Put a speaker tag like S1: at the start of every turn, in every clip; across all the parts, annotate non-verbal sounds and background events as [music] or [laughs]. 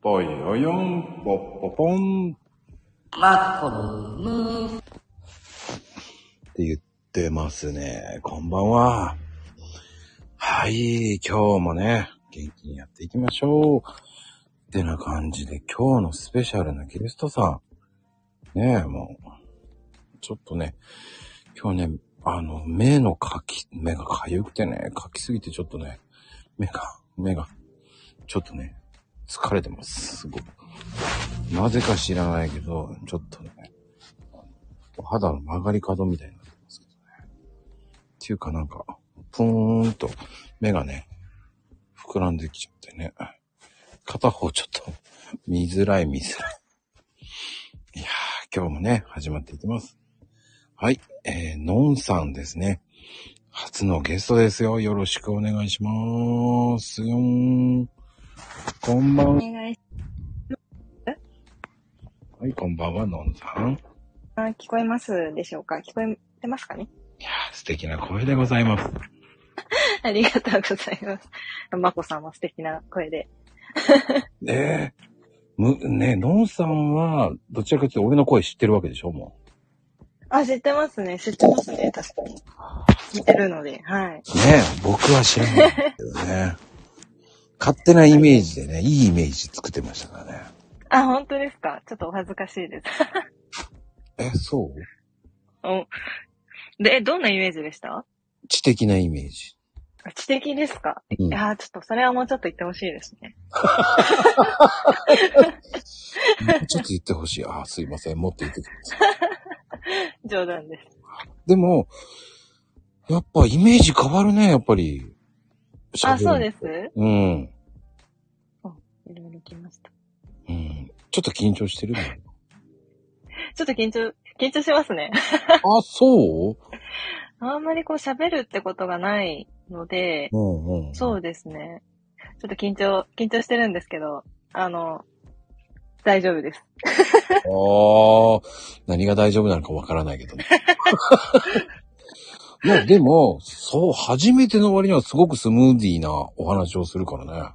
S1: ぽよよんぽっぽぽんっ
S2: マコルーム。
S1: て言ってますね。こんばんは。はい、今日もね、元気にやっていきましょう。ってな感じで、今日のスペシャルなゲストさん。ねえ、もう、ちょっとね、今日ね、あの、目のかき、目がかゆくてね、かきすぎてちょっとね、目が、目が、ちょっとね、疲れてます。すごく。なぜか知らないけど、ちょっとね、お肌の曲がり角みたいになってますけどね。っていうかなんか、ぷーんと目がね、膨らんできちゃってね。片方ちょっと見づらい見づらい。いやー、今日もね、始まっていきます。はい、えー、のんさんですね。初のゲストですよ。よろしくお願いしますよーん。こんばんは
S3: お願いし
S1: はい、こんばんは、のんさん。い
S3: ます。聞こえますでしょうか聞こえてますかね
S1: やー素敵な声でございます。
S3: [laughs] ありがとうございます。まこさんも素敵な声で。
S1: ねえ。む、ねえ、のんさんは、どちらかというと俺の声知ってるわけでしょ、も
S3: あ、知ってますね。知ってますね。確かに。似てるので、はい。
S1: う。ねえ、僕は知らないんだけどね。 [laughs] 勝手なイメージでね、いいイメージ作ってましたからね。
S3: あ、本当ですかちょっとお恥ずかしいです。
S1: え、そう
S3: おで、えどんなイメージでした
S1: 知的なイメージ。
S3: 知的ですか、
S1: うん
S3: いやーちょっとそれはもうちょっと言ってほしいですね。
S1: ちょっと言ってほしい。あー、すいません。もっと言ってください。
S3: 冗談です。
S1: でも、やっぱイメージ変わるね、やっぱり。
S3: あ、そう
S1: す。
S3: です
S1: うん。
S3: いろいろ来ました。
S1: うん。ちょっと緊張してるもん。
S3: ちょっと緊張、緊張しますね。
S1: あ、
S3: [laughs]
S1: そう
S3: あんまりこう喋るってことがないので、
S1: うんうん。
S3: そうですね。ちょっと緊張、緊張してるんですけど、あの、大丈夫です。
S1: ああ、何が大丈夫なのかわからないけどね。 [laughs] いや、でも、そう、初めての割にはすごくスムーディーなお話をするからね。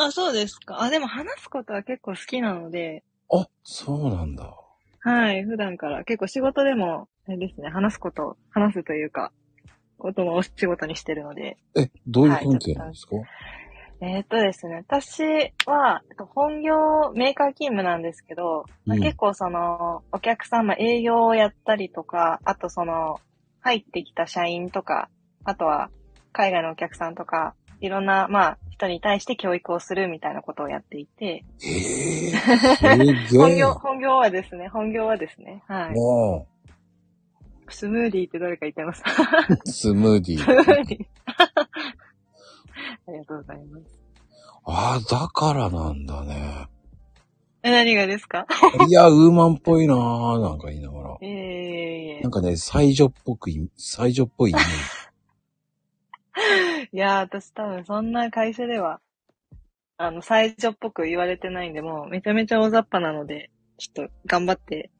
S3: あ、そうですか。あ、でも話すことは結構好きなので、
S1: あ、そうなんだ。
S3: はい、普段から結構仕事でも、あれですね、話すこと、話すというか、こともお仕事にしてるので。
S1: え、どういう関係なんですか、
S3: えーっとですね、私は、えっと本業メーカー勤務なんですけど、まあ
S1: うん
S3: 結構その、お客様営業をやったりとか、あとその、入ってきた社員とか、あとは海外のお客さんとか、いろんな、まあ、人に対して教育をするみたいなことをやっていて、
S1: ええー、す
S3: 本
S1: げえ。
S3: 業、本業はですね、本業はですね、はい。
S1: も
S3: スムーディーって誰か [laughs] 言ってます
S1: う、スムーディ
S3: スム
S1: ー。
S3: [laughs] ーディー。ありがとうございます。
S1: ああ、だからなんだね。
S3: え、何がですか [laughs]
S1: いや、ウーマンっぽいなーなんか言いながら。
S3: ええええ
S1: なんかね、最女っぽくい、最女っぽいイメージ。
S3: いやー、私多分そんな会社では、あの、最初っぽく言われてないんで、もうめちゃめちゃ大雑把なので、ちょっと頑張って、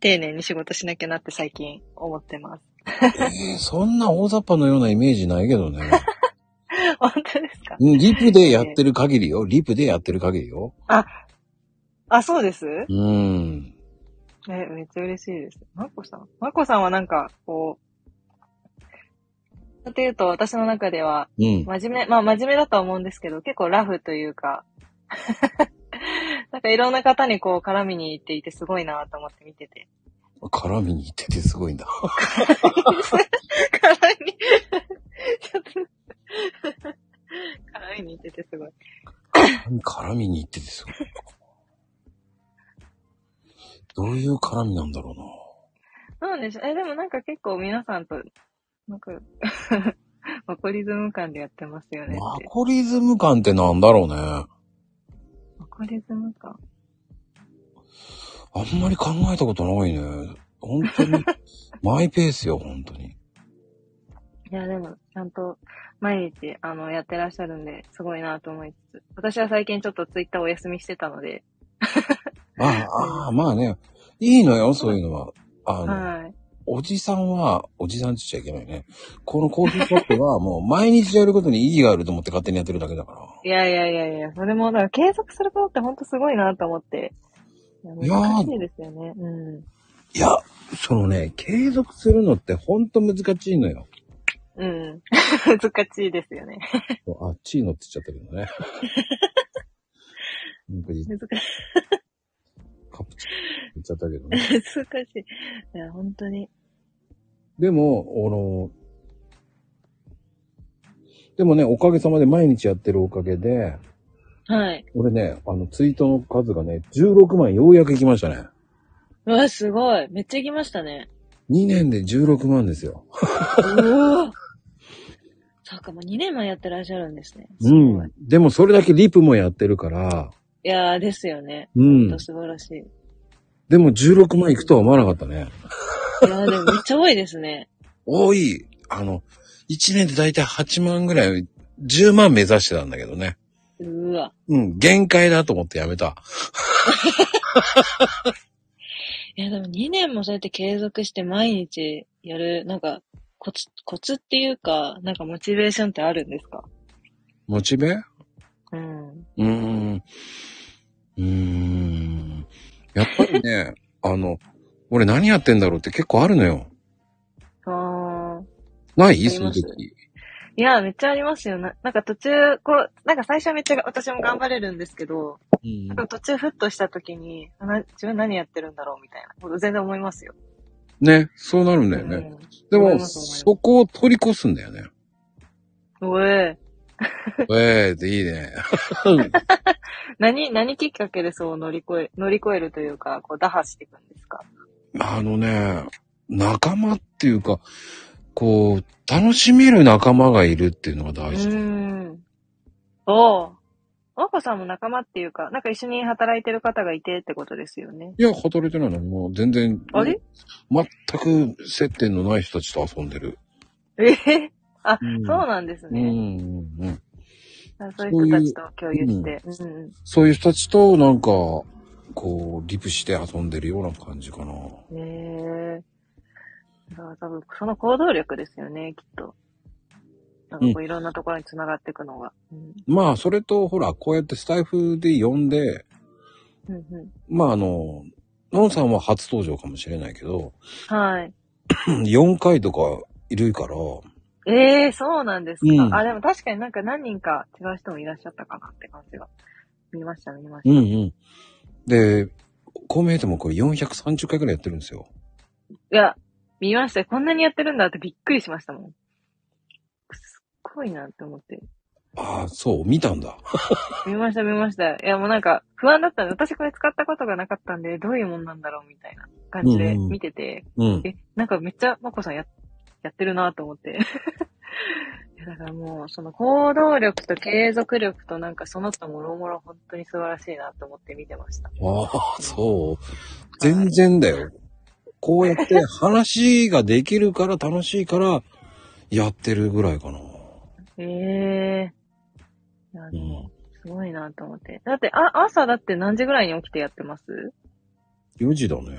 S3: 丁寧に仕事しなきゃなって最近思ってます。 [laughs]
S1: えーそんな大雑把のようなイメージないけどね。
S3: 本当ですか
S1: うんリプでやってる限りよ。リプでやってる限りよ。
S3: あ、そうです
S1: うーん。
S3: え、めっちゃ嬉しいです。まこさんまこさんはなんか、こう、っていうと私の中では、
S1: うん。
S3: 真面目、まあ真面目だとは思うんですけど、結構ラフというか、 [laughs] なんかいろんな方にこう絡みに行っていてすごいなと思って見てて。
S1: 絡みに行っててすごいんだ。
S3: 辛いに、 [laughs] ちょっと、辛いに言っててすごい。
S1: 絡みに行っててすごい。どういう絡みなんだろう
S3: なんでしょうえ、でもなんか結構皆さんと、なんか、 [laughs] マコリズム感でやってますよね
S1: な。マ
S3: って。
S1: コリズム感ってなんだろうね。あ
S3: マコリズム感。
S1: んまり考えたことないね。本当に。マイペースよ、本当に。
S3: いや、でも、ちゃんと、毎日、あの、やってらっしゃるんで、すごいなと思いつつ。私は最近ちょっとツイッターお休みしてたので、
S1: ああ、ああまあね。いいのよ、そういうのは。あの、
S3: はい。
S1: おじさんは、おじさんって言っちゃいけないね。このコーヒーショップはもう毎日やることに意義があると思って勝手にやってるだけだから。
S3: いやいやいやいや、それも、だから継続することって本当すごいなと思って。いや
S1: いやー
S3: 難しいですよね。うん。
S1: いや、そのね、継続するのってほんと難しいのよ。
S3: うん。 [laughs] 難しいですよね。
S1: あ、チーノって言っちゃったけど [laughs] ね。なんか
S3: 難し
S1: カプチーノって言っちゃったけどね。
S3: い。難しい。いや、本当に。
S1: でも、あの、でもね、おかげさまで毎日やってるおかげで、
S3: はい。
S1: 俺ね、あの、ツイートの数がね、16万ようやくいきましたね。
S3: うわ、すごい。めっちゃ行きましたね。
S1: 2年で16万ですよ。
S3: うわそうか、もう2年前やってらっしゃるんですね。す
S1: う
S3: ごい
S1: ん。でもそれだけリプもやってるから、
S3: いやー、ですよね。
S1: う
S3: ほん
S1: ん
S3: と。素晴らしい。
S1: でも16万いくとは思わなかったね。
S3: いやー、でもめっちゃ多いですね。
S1: 多い。あの、1年でだいたい8万ぐらい、10万目指してたんだけどね。
S3: うわ。
S1: うん、限界だと思ってやめた。
S3: いや、でも2年もそうやって継続して毎日やる、なんか、コツ、コツっていうか、なんかモチベーションってあるんですか
S1: モチベ
S3: うん。
S1: うーん。うーん。やっぱりね、あの、俺何やってんだろうって結構あるのよ。
S3: あー
S1: ない
S3: あり
S1: その
S3: ます
S1: 時。
S3: いや、めっちゃありますよ。ななんか途中、こう、なんか最初はめっちゃが私も頑張れるんですけど、
S1: うん
S3: 途中ふっとした時に、な自分何やってるんだろうみたいなこと全然思いますよ。
S1: ね、そうなるんだよね。で
S3: 思い
S1: も、
S3: ます思います
S1: そこを取り越すんだよ
S3: [laughs]
S1: ね。
S3: うん。おえ
S1: ええでいいね。
S3: 何、何きっかけでそう乗り越え、乗り越えるというか、こう打破していくんですか
S1: あのね、仲間っていうか、こう、楽しめる仲間がいるっていうのが
S3: う
S1: 大事。
S3: ーん。おう。おこさんも仲間っていうか、なんか一緒に働いてる方がいてってことですよね。
S1: いや、働いてないのもう全然、
S3: あれ
S1: 全く接点のない人たちと遊んでる。
S3: えへあ、
S1: うん
S3: そうなんです
S1: う
S3: ね。
S1: んうんうん。
S3: だからそういう人たちと共有して。うんうん
S1: そういう人たちと、なんか、こう、リプして遊んでるような感じかな。
S3: ねえ。だから多分、その行動力ですよね、きっと。なんかこういろんなところに繋がっていくのが。うん。
S1: まあ、それと、ほら、こうやってスタイフで呼んで、
S3: うんう
S1: まあ、あの、ノンさんは初登場かもしれないけど、
S3: ん。はい。
S1: 4回とかいるから、
S3: ええそうなんですか。
S1: うん
S3: あ、でも確かになんか何人か違う人もいらっしゃったかなって感じが。見ました、見ま
S1: うん
S3: し
S1: うん。で、こう見えてもこれ430回くらいやってるんですよ。
S3: た。いや、見ましたよ。こんなにやってるんだってびっくりしましたもん。すっごいなって思って。
S1: ああ、そう、見たんだ。
S3: 見ました、見ました。いや、もうなんか不安だったんで、私これ使ったことがなかったんで、どういうもんなんだろうみたいな感じで
S1: うんうん
S3: 見てて、
S1: うん。
S3: え、なんかめっちゃ、まこさんや、やってるなと思って。 [laughs] いやだからもう、その行動力と継続力となんかその他もろもろ本当に素晴らしいなと思って見てました。
S1: ああ、そう。全然だよ。こうやって話ができるから楽しいからやってるぐらいかな。
S3: ええいや、
S1: う
S3: でも、
S1: ん。
S3: すごいなと思って。だって、あ、朝だって何時ぐらいに起きてやってます [laughs]
S1: 4時だね。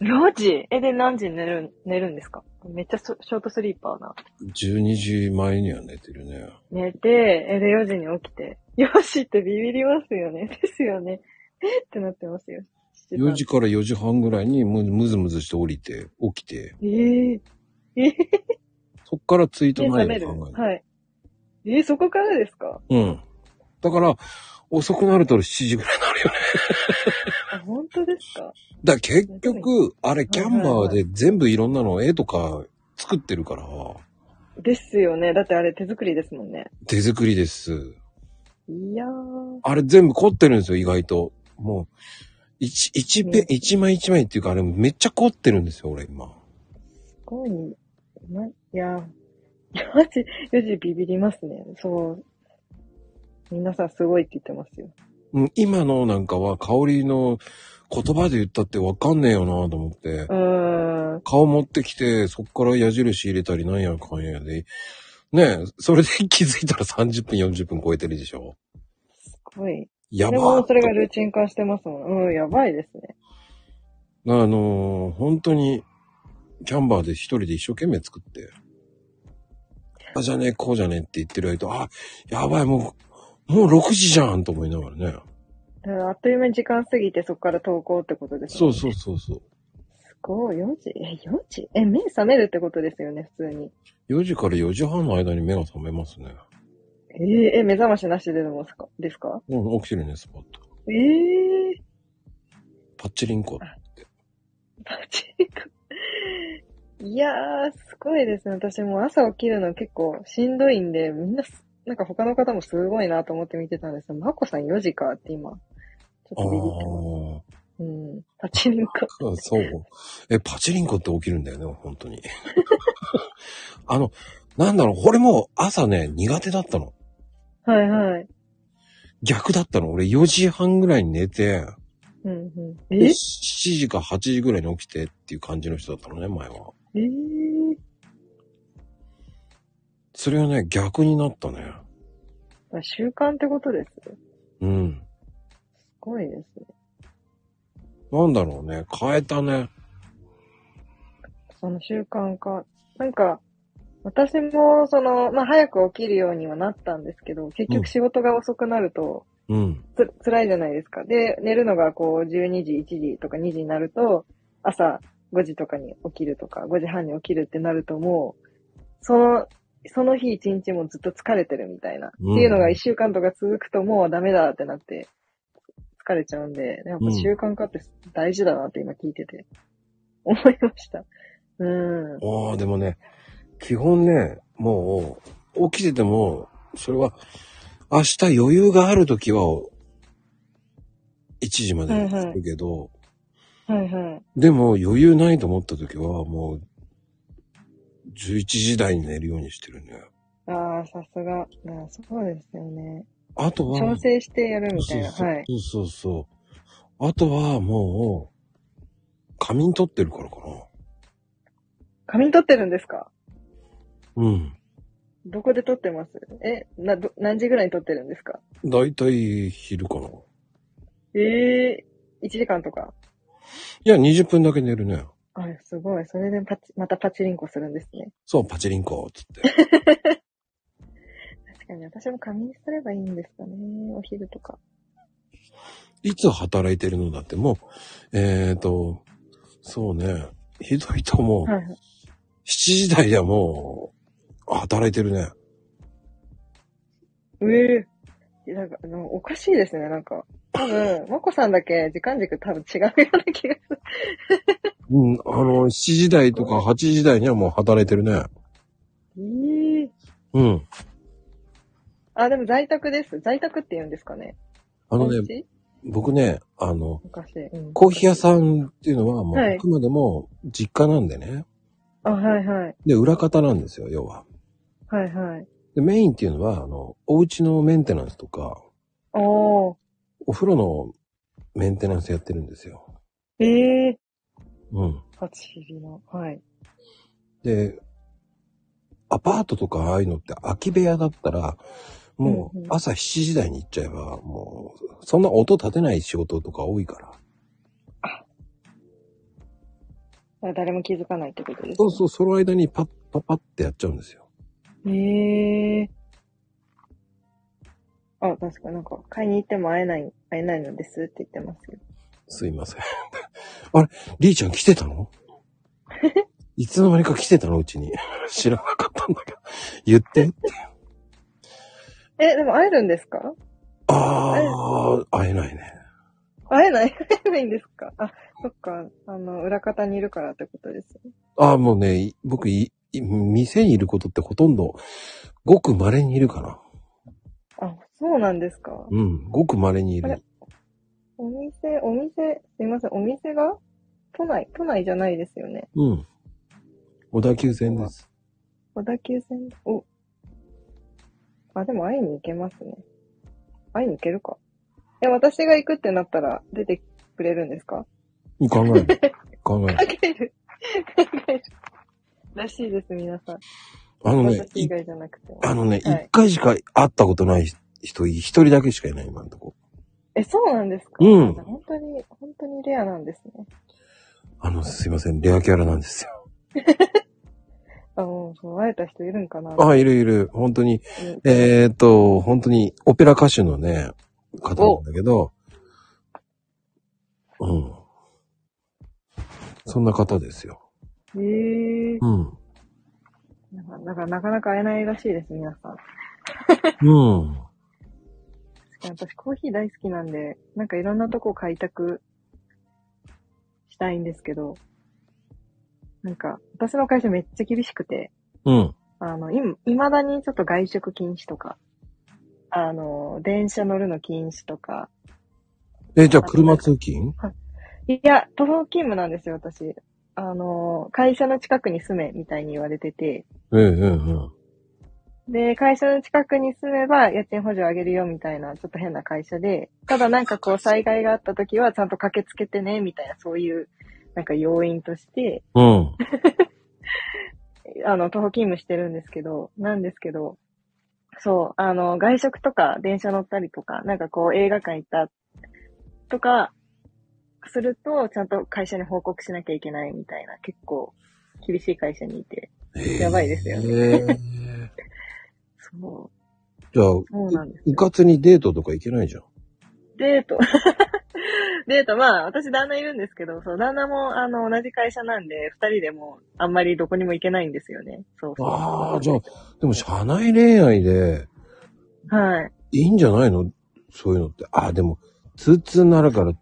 S3: ?4 時え、で何時に寝る、寝るんですかめっちゃそショートスリーパーな。
S1: 12時前には寝てるね。
S3: 寝て、え、で4時に起きて。4時ってビビりますよね。 [laughs] ですよね。えってなってますよ。
S1: 4時から4時半ぐらいにむむずむずして降りて、起きて、
S3: ええええ
S1: そっからツイート
S3: 目覚
S1: 内
S3: め
S1: 容
S3: る。
S1: 考える。
S3: はい。えーそこからですか
S1: うん。だから、遅くなると7時ぐらいになるよね。
S3: あ、本当ですか
S1: だから結局、あれ、キャンバーで全部いろんなの絵とか作ってるから、
S3: ですよね。だってあれ手作りですもんね。
S1: 手作りです。
S3: いやー。
S1: あれ全部凝ってるんですよ、意外と。もう、一、一ペ
S3: ね、
S1: 一枚一枚っていうか、あれめっちゃ凝ってるんですよ、俺今。
S3: すごい。ないやー。マジ、4時ビビりますね。そう。皆さんすごいって言ってますよ。
S1: うん、今のなんかは、香りの言葉で言ったってわかんねえよなと思って
S3: う、ーん。
S1: 顔持ってきて、そっから矢印入れたりなんやかんやで、ねえ、それで気づいたら30分、40分超えてるでしょ。
S3: すごい。
S1: や
S3: で
S1: ば
S3: も
S1: っ
S3: それがルーチン化してますもん。うん、やばいですね。
S1: あのー本当に、キャンバーで一人で一生懸命作って、あ、じゃねえ、こうじゃねえって言ってる間、あ、やばい、もう、もう6時じゃんと思いながらね。
S3: だからあっという間に時間過ぎてそこから投稿ってことです
S1: そう
S3: う。
S1: そうそうそう。
S3: すごい、4時え、4時え、目覚めるってことですよね、普通に。
S1: 4時から4時半の間に目が覚めますね。
S3: えーえ、目覚ましなしででもすかですか
S1: うん、起きてるね、スポット。
S3: ええ
S1: パッチリンコ。
S3: ー、パチンコ。いやー、すごいですね。私もう朝起きるの結構しんどいんで、みんなす、なんか他の方もすごいなと思って見てたんですけど、まこさん4時かって今、ち
S1: あ
S3: ょっとビ
S1: あ
S3: ビってます。うん。パチンコ。
S1: ー、そう。え、パチリンコって起きるんだよね、本当に。 [laughs] あの、なんだろう、これも朝ね、苦手だったの。
S3: はいはい。
S1: 逆だったの。俺4時半ぐらいに寝て、
S3: うんうん。え
S1: 7時か8時ぐらいに起きてっていう感じの人だったのね、前は。
S3: えー、
S1: それはね、逆になったね。
S3: まあ習慣ってことです。す
S1: うん。
S3: ごいですね。
S1: なんだろうね、変えたね。
S3: その習慣化。なんか、私も、その、まあ、早く起きるようにはなったんですけど、結
S1: うん
S3: 局仕事が遅くなると、
S1: うん。
S3: つ、辛いじゃないですか。で、寝るのがこう、12時、1時とか2時になると、朝5時とかに起きるとか、5時半に起きるってなるともう、その、その日一日もずっと疲れてるみたいな。
S1: うん
S3: っていうのが1週間とか続くともうダメだってなって、疲れちゃうんで、やっぱ習慣化って大事だなって今聞いてて、思いました。うん。
S1: ああ、でもね、基本ね、もう、起きてても、それは、明日余裕があるときは、1時までにするけど、
S3: はいはい。
S1: でも余裕ないと思ったときは、もう、11時台に寝るようにしてるね。
S3: ああ、さすが。あーそうですよね。
S1: あとは、
S3: 調整してやるみたいな。
S1: そうそう
S3: はい。
S1: そうそうそう。あとは、もう、仮眠取ってるからかな。
S3: 仮眠取ってるんですか
S1: うん。
S3: どこで撮ってますえ、な、ど、何時ぐらいに撮ってるんですか
S1: だいたい昼かな。い
S3: ええー、1時間とか。
S1: や、20分だけ寝るね。
S3: あ、すごい。それでパチ、またパチリンコするんですね。
S1: そう、パチリンコ、つ
S3: [laughs]
S1: って。
S3: 確かに私も仮眠すればいいんですかね。お昼とか。
S1: いつ働いてるのだって、もう、えーと、そうね。ひどいともう、
S3: はいはい。
S1: 7時台ではもう、働いてるね。
S3: うええなんか、あの、おかしいですね、なんか。多分、まこさんだけ時間軸多分違うような気がする。
S1: うん、あの、7時台とか8時台にはもう働いてるね。
S3: ええ
S1: うん。
S3: あ、でも在宅です。在宅って言うんですかね。
S1: あの
S3: お
S1: ね、
S3: 家
S1: 僕ね、あの、
S3: おかしい。うん
S1: コーヒー屋さんっていうのはもう
S3: はい
S1: あくまでも実家なんでね。
S3: あ、はいはい。
S1: で、裏方なんですよ、要は。
S3: はいはい。
S1: で、メインっていうのは、あの、お家のメンテナンスとか、
S3: おー。
S1: お風呂のメンテナンスやってるんですよ。
S3: ええ
S1: うん。
S3: パチリの。はい。
S1: で、アパートとかああいうのって空き部屋だったら、も
S3: うん
S1: う
S3: うん
S1: 朝7時台に行っちゃえば、もう、そんな音立てない仕事とか多いから。
S3: 誰も気づかないってことですね。
S1: そうそう、その間にパッパッパッってやっちゃうんですよ。
S3: へえ。あ、確かなんか、買いに行っても会えない、会えないのですって言ってますよ。
S1: すいません。 [laughs] あれ、りーちゃん来てた
S3: [laughs]
S1: のいつの間にか来てたのうちに。 [laughs] 知らなかったんだけど。言って。
S3: え、でも会えるんですか
S1: ああ、会えないね。
S3: 会えない [laughs] 会えないんですかあ、そっか、あの、裏方にいるからってことです。
S1: ああ、もうね、い僕い、い店にいることってほとんど、ごく稀にいるから。
S3: あ、そうなんですか
S1: うん、ごく稀にい
S3: あれ
S1: る。
S3: お店、お店、すいません、お店が都内、都内じゃないですよね。
S1: うん。小田急線です。
S3: 小田急線、お。あ、でも会いに行けますね。会いに行けるか。え、私が行くってなったら出てくれるんですか
S1: 考える。考え
S3: [laughs]
S1: る。
S3: 考える。考える。らしいです、皆さん。
S1: あのね
S3: 私、以
S1: い
S3: 外じゃなくても。
S1: あのね、一、
S3: はい
S1: 回しか会ったことない人、一人だけしかいない、今んとこ。
S3: え、そうなんですか
S1: うん
S3: 本当に、本当にレアなんですね。
S1: あの、すいません、レアキャラなんですよ。
S3: あ、もう、その会えた人いるんかな
S1: あ、いるいる。本当に、
S3: うん
S1: えーっと、本当にオペラ歌手のね、方なんだけど、うん。そんな方ですよ。
S3: ええ
S1: うん。
S3: なんか、だからなかなか会えないらしいです、皆さん。
S1: うん。
S3: 私コーヒー大好きなんで、なんかいろんなとこ開拓したいんですけど、なんか、私の会社めっちゃ厳しくて、
S1: うん。
S3: あの、今、未だにちょっと外食禁止とか、あの、電車乗るの禁止とか、
S1: え、じゃあ車通勤
S3: いや、徒歩勤務なんですよ、私。あの、会社の近くに住め、みたいに言われてて、
S1: ええ、ええ、うん
S3: で、会社の近くに住めば家賃補助あげるよみたいな、ちょっと変な会社で、ただなんかこう災害があった時はちゃんと駆けつけてね、みたいな、そういう、なんか要因として、
S1: うん。
S3: あの、徒歩勤務してるんですけど、なんですけど、そう、あの、外食とか電車乗ったりとか、なんかこう映画館行ったとか、すると、ちゃんと会社に報告しなきゃいけないみたいな、結構厳しい会社にいて、やばいですよね
S1: ね。
S3: そう、
S1: じゃあ、
S3: そうなんですよ
S1: うかつにデートとか行けないじゃん。
S3: デート。 [laughs] デート、まあ、私旦那いるんですけど、そう、旦那も、あの、同じ会社なんで、二人でも、あんまりどこにも行けないんですよね。そうそう。
S1: ああ、じゃあ、でも社内恋愛で
S3: はい。
S1: いいんじゃないのそういうのって。ああ、でも、通通になるから、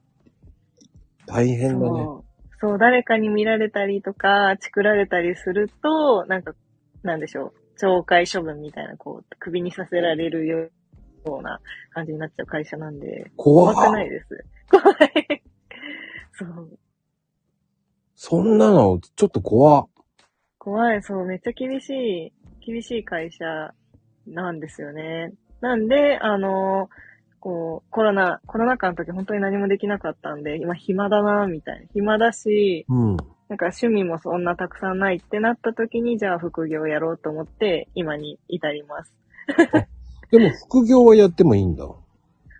S1: 大変だね。
S3: そうそう、誰かに見られたりとか、チクられたりすると、なんか、なんでしょう、懲戒処分みたいな、こう、首にさせられるような感じになっちゃう会社なんで、
S1: 怖
S3: 怖
S1: っ
S3: くないです。怖い。 [laughs] そう。
S1: そんなの、ちょっと怖っ。
S3: 怖い、そう、めっちゃ厳しい、厳しい会社なんですよね。なんで、あの、こう、コロナ、コロナ禍の時本当に何もできなかったんで、今暇だな、みたいな。暇だし、
S1: うん。
S3: なんか趣味もそんなたくさんないってなった時に、じゃあ副業やろうと思って、今に至ります。
S1: でも、副業はやってもいいんだ。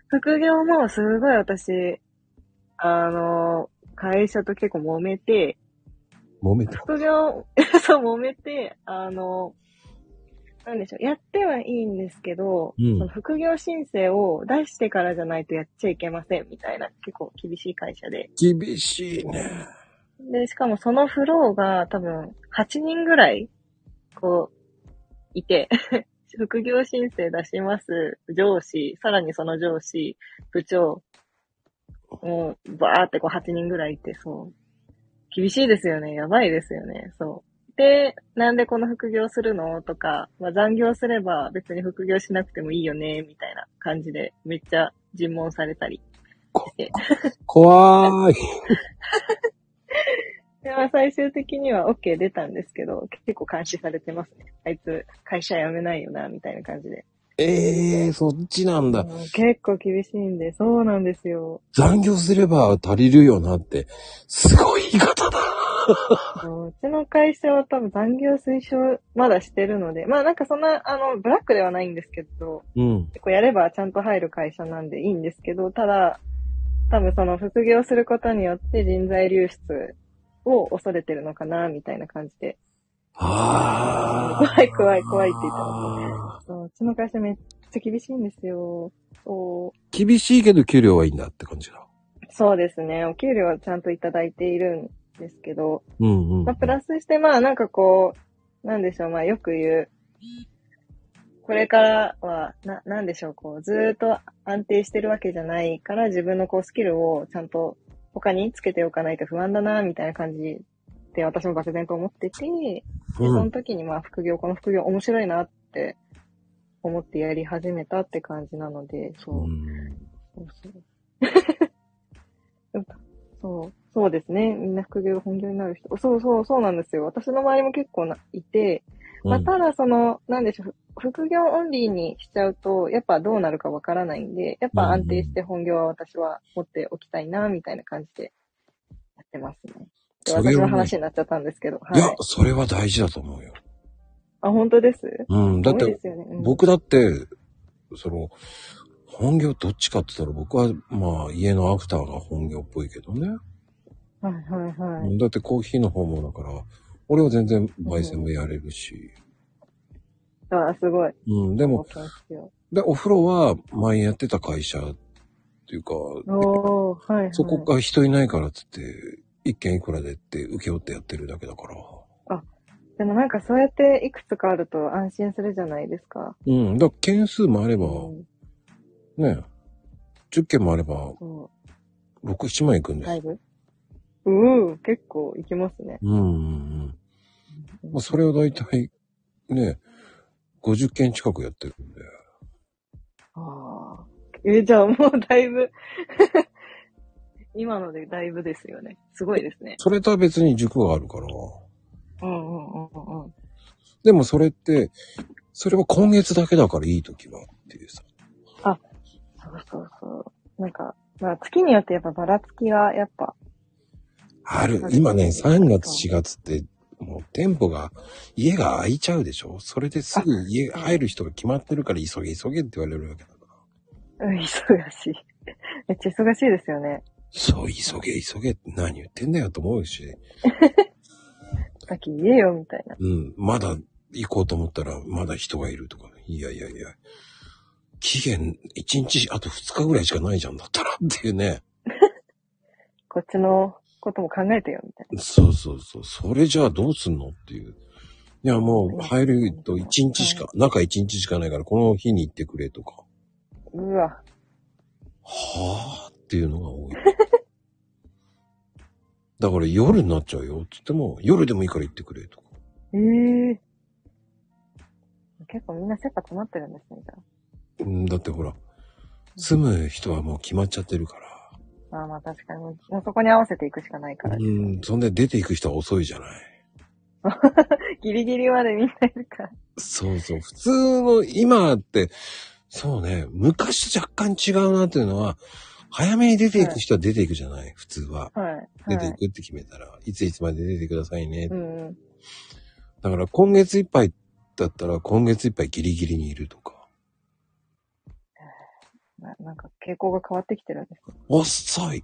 S3: 副業もすごい私、あの、会社と結構揉めて、
S1: 揉めた。
S3: 副業、 [laughs] そう、揉めて、あの、なんでしょう、やってはいいんですけど、
S1: うん
S3: その副業申請を出してからじゃないとやっちゃいけません、みたいな、結構厳しい会社で。
S1: 厳しいね。
S3: で、しかもそのフローが多分、8人ぐらい、こう、いて、 [laughs] 副業申請出します、上司、さらにその上司、部長、もう、バーってこう8人ぐらいいて、そう。厳しいですよね。やばいですよね。そう。で、なんでこの副業するのとか、まあ、残業すれば別に副業しなくてもいいよね、みたいな感じで、めっちゃ尋問されたり。
S1: 怖ーい。
S3: で、まあ、最終的には OK 出たんですけど、結構監視されてますね。あいつ、会社辞めないよな、みたいな感じで。
S1: ええー、そっちなんだ。
S3: うん結構厳しいんで、そうなんですよ。
S1: 残業すれば足りるよなって、すごい言い方だ。
S3: そううちの会社は多分残業推奨まだしてるので、まあなんかそんな、あの、ブラックではないんですけど、
S1: うん。
S3: こうやればちゃんと入る会社なんでいいんですけど、ただ、多分その副業することによって人材流出を恐れてるのかな、みたいな感じで。
S1: ああ。
S3: 怖い怖い怖いって言って
S1: あ
S3: そううちの会社めっちゃ厳しいんですよ。そう。
S1: ー厳しいけど給料はいいんだって感じだ。
S3: そうですね。お給料はちゃんといただいているんですけど、
S1: うんうん。
S3: まあ、プラスして、まあ、なんかこう、なんでしょう、まあ、よく言う、これからは、な、なんでしょう、こう、ずーっと安定してるわけじゃないから、自分のこう、スキルをちゃんと他につけておかないと不安だな、みたいな感じで、私も漠然と思ってて、で、
S1: う
S3: その
S1: ん、
S3: 時に、まあ、副業、この副業面白いなって思ってやり始めたって感じなので、そう。
S1: うん。
S3: そうそう。でもそう、そうですね。みんな副業本業になる人。そうそう、そうなんですよ。私の周りも結構ないて、まあ、ただその、なんでしょう、ふ副業オンリーにしちゃうと、やっぱどうなるかわからないんで、やっぱ安定して本業は私は持っておきたいな、みたいな感じでやってますね。で
S1: それはね
S3: 私の話になっちゃったんですけど、
S1: い
S3: はい
S1: や。、それは大事だと思うよ。
S3: あ、本当です
S1: うん。だっ
S3: 多い
S1: て
S3: で、すよね、うん
S1: 僕だって、その、本業どっちかって言ったら僕は、まあ、家のアフターが本業っぽいけどね。
S3: はいはいはい。
S1: だってコーヒーの方もだから、俺は全然焙煎もやれるし。
S3: わあ、すごい。
S1: うん、で
S3: 貢
S1: も、
S3: 献しよ
S1: で、お風呂は前やってた会社っていうか、
S3: う。おー、はい、はい。
S1: そこが人いないからっつって、一軒いくらでって請け負ってやってるだけだから。
S3: でもなんかそうやっていくつかあると安心するじゃないですか。
S1: うん、だから件数もあれば、
S3: うん、
S1: ね、10件もあれば、
S3: そ
S1: 6、7万いくん
S3: う、
S1: です
S3: だ
S1: よ。
S3: いぶ。うー、結構いきますね。
S1: うんうんうん。まあ、それを大体、ね、50件近くやってるんで。
S3: ああ。え、じゃあもうだいぶ、 [laughs] 今のでだいぶですよね。すごいですね。
S1: それとは別に塾があるから。
S3: うんうんうんうんうん。
S1: でもそれって、それは今月だけだからいい時はっていうさ。
S3: そうそうそう。なんか、まあ月によってやっぱばらつきはやっぱ、
S1: ある
S3: 確か。に
S1: 今ね、3月、4月って、もう店舗が、家が空いちゃうでしょそれですぐ家
S3: あ
S1: 入る人が決まってるから急げ急げって言われるわけだから。
S3: うん、忙しい。 [laughs] めっちゃ忙しいですよね。
S1: そう、急げ急げって何言ってんだよと思うし。
S3: さっき言えよみたいな。
S1: うん、まだ行こうと思ったら、まだ人がいるとか、ね、いやいやいや、期限1日あと2日ぐらいしかないじゃんだったらっていうね。
S3: こっちのことも考えてよみたい
S1: そうそうそう、それじゃあどうすんのっていう。いや、もう入ると1日しか、中1日しかないから、この日に行ってくれとか。
S3: な。うわ、
S1: はぁっていうのが多い。 [laughs] だから夜になっちゃうよって言っても、夜でもいいから行ってくれとか。
S3: ええ結構みんな切羽詰まってるんですね、じゃ
S1: うん、だってほら、住む人はもう決まっちゃってるから。
S3: あ。まあまあ確かに、もうそこに合わせていくしかないから。
S1: うん、そんで出ていく人は遅いじゃない。
S3: ギリギリまでみんないるから。
S1: そうそう。普通の今って、そうね、昔と若干違うなっていうのは、早めに出ていく人は出ていくじゃない、普通は。
S3: はい。
S1: 出
S3: は
S1: ていく
S3: い。
S1: って決めたら、い、ついつまで出てくださいね。
S3: うんうん。
S1: だから今月いっぱいだったら、今月いっぱいギリギリにいるとか。
S3: ななんか傾向が変わってきてるんです。
S1: 遅 [laughs] い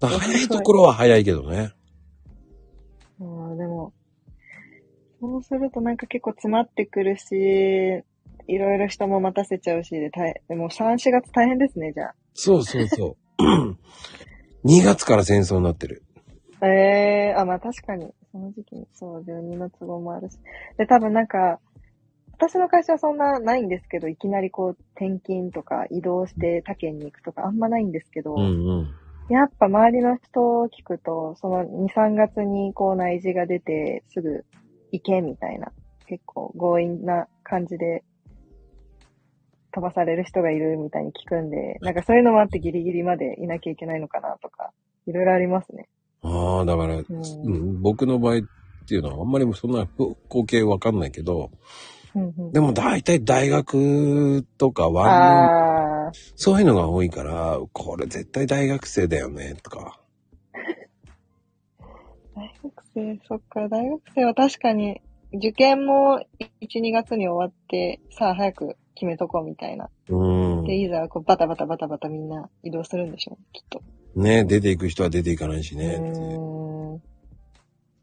S1: だから早いところは早いけどね。
S3: うん、でも、そうするとなんか結構詰まってくるし、いろいろ人も待たせちゃうしで、大でも3、4月大変ですね、じゃ
S1: そうそう [laughs] そう。2月から戦争になってる。
S3: あ。ええあ、まあ確かに、その時期に、そう、12の都合もあるし。で、多分なんか、私の会社はそんなないんですけど、いきなりこう転勤とか移動して他県に行くとかあんまないんですけど、
S1: うんうん。
S3: やっぱ周りの人を聞くと、その2、3月にこう内示が出てすぐ行けみたいな、結構強引な感じで飛ばされる人がいるみたいに聞くんで、なんかそういうのもあってギリギリまでいなきゃいけないのかなとか、いろいろありますね。
S1: ああ、だから、
S3: う。
S1: うんん、僕の場合っていうのはあんまりそんな光景わかんないけど、
S3: うんうん、
S1: でも大体大学とかは、
S3: ああ、
S1: そういうのが多いから、これ絶対大学生だよね、とか。
S3: 大学生、そっか、大学生は確かに受験も1、2月に終わって、さあ早く決めとこうみたいな。
S1: うん。
S3: で、いざこうバタバタバタバタみんな移動するんでしょうね、きっと。
S1: ね、出ていく人は出ていかないしね。
S3: う
S1: って
S3: ーんそ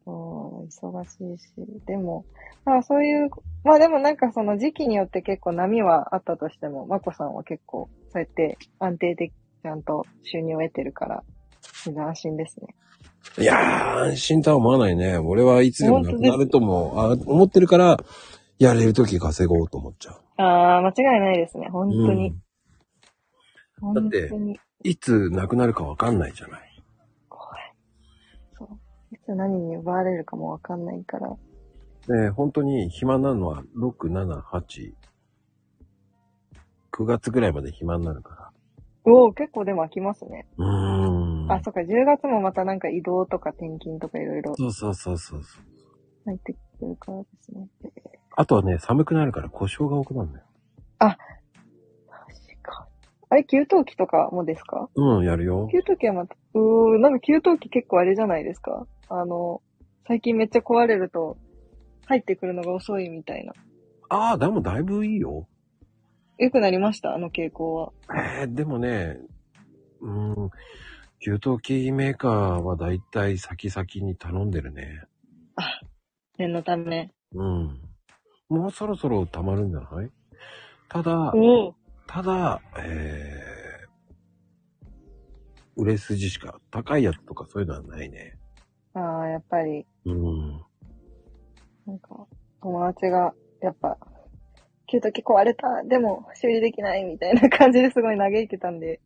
S3: う、忙しいし。でも、まあそういう、まあでもなんかその時期によって結構波はあったとしても、まこさんは結構そうやって安定的、ちゃんと収入を得てるから、全然安心ですね。
S1: いやー、安心とは思わないね。俺はいつでもなくなるとも、あ思ってるから、やれるとき稼ごうと思っちゃう。
S3: ああ、間違いないですね。本当
S1: う
S3: に。
S1: んだっ
S3: 本
S1: て
S3: 当に。
S1: いつなくなるかわかんないじゃない。
S3: 怖い。そう。いつ何に奪われるかもわかんないから。
S1: で、本当に暇なのは6、7、8、9月ぐらいまで暇になるか
S3: おお、結構でも飽きますね。
S1: ら。うーん。
S3: あ、そっか、10月もまたなんか移動とか転勤とかいろいろ
S1: そうそうそうそうそう。
S3: 入ってくるからですね。
S1: あとはね、寒くなるから故障が多くなるんだよ。
S3: 確かに。あれ、給湯器とかもですか
S1: うん、やるよ。
S3: 給湯器はまた、うーん、なんか給湯器結構あれじゃないですかあの、最近めっちゃ壊れると、入ってくるのが遅いみたいな。
S1: ああ、でもだいぶいいよ。
S3: 良くなりましたあの傾向は。
S1: えー、でもね、うーん、給湯器メーカーはだいたい先々に頼んでるね。
S3: あ、念のため。
S1: うん。もうそろそろ溜まるんじゃないただ、
S3: おお。
S1: ただ、えー、売れ筋しか、高いやつとかそういうのはないね。
S3: ああ、やっぱり、
S1: うん。
S3: なんか、友達が、やっぱ、給湯器壊れた、でも修理できないみたいな感じですごい嘆いてたんで、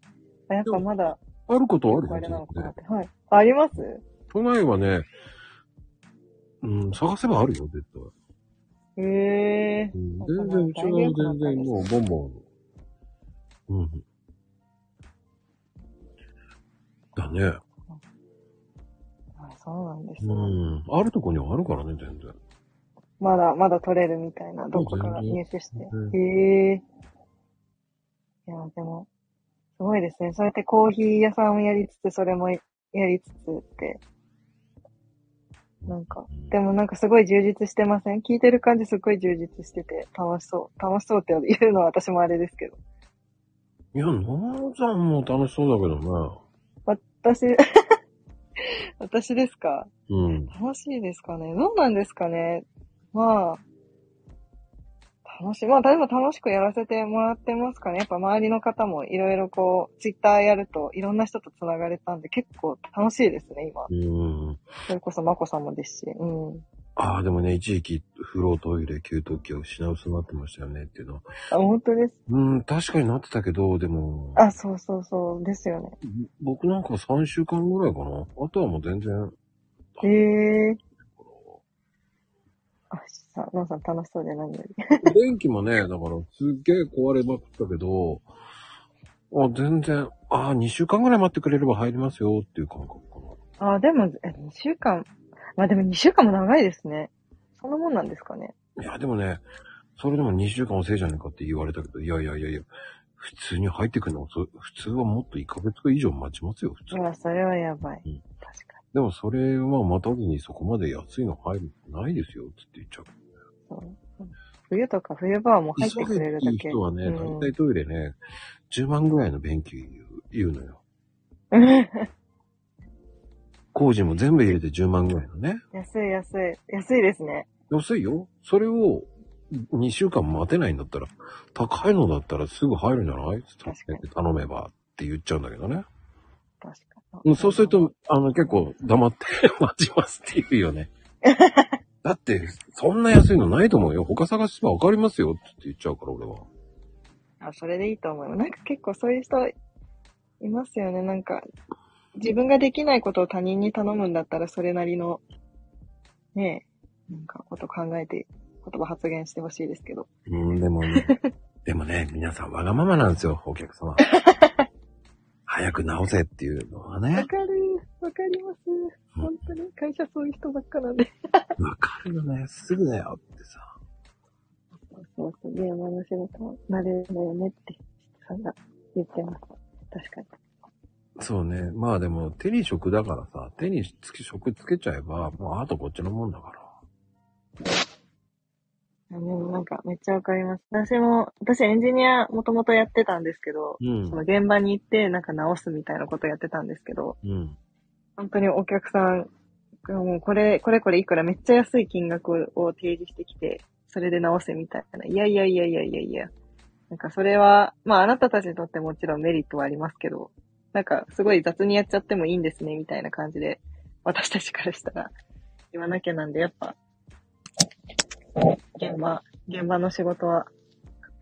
S3: あやっぱまだ、
S1: あることはある
S3: あれなの
S1: よ
S3: かな
S1: ね
S3: っ。て。はい。ああります
S1: 都内はね、うん、探せばあるよ、絶対。
S3: へえ
S1: うん
S3: あ
S1: 全然、うちは全然もうボンボン。うん。だね。
S3: あそうなんです
S1: う
S3: ね。
S1: ん。あるとこにはあるからね、全然。
S3: まだ、まだ取れるみたいな、どこから入手して。
S1: うん
S3: へえいや、でも、すごいですね。そうやってコーヒー屋さんをやりつつ、それもやりつつって。なんか、でもなんかすごい充実してません聞いてる感じすごい充実してて、楽しそう。楽しそうって言うのは私もあれですけど。
S1: いや、なんちゃんも楽しそうだけど
S3: 私、 [laughs] 私ですか
S1: ね。
S3: 楽しいですかねどうなんですかねまあ、楽しい。まあ、でも楽しくやらせてもらってますかねやっぱ周りの方もいろいろこう、ツイッターやるといろんな人と繋がれたんで結構楽しいですね、今。
S1: うん。うん。
S3: それこそまこさんもですし。うん。
S1: ああ、でもね、一時期、風呂、トイレ、給湯器を失うそうになってましたよね、っていうのは。
S3: あ、本当です。
S1: うん、確かになってたけど、でも、
S3: あ、そうそうそう。ですよね。
S1: 僕なんか3週間ぐらいかな。あとはもう全然、
S3: へえー。あ、さ、のんさん楽しそうで何より。
S1: 電気もね、だからすっげえ壊れまくったけど、あ、全然、あ、2週間ぐらい待ってくれれば入りますよっていう感覚かな。
S3: あ、でも、え、2週間。まあでも2週間も長いですね。そんなもんなんですかね。
S1: いや、でもね、それでも2週間遅いじゃねえかって言われたけど、いやいやいやいや、普通に入ってくるの遅い、普通はもっと1ヶ月以上待ちますよ、普通。
S3: うわ、それはやばい。
S1: うん
S3: 確かに。
S1: でもそれは待たずにそこまで安いの入るのないですよって言っちゃう。
S3: そう冬とか冬場はもう入ってくれるだ
S1: 急げって
S3: け。
S1: いう人はね、
S3: うん
S1: 大体トイレね、10万ぐらいの便器言う言うのよ。工事も全部入れて10万ぐらいのね。
S3: [laughs] 安い安い。安いですね。
S1: 安いよ。それを2週間待てないんだったら、高いのだったらすぐ入るんじゃない
S3: 確かに
S1: 頼めばって言っちゃうんだけどね。
S3: 確か
S1: うん
S3: に。
S1: そうすると、あの結構黙って待ちますって言うよ
S3: [laughs]
S1: ね。だって、そんな安いのないと思うよ。他探せばわかりますよって言っちゃうから俺は。
S3: あ、それでいいと思います。なんか結構そういう人いますよね。なんか、自分ができないことを他人に頼むんだったら、それなりの、ねえ、なんかこと考えて、言葉発言してほしいですけど。
S1: うん、で
S3: [laughs]
S1: もね、でもね、皆さんわがままなんですよ、お客
S3: [laughs]
S1: 様。早く直せっていうのは
S3: わ
S1: ね。
S3: かるわかります。本当に。会社そういう人ばっかなんで。
S1: わかるよね。すぐだよってさ。
S3: そうそう、電話の仕事は慣れるのよねって、さんが言ってます。確かに。
S1: そうね。まあでも手に職だからさ、手につき職つけちゃえば、もうあとこっちのもんだから。
S3: でもなんかめっちゃわかります。私も、私エンジニアもともとやってたんですけど、
S1: う
S3: そ
S1: ん。
S3: の現場に行ってなんか直すみたいなことやってたんですけど、
S1: うん。
S3: 本当にお客さん、もうこれ、これこれいくらめっちゃ安い金額を提示してきて、それで直せみたいな。いやいやいやいやいやいや。なんかそれは、まああなたたちにとってもちろんメリットはありますけど、なんかすごい雑にやっちゃってもいいんですねみたいな感じで、私たちからしたら言わなきゃなんで、やっぱ、現場、現場の仕事は、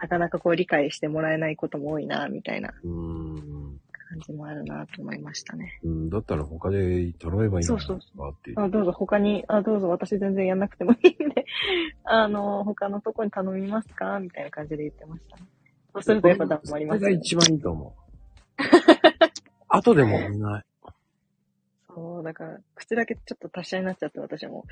S3: なかなかこう理解してもらえないことも多いな、みたいな
S1: うん。
S3: 感じもあるなと思いましたね。
S1: うん、だったら他で頼めばいいのか
S3: そうそう
S1: なっていう。
S3: あどうぞ、他に、あ、どうぞ、私全然やんなくてもいいんで、 [laughs] あの、他のとこに頼みますかみたいな感じで言ってましたね。そうするとやっぱ黙ります
S1: それが
S3: よね。
S1: 一番いいと思
S3: [laughs]
S1: う。後でもいない。
S3: そう、だから、口だけちょっと達者になっちゃって、私も。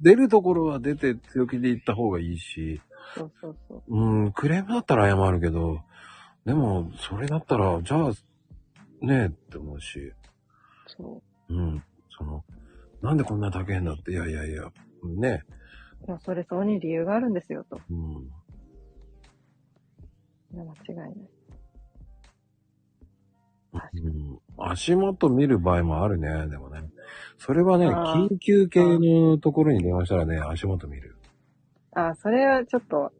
S1: 出るところは出て強気で行った方がいいし、
S3: そうそうそう。
S1: うん、クレームだったら謝るけど、でも、それだったら、じゃあ、ねえって思うし、
S3: そ
S1: うん、その、なんでこんな高いんだって、いやいやいや、ね
S3: う。まあ、それそうに理由があるんですよ、と。
S1: え、うん、
S3: いや間違いない。
S1: うん、足元見る場合もあるね、でもね。それはね、
S3: あー
S1: 緊急系のところに電話したらね、足元見る。
S3: あ、それはちょっと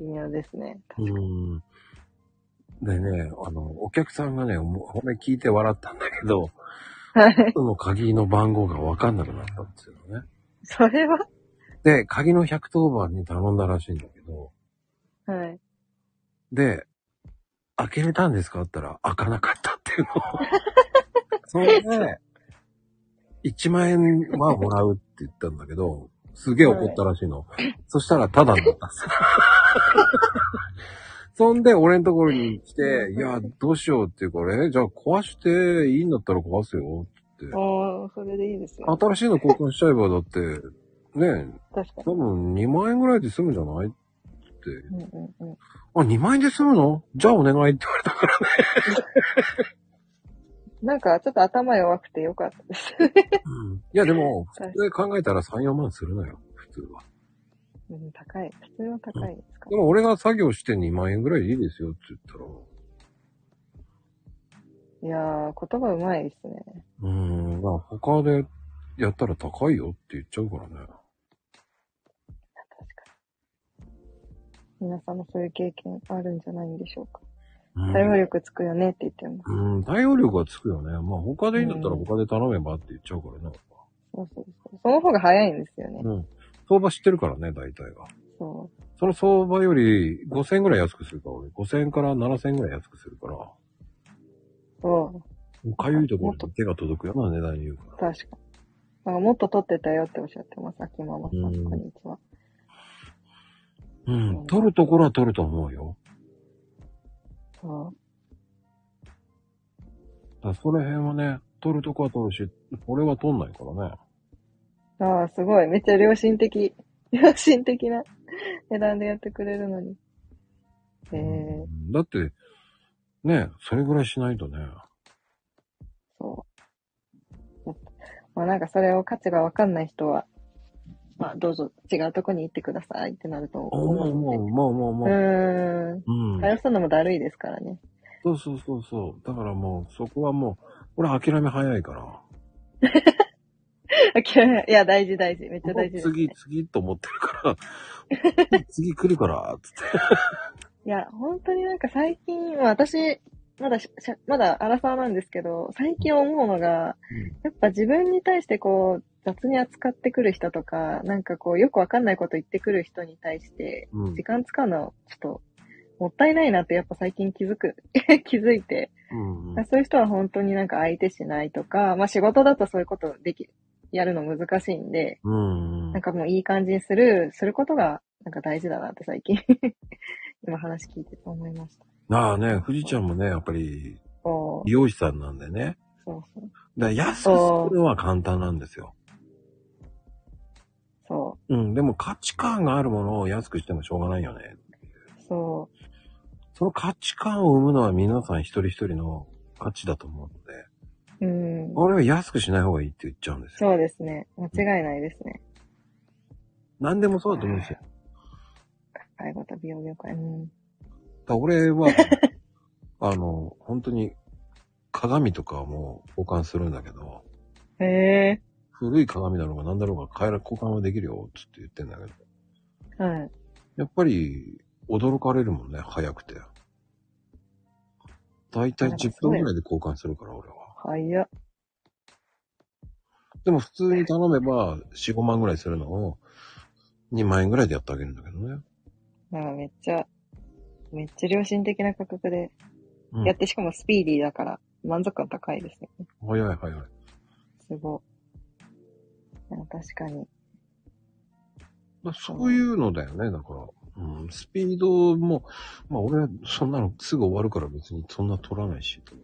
S3: 微妙ですね。 [laughs]
S1: うん。でね、あの、お客さんがね、もうこれ聞いて笑ったんだけど、
S3: はい。
S1: その鍵の番号がわかんなくなったっていうのね。
S3: それは
S1: で、鍵の110番に頼んだらしいんだけど、
S3: はい。
S1: で、開けれたんですかって言ったら、開かなかったっていうの。それで、1万円はもらうって言ったんだけど、すげえ怒ったらしいの。そしたら、ただになったんですよ [laughs] そんで、俺のところに来て、いや、どうしようっていうから、え、じゃあ壊していいんだったら壊すよって。
S3: おー、それでいいですよ。
S1: 新しいの交換しちゃえば、だって、ね、
S3: 確かに。
S1: 多分2万円ぐらいで済むんじゃないって。
S3: うんうんうん。
S1: あ、2万円で済むのじゃあお願いって言われたから。
S3: なんか、ちょっと頭弱くてよかったです。
S1: いや、でも、
S3: はい
S1: 普通で考えたら3、4万するのよ、普通は。
S3: うん、高い。普通は高いですか
S1: でも俺が作業して2万円ぐらいでいいですよって言ったら、
S3: いやー、言葉うまいですね。
S1: うーん、まあ他でやったら高いよって言っちゃうからね。
S3: 確かに。皆さんもそういう経験あるんじゃないんでしょうか。
S1: うん
S3: 対応力つくよねって言ってます。
S1: うん、対応力がつくよね。まあ他でいいんだったら他で頼めばって言っちゃうからね。
S3: そうそうそう。その方が早いんですよね。
S1: うん。相場知ってるからね、大体が。
S3: そ
S1: その相場より5000円ぐらい安くするから、俺5000円から7000円ぐらい安くするから。
S3: う。そ
S1: かゆいところと手が届くような値段に言う
S3: う。
S1: から。
S3: 確かに。なんかもっと取ってたよっておっしゃってます。秋ママさん、
S1: うん
S3: こんにちは。
S1: うん。取るところは取ると思うよ。
S3: そう。
S1: だからその辺はね、取るとこは取るし、俺は取んないからね。
S3: ああ、すごい。めっちゃ良心的。良心的な [laughs] 値段でやってくれるのに。ええ
S1: だって、ね、それぐらいしないとね。
S3: そう。まあなんかそれを価値がわかんない人は、まあどうぞ違うとこに行ってくださいってなると
S1: あもう、
S3: 思
S1: も
S3: うの
S1: う、もう、もう、も
S3: で。
S1: う。
S3: うーん。
S1: うん。
S3: 通すのもだるいですからね。 [laughs]
S1: そうそうそうそう。だからもう、そこはもう、俺諦め早いから。
S3: 諦めいや、大事大事。めっちゃ大事です、ね。
S1: 次、次と思ってる
S3: [laughs]
S1: から、次来るから、つって。
S3: いや、本当になんか最近、まあ私、まだし、しゃまだ荒沢なんですけど、最近思うのが、やっぱ自分に対してこう、雑に扱ってくる人とか、なんかこう、よくわかんないこと言ってくる人に対して、
S1: うん
S3: 時間使うの、ちょっと、もったいないなってやっぱ最近気づく、 [laughs] 気づいて、
S1: うん。
S3: そういう人は本当になんか相手しないとか、まあ仕事だとそういうことでき、やるの難しいんで、
S1: うん。う
S3: なん
S1: ん
S3: かもういい感じにする、することが、なんか大事だなって最近、 [laughs] 今話聞いてて思いました。
S1: なあね、富士ちゃんもね、やっぱり、
S3: おー
S1: 美容師さんなんでね。
S3: そうそう。
S1: だから安くするのは簡単なんですよ。
S3: そ
S1: うん、でも価値観があるものを安くしてもしょうがないよね。
S3: う。そ
S1: その価値観を生むのは皆さん一人一人の価値だと思うので、
S3: う。うん。
S1: 俺は安くしない方がいいって言っちゃうんですよ。
S3: そうですね。間違いないですね。
S1: 何でもそうだと思うんですよ。だか
S3: 介護と美容業界。うん。
S1: ら俺は、あの、本当に鏡とかはもう交換するんだけど、
S3: へえ。
S1: 古い鏡だろうが何だろうが変えら交換はできるよっつって言ってんだけど、
S3: はい。
S1: やっぱり驚かれるもんね、早くて。だいたい10分ぐらいで交換するから俺は。
S3: 早っ。
S1: でも普通に頼めば4、5万ぐらいするのを2万円ぐらいでやってあげるんだけどね。
S3: なんかめっちゃ、めっちゃ良心的な価格で、
S1: うん
S3: やってしかもスピーディーだから、満足感高いですね。
S1: 早い早い。
S3: すごい。なんか確かに。
S1: まあ、そういうのだよね、だから。うん、スピードも、まあ俺はそんなのすぐ終わるから別にそんな取らないしと。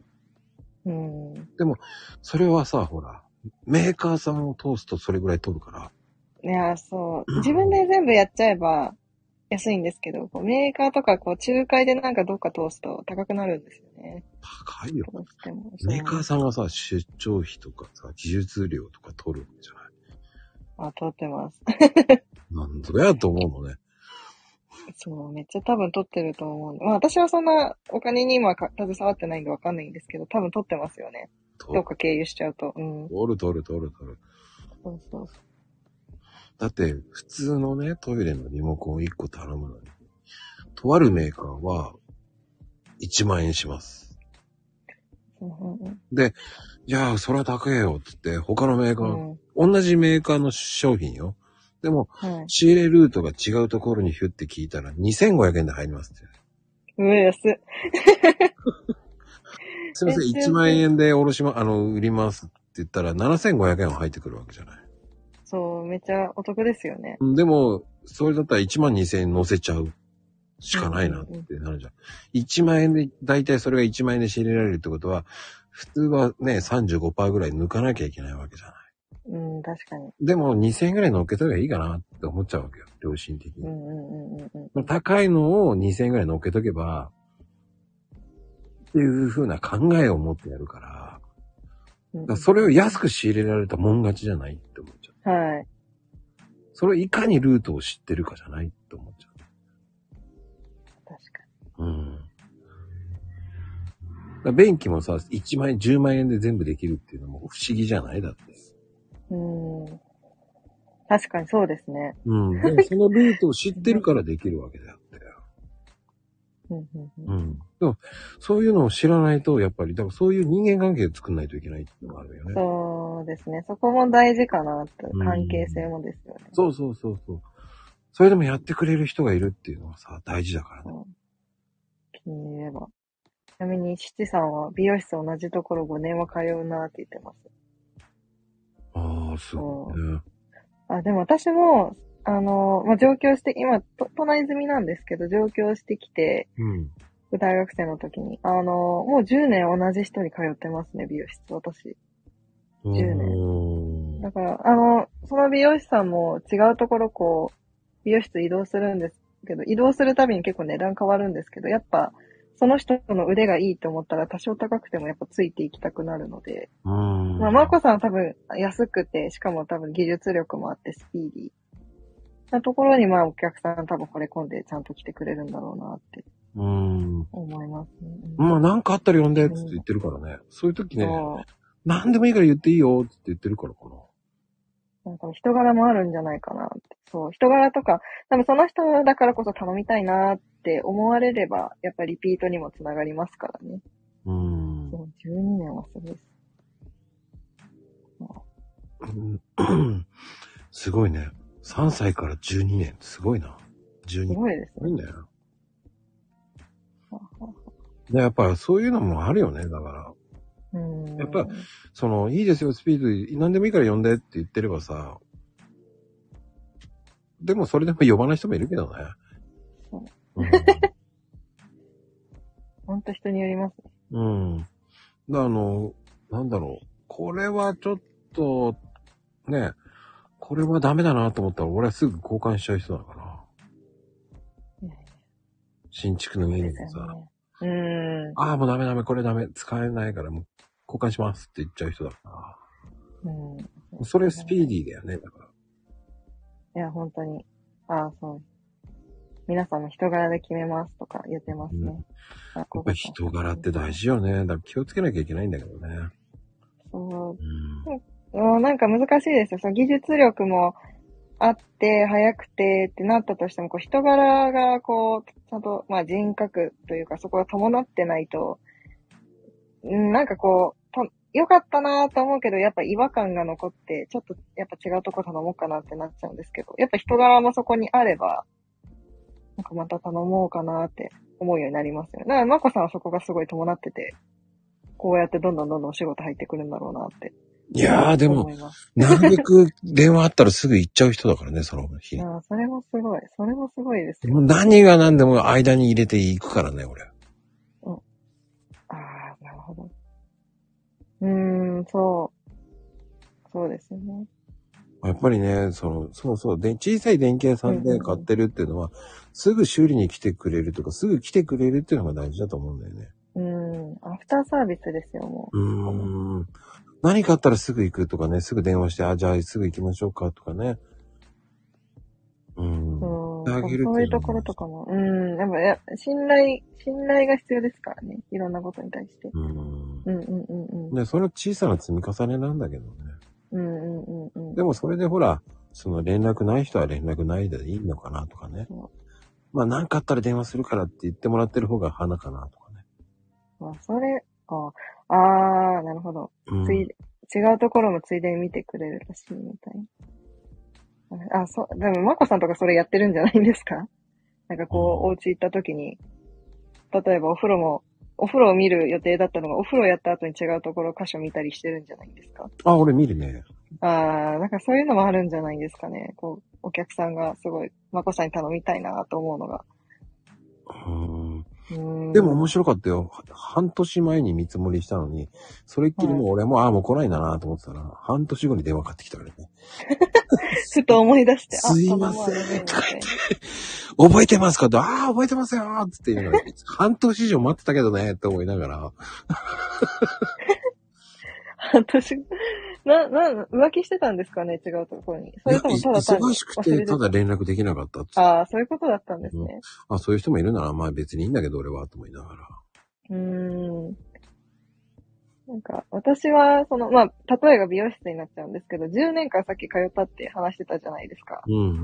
S3: うん。
S1: それはさ、ほら、メーカーさんを通すとそれぐらい取るから。
S3: い
S1: [clears throat]
S3: や、そう。自分で全部やっちゃえば安いんですけど、こうメーカーとかこう仲介でなんかどっか通すと高くなるんですよね。
S1: 高いよ。
S3: どうしても。そう
S1: メーカーさんがさ、出張費とかさ、技術料とか取るんじゃない
S3: あ、通ってます。 [laughs]
S1: なんぞやと思うのね。
S3: そう、めっちゃ多分取ってると思うんで。まあ私はそんなお金に今か携わってないんでわかんないんですけど、多分取ってますよね。
S1: と
S3: どっか経由しちゃうと。うん。
S1: 取る取る取る取る。
S3: そうそうそう。
S1: だって、普通のね、トイレのリモコン1個頼むのに、とあるメーカーは、1万円します。
S3: うんうん
S1: いやー、それは高えよ、つって、他のメーカ
S3: う
S1: ー、
S3: ん。うん。
S1: 同じメーカーの商品よ。でも、
S3: はい。
S1: 仕入れルートが違うところにヒュって聞いたら、2500円で入りますって。
S3: うえ、安っ。
S1: すみませ
S3: 全然
S1: ん、1万円でおろしま、あの、売りますって言ったら、7500円は入ってくるわけじゃない。
S3: そう、めっちゃお得ですよね。
S1: でも、それだったら1万2000円乗せちゃうしかないなってなるじゃん。1万円で、だいたいそれが1万円で仕入れられるってことは、普通はね、35%ぐらい抜かなきゃいけないわけじゃな
S3: うん、確かに。
S1: い。でも、2000円ぐらい乗っけた方がいいかなって思っちゃうわけよ、良心的
S3: う
S1: に。
S3: んうんうんうんうん。
S1: 高いのを2000円ぐらい乗っけとけば、っていう風な考えを持ってやるから、
S3: うん
S1: だからそれを安く仕入れられたもん勝ちじゃないって思っちゃう。
S3: はい。
S1: それをいかにルートを知ってるかじゃないって思っちゃう。
S3: 確か
S1: うん。だから便器もさ、1万円、10万円で全部できるっていうのも不思議じゃないだって。
S3: に。うん。確かにそうですね。
S1: [laughs] うん。でもそのルートを知ってるからできるわけであって。
S3: うんうんうん。
S1: うん。でも、そういうのを知らないと、やっぱり、だからそういう人間関係を作んないといけないっていうのがあるよね。
S3: そうですね。そこも大事かなって、
S1: うん
S3: 関係性もですよね。
S1: そうそうそうそう。それでもやってくれる人がいるっていうのはさ、大事だからね。
S3: 気に入れば。ちなみに、七さんは美容室同じところ5年は通うなって言ってます。
S1: ああ、すごいね。
S3: あ、でも私も、あの、まあ、上京して、今、と都内済みなんですけど、上京してきて、
S1: うん。
S3: 大学生の時に、あの、もう10年同じ人に通ってますね、美容室、私。10年
S1: 年
S3: だから、あの、その美容師さんも違うところこう、美容室移動するんですけど、移動するたびに結構値段変わるんですけど、やっぱ、その人の腕がいいと思ったら多少高くてもやっぱついていきたくなるので、
S1: うん。
S3: まあ、マーコさんは多分安くて、しかも多分技術力もあってスピーディーなところにまあお客さん多分惚れ込んでちゃんと来てくれるんだろうなって
S1: うん。
S3: 思いますね。
S1: まあ、なんかあったら呼んで、つって言ってるからね。そういう時ね、
S3: そ
S1: 何でもいいから言っていいよ、つって言ってるからかな。
S3: う。なんか人柄もあるんじゃないかなって。そう。人柄とか、多分その人だからこそ頼みたいなって思われれば、やっぱりリピートにもつながりますからね。
S1: うん。
S3: そう、12年はすごいです。
S1: すごいね。3歳から12年。すごいな。12
S3: す
S1: 年。
S3: ごいです
S1: すごいんだよ。
S3: ね。
S1: で、やっぱそういうのもあるよね。だから、
S3: うん。
S1: やっぱその、いいですよ、スピード、何でもいいから呼んでって言ってればさ、でもそれでも呼ばない人もいるけどね。うん
S3: ほんと人によりますね。
S1: うん。だあの、なんだろう。これはちょっと、ね、これはダメだなと思ったら、俺はすぐ交換しちゃう人だから。新築の家にも
S3: ですよ
S1: さ、
S3: ね。うん。
S1: ああ、もうダメダメ、これダメ、使えないから、もう交換しますって言っちゃう人だか
S3: うん。
S1: ら。それスピーディーだよね、だから。
S3: いや、本当に。ああ、そう。皆さんも人柄で決めますとか言ってます
S1: うん
S3: ね。
S1: や
S3: やっ
S1: っぱ人柄って大。事よね。だから気をつけなきゃいけないんだけどね。
S3: そう
S1: うん。
S3: うんなんか難しいですよ。その技術力もあって、早くてってなったとしても、こう人柄がこう、ちゃんと、まあ人格というかそこが伴ってないと、うんなんかこう、と良かったなと思うけど、やっぱ違和感が残って、ちょっとやっぱ違うとこ頼もうかなってなっちゃうんですけど、やっぱ人柄もそこにあれば、なんかまた頼もうかなって思うようになりますよね。だから、まこさんはそこがすごい伴ってて、こうやってどんどんどんどんお仕事入ってくるんだろうなって。
S1: いやー、でも
S3: 思、います
S1: なるべく電話あったらすぐ行っちゃう人だからね、その日。
S3: ああ、それもすごい。それもすごいです
S1: もう
S3: よ。
S1: 何が何でも間に入れていくからね、俺。
S3: ああ、なるほど。うーん、そう。そうですよね。
S1: やっぱりね、その、そうそう、で、小さい電気屋さんで買ってるっていうのは、すぐ修理に来てくれるとか、すぐ来てくれるっていうのが大事だと思うんだよね。
S3: うーん、アフターサービスですよ、も
S1: うーん。何かあったらすぐ行くとかね、すぐ電話して、あ、じゃあすぐ行きましょうかとかね。う
S3: う。
S1: ん。
S3: うーん。
S1: だあげる
S3: そういうところとかも。うん。でも、や信頼、信頼が必要ですからね。いろんなことに対して。
S1: うのは
S3: うんうんうん
S1: うん。ね、それは小さな積み重ねなんだけどね。
S3: うん。うんうんうんうん。
S1: でもそれでほら、その連絡ない人は連絡ないでいいのかなとかね。
S3: そ
S1: まあ何かあったら電話するからって言ってもらってる方が花かなとかね。
S3: う。まあ、それ、ああー、なるほど。
S1: うん
S3: つい、違うところもついでに見てくれるらしいみたいな。あ、そう、でも、まこさんとかそれやってるんじゃないんですか [laughs] なんかこ
S1: う
S3: う、
S1: ん
S3: お家行った時に、例えばお風呂も、お風呂を見る予定だったのが、お風呂やった後に違うところ箇所見たりしてるんじゃないんですか
S1: あ、俺見るね。
S3: ああ、なんかそういうのもあるんじゃないですかね。こう、お客さんがすごい、まこさんに頼みたいなと思うのが。
S1: うん。
S3: うーん
S1: でも、面白かったよ。は半年前に見積もりしたのに、それっきりもう俺も、ああ、もう来ないんだなと思ってたら、半年後に電話かかってきたからね。
S3: ふと思い出して、
S1: すいま
S3: この
S1: せん
S3: 前だね
S1: 覚えてますかって、ああ、覚えてますよーつって言うのが
S3: [laughs]
S1: ら、半年以上待ってたけどねって思いながら、
S3: 私、な、な、浮気してたんですかね違うところに。そ
S1: いや
S3: れともただ単に
S1: 忙しく
S3: 忘
S1: て、
S3: れて
S1: ただ連絡できなかったっつって
S3: ああ、そういうことだったんですね。
S1: あ、そういう人もいるなら、まあ別にいいんだけど俺は、と思いながら。
S3: うーん。なんか、私は、その、まあ、例えが美容室になっちゃうんですけど、10年間さっき通ったって話してたじゃないですか。
S1: うんうんう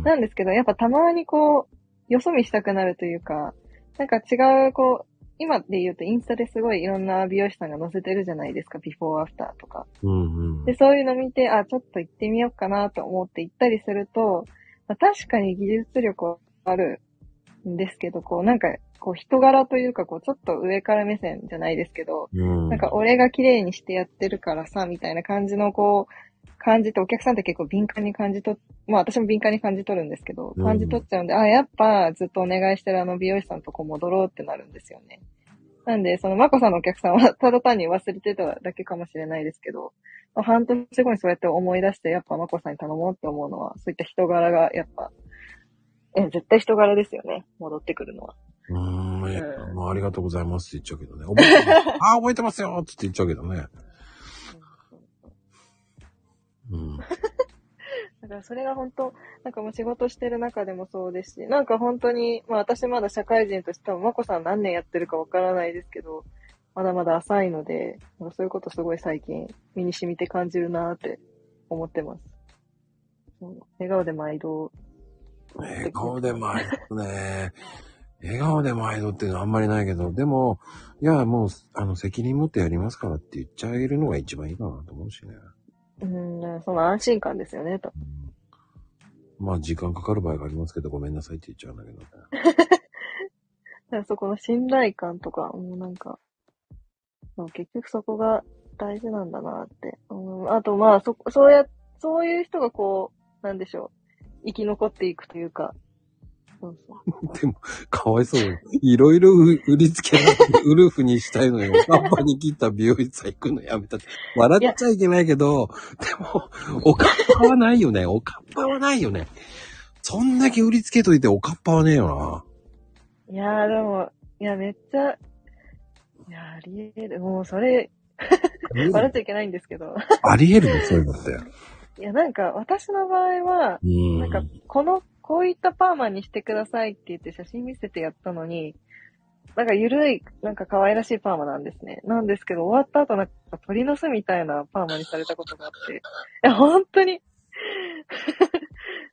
S1: ん。
S3: なんですけど、やっぱたまにこう、よそ見したくなるというか、なんか違う、こう、今で言うとインスタですごいいろんな美容師さんが載せてるじゃないですか、ビフォーアフターとか。
S1: うんうん。
S3: で、そういうの見て、あ、ちょっと行ってみようかなと思って行ったりすると、まあ、確かに技術力はあるんですけど、こう、なんか、こう、人柄というか、こう、ちょっと上から目線じゃないですけど、
S1: うん。
S3: なんか、俺が綺麗にしてやってるからさ、みたいな感じの、こう、感じて、お客さんって結構敏感に感じと、まあ私も敏感に感じ取るんですけど、
S1: うん
S3: 感じ取っちゃうんで、あ、やっぱずっとお願いしてるあの美容師さんのとこ戻ろうってなるんですよね。なんで、その、まこさんのお客さんはただ単に忘れてただけかもしれないですけど、まあ半年後にそうやって思い出して、やっぱまこさんに頼もうって思うのは、そういった人柄が、やっぱ、え、絶対人柄ですよね。戻ってくるのは。
S1: うーん、いや
S3: うん
S1: もうありがとうございますって言っちゃうけどね。覚えて [laughs] ますあー、覚えてますよって言っちゃうけどね。うん。
S3: だからそれが本当、なんかもう仕事してる中でもそうですし、なんか本当に、まあ私まだ社会人として多分、まこさん何年やってるかわからないですけど、まだまだ浅いので、なんかそういうことすごい最近身に染みて感じるなーって思ってます。うん笑顔で毎度。
S1: 笑顔で毎度ね。笑顔で毎度っていうのはあんまりないけど、でも、いや、もう、あの、責任持ってやりますからって言っちゃえるのが一番いいかなと思うしね。
S3: うん、その安心感ですよね、と。
S1: うんまあ、時間かかる場合がありますけど、ごめんなさいって言っちゃうんだけどね。
S3: だからそこの信頼感とか、もうなんか、そう結局そこが大事なんだなって。うん、あとまあ、そ、そうや、そういう人がこう、なんでしょう、生き残っていくというか、そうそう。
S1: でも、かわいそう。いろいろ売売りつけられて、ウルフにしたい
S3: [laughs]
S1: のに、パンパに切った美容室さん行くのやめたって。笑っちゃいけないけど、でも、おかっぱはないよね。おかっぱはないよね。そんだけ売りつけといておかっぱはねえよ
S3: いやーでも、いや、めっちゃ、いや、ありえる。もうそれ、
S1: な。
S3: 笑っちゃいけないんですけど。
S1: あり得るね、そういうのって。う
S3: いや、なんか、私の場合は、
S1: ー
S3: なん
S1: ん。
S3: か、この、こういったパーマにしてくださいって言って写真見せてやったのに、なんかゆるい、なんか可愛らしいパーマなんですね。なんですけど、終わった後なんか鳥の巣みたいなパーマにされたことがあって。いや、本当に。 [laughs]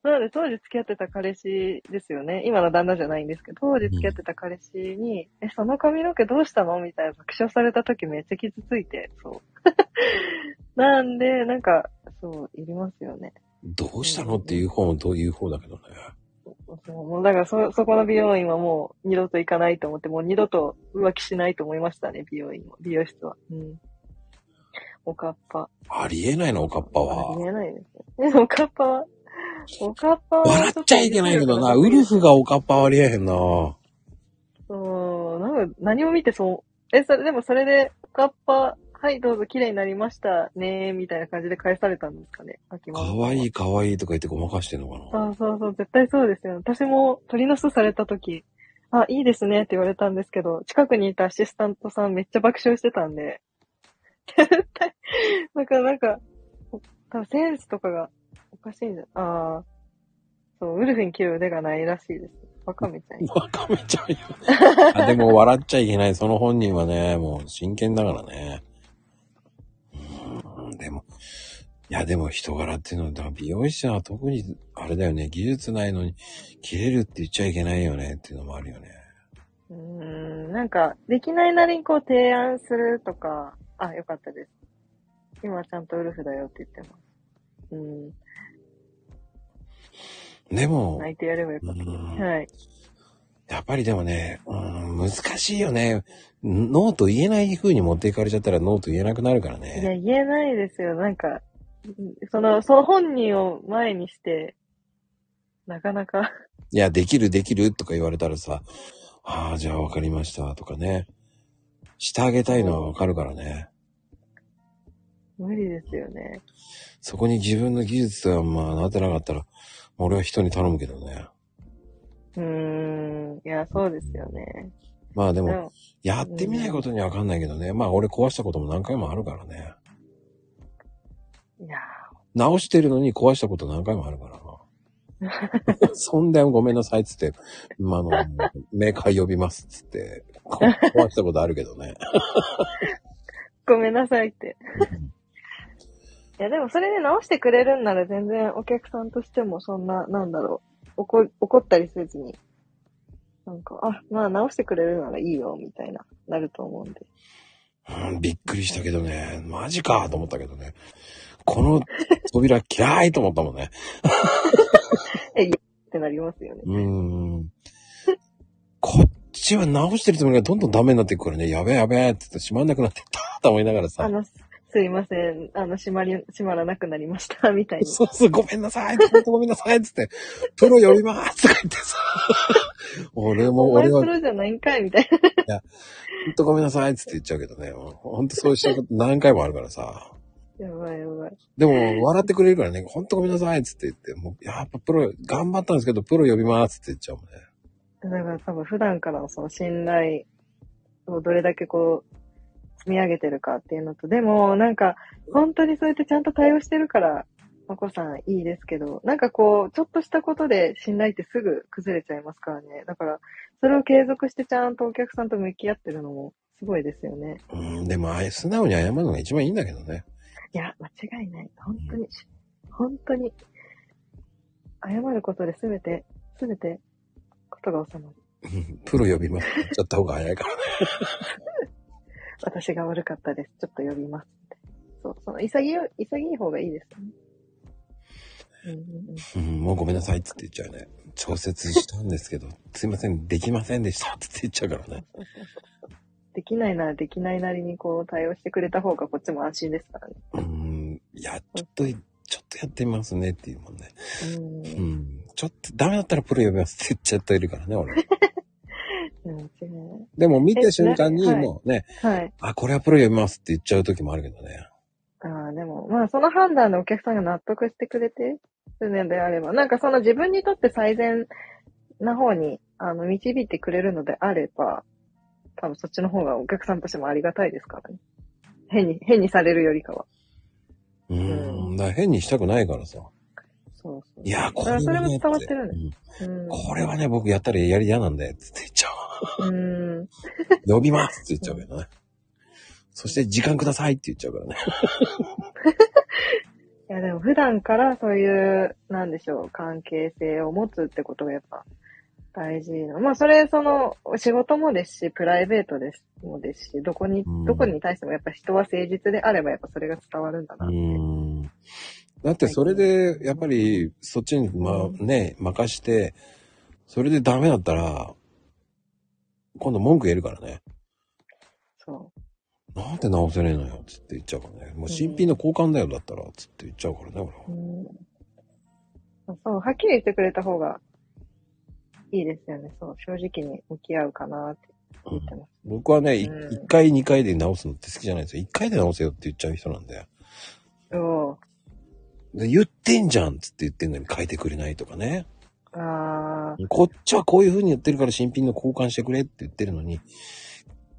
S3: なので、当時付き合ってた彼氏ですよね。今の旦那じゃないんですけど、当時付き合ってた彼氏に、え、その髪の毛どうしたのみたいな爆笑された時めっちゃ傷ついて、そう。 [laughs] なんで、なんか、そう、いりますよね。
S1: どうしたのっていう方もどういう方だけどね。
S3: そう、もうだからそ、そこの美容院はもう二度と行かないと思って、もう二度と浮気しないと思いましたね、美容院も、美容室は。うん。おかっぱ。
S1: ありえないな、おかっぱ
S3: あり
S1: は。
S3: えないですね。え、おかっぱはおかっぱは
S1: 笑っちゃいけないけどな、ウルフがおかっぱはありえへんな。
S3: そう、なんか何を見てそう、え、それ、でもそれで、おかっぱ、はい、どうぞ綺麗になりましたね、みたいな感じで返されたんですかね、秋
S1: か
S3: 物
S1: わいいかわいいとか言ってごまかしてんのかな。
S3: そうそうそう、絶対そうですよ。私も鳥の巣された時、あ、いいですねって言われたんですけど、近くにいたアシスタントさんめっちゃ爆笑してたんで、 [laughs] 絶対、なんかなんか、多分センスとかがおかしいんじゃ、ああ、そう、ウルフに切る腕がないらしいです。バカみたいに。
S1: わかめちゃうよ。 [laughs] あでも笑っちゃいけない。その本人はね、もう真剣だからね。うーん、でも、いやでも人柄っていうのは、だから美容師さんは特に、あれだよね、技術ないのに、切れるって言っちゃいけないよねっていうのもあるよね。
S3: うーん、なんか、できないなりにこう提案するとか、あ、よかったです。今ちゃんとウルフだよって言ってます。うん、
S1: でも、
S3: 泣いてやればよかっ
S1: うん
S3: た。はい。
S1: やっぱりでもね、うん、難しいよね。ノーと言えない風に持っていかれちゃったらノーと言えなくなるから
S3: いや、
S1: ね。
S3: 言えないですよ。なんか、その、その本人を前にして、なかなか、 [laughs]
S1: いや、できるできるとか言われたらさ、ああ、じゃあわかりましたとかね。してあげたいのはわかるからね。
S3: 無理ですよね。
S1: そこに自分の技術がまあなってなかったら、俺は人に頼むけどね。
S3: うーん、いや、そうですよね。
S1: まあで
S3: で
S1: も、
S3: も、
S1: やってみないことにはわかんないけどね。まあ俺壊したことも何回もあるからね。
S3: いや
S1: 直してるのに壊したこと何回もあるからな。そんでごめんなさいっつって、まああの、メーカー呼びますっつって、こ壊したことあるけどね。
S3: ー、ごめんなさいって。いや、でもそれで直してくれるんなら全然お客さんとしてもそんな、なんだろう、怒、怒ったりせずに、なんか、あ、まあ直してくれるならいいよ、みたいな、なると思うんで。
S1: うんびっくりしたけどね、マジかと思ったけどね。この扉嫌いと思ったもんね。
S3: え、いやってなりますよね。
S1: うーん。こっちは直してるつもりがどんどんダメになっていくからね、やべえやべえって言って閉まんなくなってったと思いながら
S3: あ
S1: さ、
S3: の、すすいません、あの、閉まり、閉まらなくなりました、みたいに。
S1: そうそう、ごめんなさい、本当ごめんなさいっつって、プロ呼びますとか言ってさ、俺も
S3: お前
S1: 俺は
S3: プロじゃないんかいみたい
S1: ほんとごめんなさいっつって言っちゃうけどね。ほんとそうしたこと何回もあるからさ。
S3: な。やばいやばい。
S1: でも、笑ってくれるからね、ほんとごめんなさいっつって言って、もう、やっぱプロ、頑張ったんですけど、プロ呼びますって言っちゃうもんね。
S3: だから多分普段からのその信頼をどれだけこう積み上げてるかっていうのと、でもなんか本当にそうやってちゃんと対応してるから、まこさんいいですけど、なんかこう、ちょっとしたことで信頼ってすぐ崩れちゃいますからね。だから、それを継続してちゃんとお客さんと向き合ってるのもすごいですよね。
S1: うん、でも、あれ素直に謝るのが一番いいんだけどね。
S3: いや、間違いない。本当に、本当に、謝ることで全て、全て、ことが収まる。
S1: うんプロ呼びますって言っちゃった方が早いからね。
S3: 私が悪かったです。ちょっと呼びますって。そう、その潔い、潔い方がいいですよね。うんうんうん、
S1: うん、もうごめんなさいっつって言っちゃうね。調節したんですけど、すいません、できませんでしたっつって言っちゃうからね。
S3: できないならできないなりにこう対応してくれた方がこっちも安心ですからね。
S1: うん、いや、ちょっと、ちょっとやってみますねっていうもんね。
S3: うん
S1: う、ん、ちょっとダメだったらプロ呼びますって言っちゃっているからね、俺。
S3: うん、違いない。
S1: でも見た瞬間に
S3: えはい
S1: もうね、
S3: はい。
S1: あ、これはプロ読みますって言っちゃう時もあるけどね。
S3: ああ、でも、まあその判断でお客さんが納得してくれてるのであれば、なんかその自分にとって最善な方に、あの、導いてくれるのであれば、多分そっちの方がお客さんとしてもありがたいですからね。変に、変にされるよりかは。
S1: うーん。だから変にしたくないからさ。
S3: そうそう。
S1: いや、これ
S3: あ
S1: は、ね、
S3: それも伝わってるんだ
S1: うん
S3: うん
S1: これはね、僕やったらやり嫌なんで、つって言っちゃ
S3: [laughs] うん。
S1: う。呼びますって言っちゃうけどね。そして、時間くださいって言っちゃうからね。
S3: いや、でも普段からそういう、なんでしょう、関係性を持つってことがやっぱ大事な。まあ、それ、その、仕事もですし、プライベートです、もですし、どこに
S1: うん、
S3: どこに対してもやっぱ人は誠実であればやっぱそれが伝わるんだ
S1: う
S3: なって。
S1: ーん。だって、それで、やっぱり、そっちに、まあね、任して、それでダメだったら、今度文句言えるからね。
S3: そ
S1: なんで直せねえのよ、つって言っちゃうからね。もう新品の交換だよ、だったら、つって言っちゃうからね、俺は
S3: う。うん。そう、はっきり言ってくれた方がいいですよね。そう、正直に向き合うかなって言ってます。
S1: 僕はね、い一
S3: うん
S1: 回二回で直すのって好きじゃないんですよ。一回で直せよって言っちゃう人なんで。
S3: おう
S1: で言ってんじゃんっつって言ってんのに変えてくれないとかね。
S3: あー
S1: こっちはこういう風に言ってるから新品の交換してくれって言ってるのに、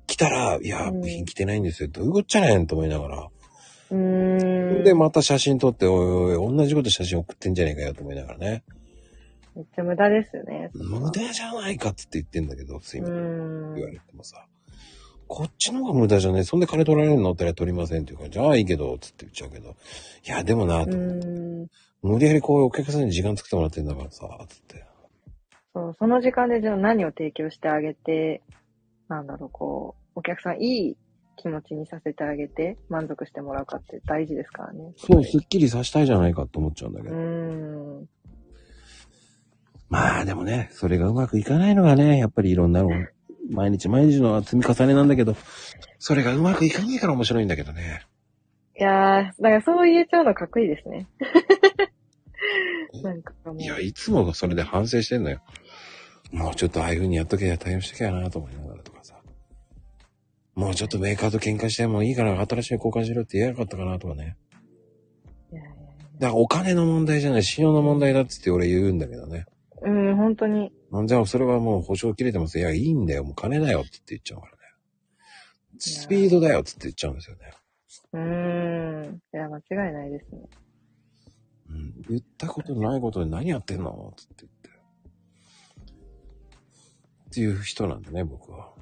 S1: 来たら、いや、
S3: うん
S1: 部品来てないんですよ。どういうことじゃないんと思いながら。
S3: うーん。
S1: で、また写真撮って、おいおいおい、同じこと写真送ってんじゃねえかよと思いながらね。
S3: めっちゃ無駄ですよね。
S1: 無駄じゃないかっつって言ってんだけど、すいうません。
S3: ん
S1: 言。われてもさ、こっちの方が無駄じゃねえ。そんで金取られるのって言ったら取りませんっていうから、じゃあいいけど、つって言っちゃうけど。いや、でもな、
S3: うん。
S1: 無理やりこうお客さんに時間作ってもらってんだからさ、つって。
S3: そう、その時間でじゃあ何を提供してあげて、なんだろう、こう、お客さんいい気持ちにさせてあげて、満足してもらうかって大事ですからね。
S1: そう、すっきりさせたいじゃないかって思っちゃうんだけ
S3: う
S1: ど。
S3: ん。
S1: まあでもね、それがうまくいかないのがね、やっぱりいろんなの、毎日毎日の積み重ねなんだけど、それがうまくいかないから面白いんだけどね。。
S3: いやー、だからそう言えちゃうのかっこいいですねなんかもう
S1: い。や、いつもがそれで反省してんのよ。もうちょっとああいう風にやっとけや対応しとけやなと思いながらとかさ。もうちょっとメーカーと喧嘩してもいいから新しい交換しろって言えなかったかなとかね。
S3: いやいや
S1: だからお金の問題じゃない、信用の問題だっつって俺言うんだけどね。
S3: うん、本当に。
S1: なんじゃあそれはもう保証切れてます。いや、いいんだよ、もう金だよって言っちゃうからね。スピードだよって言っちゃうんですよね。
S3: うーん。いや、間違いないですね。
S1: うん、言ったことないことで何やってんのつって言って。っていう人なんだね、僕は。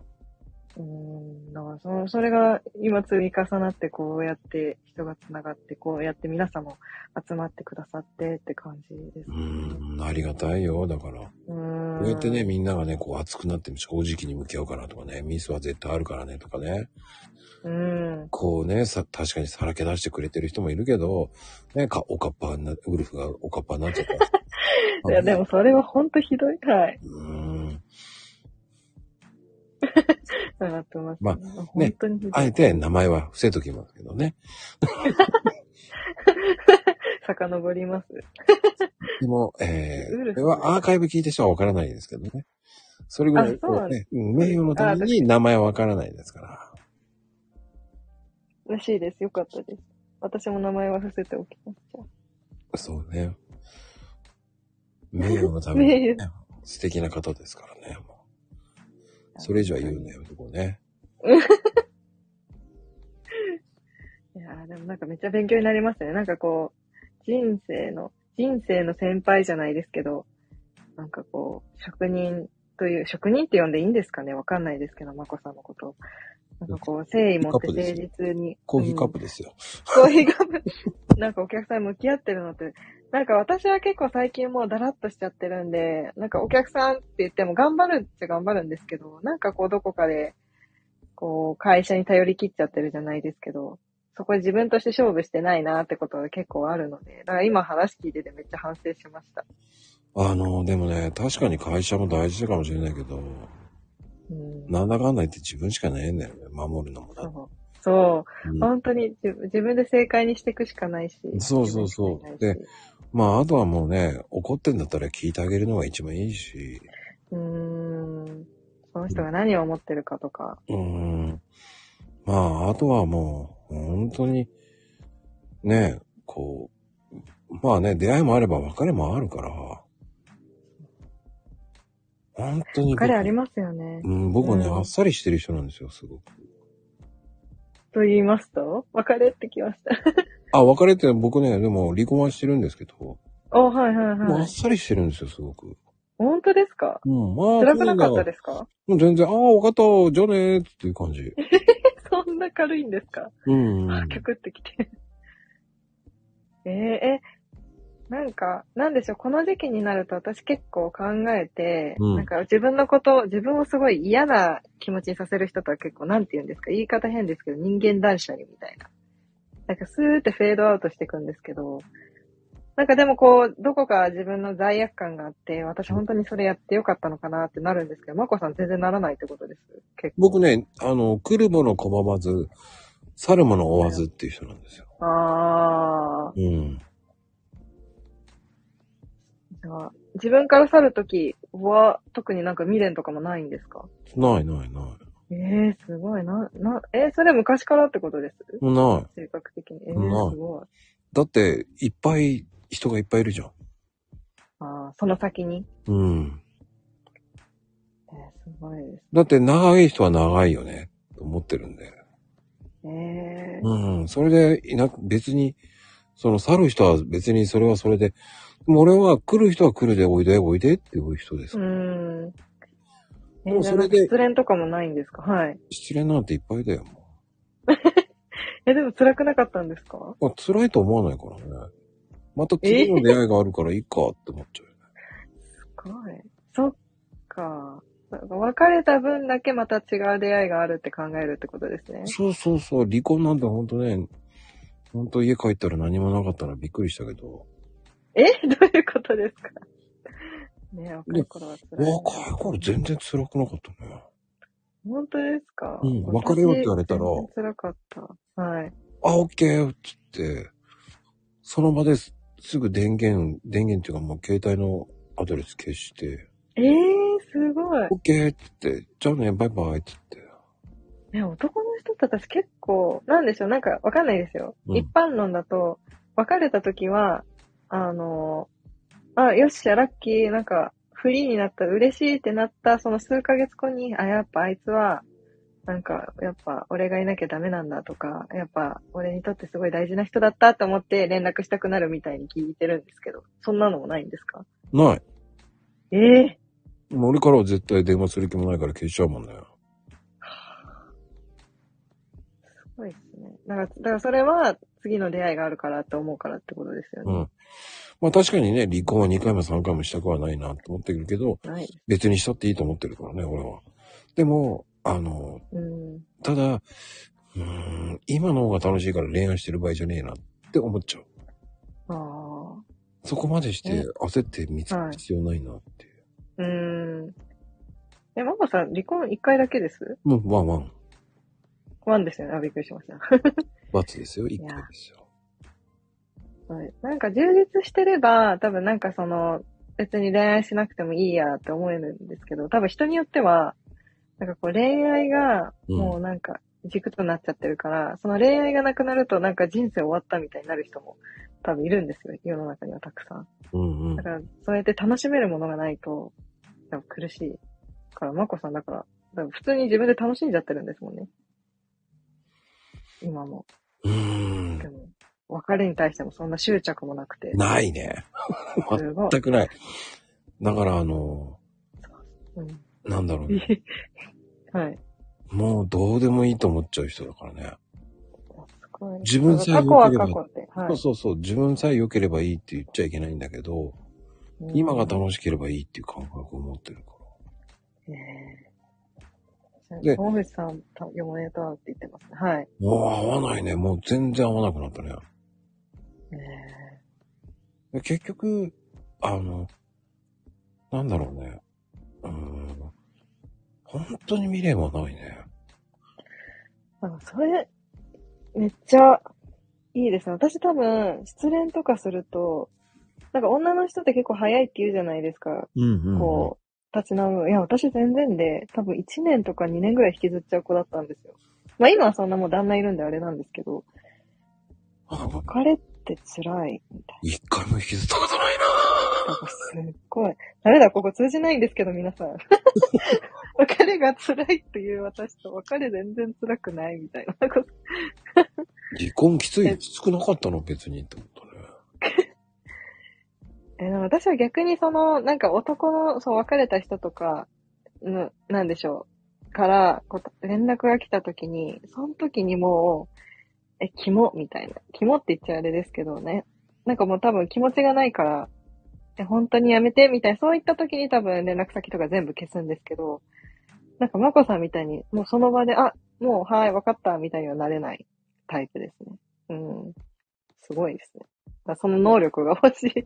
S3: うーん。だからその、それが今積み重なって、こうやって人が繋がって、こうやって皆さんも集まってくださってって感じです
S1: う
S3: ね。
S1: ん、ありがたいよ。だから、
S3: うーん。
S1: こうやってね、みんながね、こう熱くなって正直に向き合うからとかね、ミスは絶対あるからねとかね、
S3: うん。
S1: こうね、さ、確かにさらけ出してくれてる人もいるけど、ね、か、おかっぱにな、ウルフがおかっぱになっちゃった。
S3: [laughs] いや、でもそれは本当ひどい。はい。
S1: うん。
S3: 上がってます、
S1: まあ
S3: 本当にひどい。
S1: あえて名前は伏せときますけどね。
S3: 遡ります。
S1: でも、え
S3: ウ
S1: ー、こ
S3: ルフ
S1: れはアーカイブ聞いた人はわからないですけどね。それぐらい、
S3: あそう
S1: こ
S3: な
S1: うん
S3: で
S1: ね、うん名誉のために名前はわからないですから。
S3: らしいです。よかったです。私も名前は伏せておきました。
S1: そうね。名誉のため [laughs] に、
S3: 名
S1: ね、素敵な方ですからね。もうそれ以上は言うのやめとこうね。
S3: いやーでもなんかめっちゃ勉強になりますね。なんかこう、人生の、人生の先輩じゃないですけど、なんかこう、職人という、職人って呼んでいいんですかねわかんないですけど、まこさんのこと。なんかこう、誠意持って誠実に。
S1: コーヒーカッ
S3: うん
S1: プですよ。
S3: コーヒーカップ。 [laughs] なんかお客さんに向き合ってるのって、なんか私は結構最近もうだらっとしちゃってるんで、なんかお客さんって言っても頑張るっちゃ頑張るんですけど、なんかこうどこかで、こう会社に頼り切っちゃってるじゃないですけど、そこで自分として勝負してないなってことが結構あるので、だから今話聞いててめっちゃ反省しました。
S1: あの、でもね、確かに会社も大事かもしれないけど、
S3: うん。
S1: なんだかんだ言って自分しかないんだよね。守るのもな。
S3: そう。そうう。
S1: ん
S3: 本当に自自分で正解にしていくしかないし。
S1: そうそうそう
S3: 自分しかいないし
S1: でまあ、あとはもうね、怒ってんだったら聞いてあげるのが一番いいし。
S3: うーん。その人が何を思ってるかとか。
S1: うーん。まあ、あとはもう、本当に、ね、こう、まあね、出会いもあれば別れもあるから、本当に僕。
S3: 彼ありますよね。
S1: うん、僕はね、
S3: うん
S1: あっさりしてる人なんですよ、すごく。
S3: と言いますと別れってきました。 [laughs]
S1: あ、別れって僕ね、でも離婚はしてるんですけど、
S3: お、はいはい
S1: もうあ
S3: は
S1: っ
S3: い。
S1: さりしてるんですよ、すごく。
S3: 本当ですか
S1: うん、まあ、
S3: 辛くなかった
S1: す。
S3: ですか [laughs]
S1: もう全然、ああ、わかった、じゃあねーっていう感じ。
S3: そんな軽いんですか
S1: うん。
S3: あ、キャクってきて。えー、え、なんか、なんでしょう、この時期になると私結構考えて、
S1: うん
S3: なんか自分のこと、自分をすごい嫌な気持ちにさせる人とは結構、なんて言うんですか、言い方変ですけど、人間断捨離みたいな。なんかスーってフェードアウトしていくんですけど、なんかでもこう、どこか自分の罪悪感があって、私本当にそれやってよかったのかなってなるんですけど、まこさん全然ならないってことです。結構。
S1: 僕ね、あの、来るもの拒まず、去るもの追わずっていう人なんですよ。
S3: あー。
S1: うん。
S3: あ自分から去るときは、特になんか未練とかもないんですか
S1: ないないな
S3: ええすごいな、な、えーそれは昔からってことです
S1: い。ない。
S3: 性格的に。ええ
S1: ない
S3: すごい。
S1: だって、いっぱい人がいっぱいいるじゃん。
S3: ああ、その先に。
S1: うん。
S3: えーすごいです。
S1: だって長い人は長いよね、と思ってるんで。
S3: ええ
S1: うん。それで、いな、別に、その去る人は別にそれはそれで、でも俺は来る人は来るでおいでおいでっていう人です。
S3: うん。
S1: もうそれで
S3: 失恋とかもないんですかはい。
S1: 失恋なんていっぱいだよ。も
S3: え、でも辛くなかったんですか
S1: うまあ、辛いと思わないからね。また次の出会いがあるからいいかって思っちゃうよね。
S3: すごい。そっか。別れた分だけまた違う出会いがあるって考えるってことですね。
S1: そうそうそう、離婚なんてほんとね、ほんと家帰ったら何もなかったらびっくりしたけど、
S3: え [laughs] どういうことですかね若い頃は辛い。
S1: 若い頃全然辛くなかったね。
S3: 本当ですか
S1: うん別れようって言われたら
S3: 私全然辛かった。はい。
S1: あ、オッケーっつって、その場ですすぐ電源、電源っていうかもう携帯のアドレス消して、
S3: えー、すごい。
S1: オッケーっつって、じゃあね、バイバイっつって。
S3: ね、男の人って私結構、なんでしょう、なんかわかんないですよ。
S1: うん
S3: 一般論だと、別れた時は、あの、あ、よっしゃ、ラッキー、なんか、フリーになった、嬉しいってなった、その数ヶ月後に、あ、やっぱあいつは、なんか、やっぱ俺がいなきゃダメなんだとか、やっぱ俺にとってすごい大事な人だったと思って連絡したくなるみたいに聞いてるんですけど、そんなのもないんですか
S1: ない。
S3: ええ
S1: もう俺からは絶対電話する気もないから消しちゃうもんね。
S3: すごいですね。だから、だからそれは次の出会いがあるからって思うからってことですよ
S1: う
S3: ね。
S1: ん。まあ確かにね、離婚は2回も3回もしたくはないなと思ってるけど、
S3: ない。
S1: 別にしたっていいと思ってるからね、俺は。でも、あの、
S3: うん。
S1: ただ、うーん、今の方が楽しいから恋愛してる場合じゃねえなって思っちゃう。
S3: ああ。
S1: そこまでして
S3: ね
S1: 焦って見つける必要ないなっていう。
S3: うーん。え、ママさん、離婚1回だけです
S1: もうワンワン、
S3: ワンですよね。あ、びっくりしました。 [laughs]
S1: 罰ですよ、一
S3: や
S1: 回ですよ。
S3: はいなんか充実してれば、多分なんかその、別に恋愛しなくてもいいやって思えるんですけど、多分人によっては、なんかこう恋愛が、
S1: うん
S3: もうなんか軸となっちゃってるから、その恋愛がなくなるとなんか人生終わったみたいになる人も多分いるんですよ。世の中にはたくさん。
S1: うんうん
S3: だ。から、そうやって楽しめるものがないと、多分苦しい。から、まこさんだから、だから普通に自分で楽しんじゃってるんですもんね。今も。
S1: うー
S3: で
S1: ん。
S3: も、別れに対してもそんな執着もなくて。
S1: ないね。
S3: すごい。
S1: 全くない。だからあの、
S3: うん、
S1: なんだろうね。
S3: [laughs] はい。
S1: もうどうでもいいと思っちゃう人だからね。
S3: すごい。
S1: 自分さえ
S3: 過去は
S1: 良ければ
S3: 過去って。は
S1: そう
S3: い。
S1: そうそう、自分さえ良ければいいって言っちゃいけないんだけど、今が楽しければいいっていう感覚を持ってるか
S3: しい。ね
S1: で
S3: え。大口さん、た読まれたって言ってますね。はい。
S1: ら。もう合わないね。もう全然合わなくなったね。
S3: ね
S1: で結局、あの、なんだろうね。うーん。本当に未練はないね。
S3: えなんかそれ、めっちゃいいですね。私多分、失恋とかすると、なんか女の人って結構早いって言うじゃないですか。
S1: うんう
S3: こう、立ち直る。いや、私全然で、多分1年とか2年ぐらい引きずっちゃう子だったんですよ。まあ今はそんなもう旦那いるんであれなんですけど、別れって辛いみたい
S1: 一回も引きずったことないな。
S3: な。なんかすっごい。ダメだ、ここ通じないんですけど、皆さん。
S1: [laughs]
S3: [laughs] 別れが辛いっていう私と、別れ全然辛くないみたいなこと。
S1: 離婚きつい
S3: え
S1: きつくなかったの別にって思ったね。
S3: えーでも私は逆にその、なんか男の、そう、別れた人とか、の、なんでしょう、から、こう連絡が来た時に、その時にもう、え、キモ、みたいな。キモって言っちゃあれですけどね。なんかもう多分気持ちがないから、え、本当にやめて、みたいな、そういった時に多分連絡先とか全部消すんですけど、なんかまこさんみたいに、もうその場で、あ、もう、はい、わかった、みたいにはなれないタイプですね。うん。すごいですね。だからその能力が欲しい。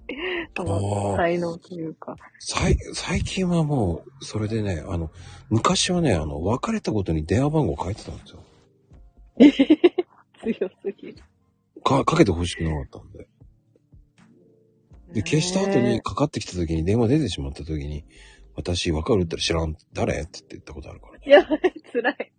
S3: その
S1: ああ、
S3: 才能というか。
S1: 最、最近はもう、それでね、あの、昔はね、あの、別れたことに電話番号書いてたんですよ。
S3: 強すぎる。
S1: か、かけてほしくなかったんで。で、消した後に
S3: ね
S1: かかってきた時に、電話出てしまった時に、私、わかるって言ったら知らん、誰って言ったことあるからね。
S3: え。やばい、 [laughs] 辛い。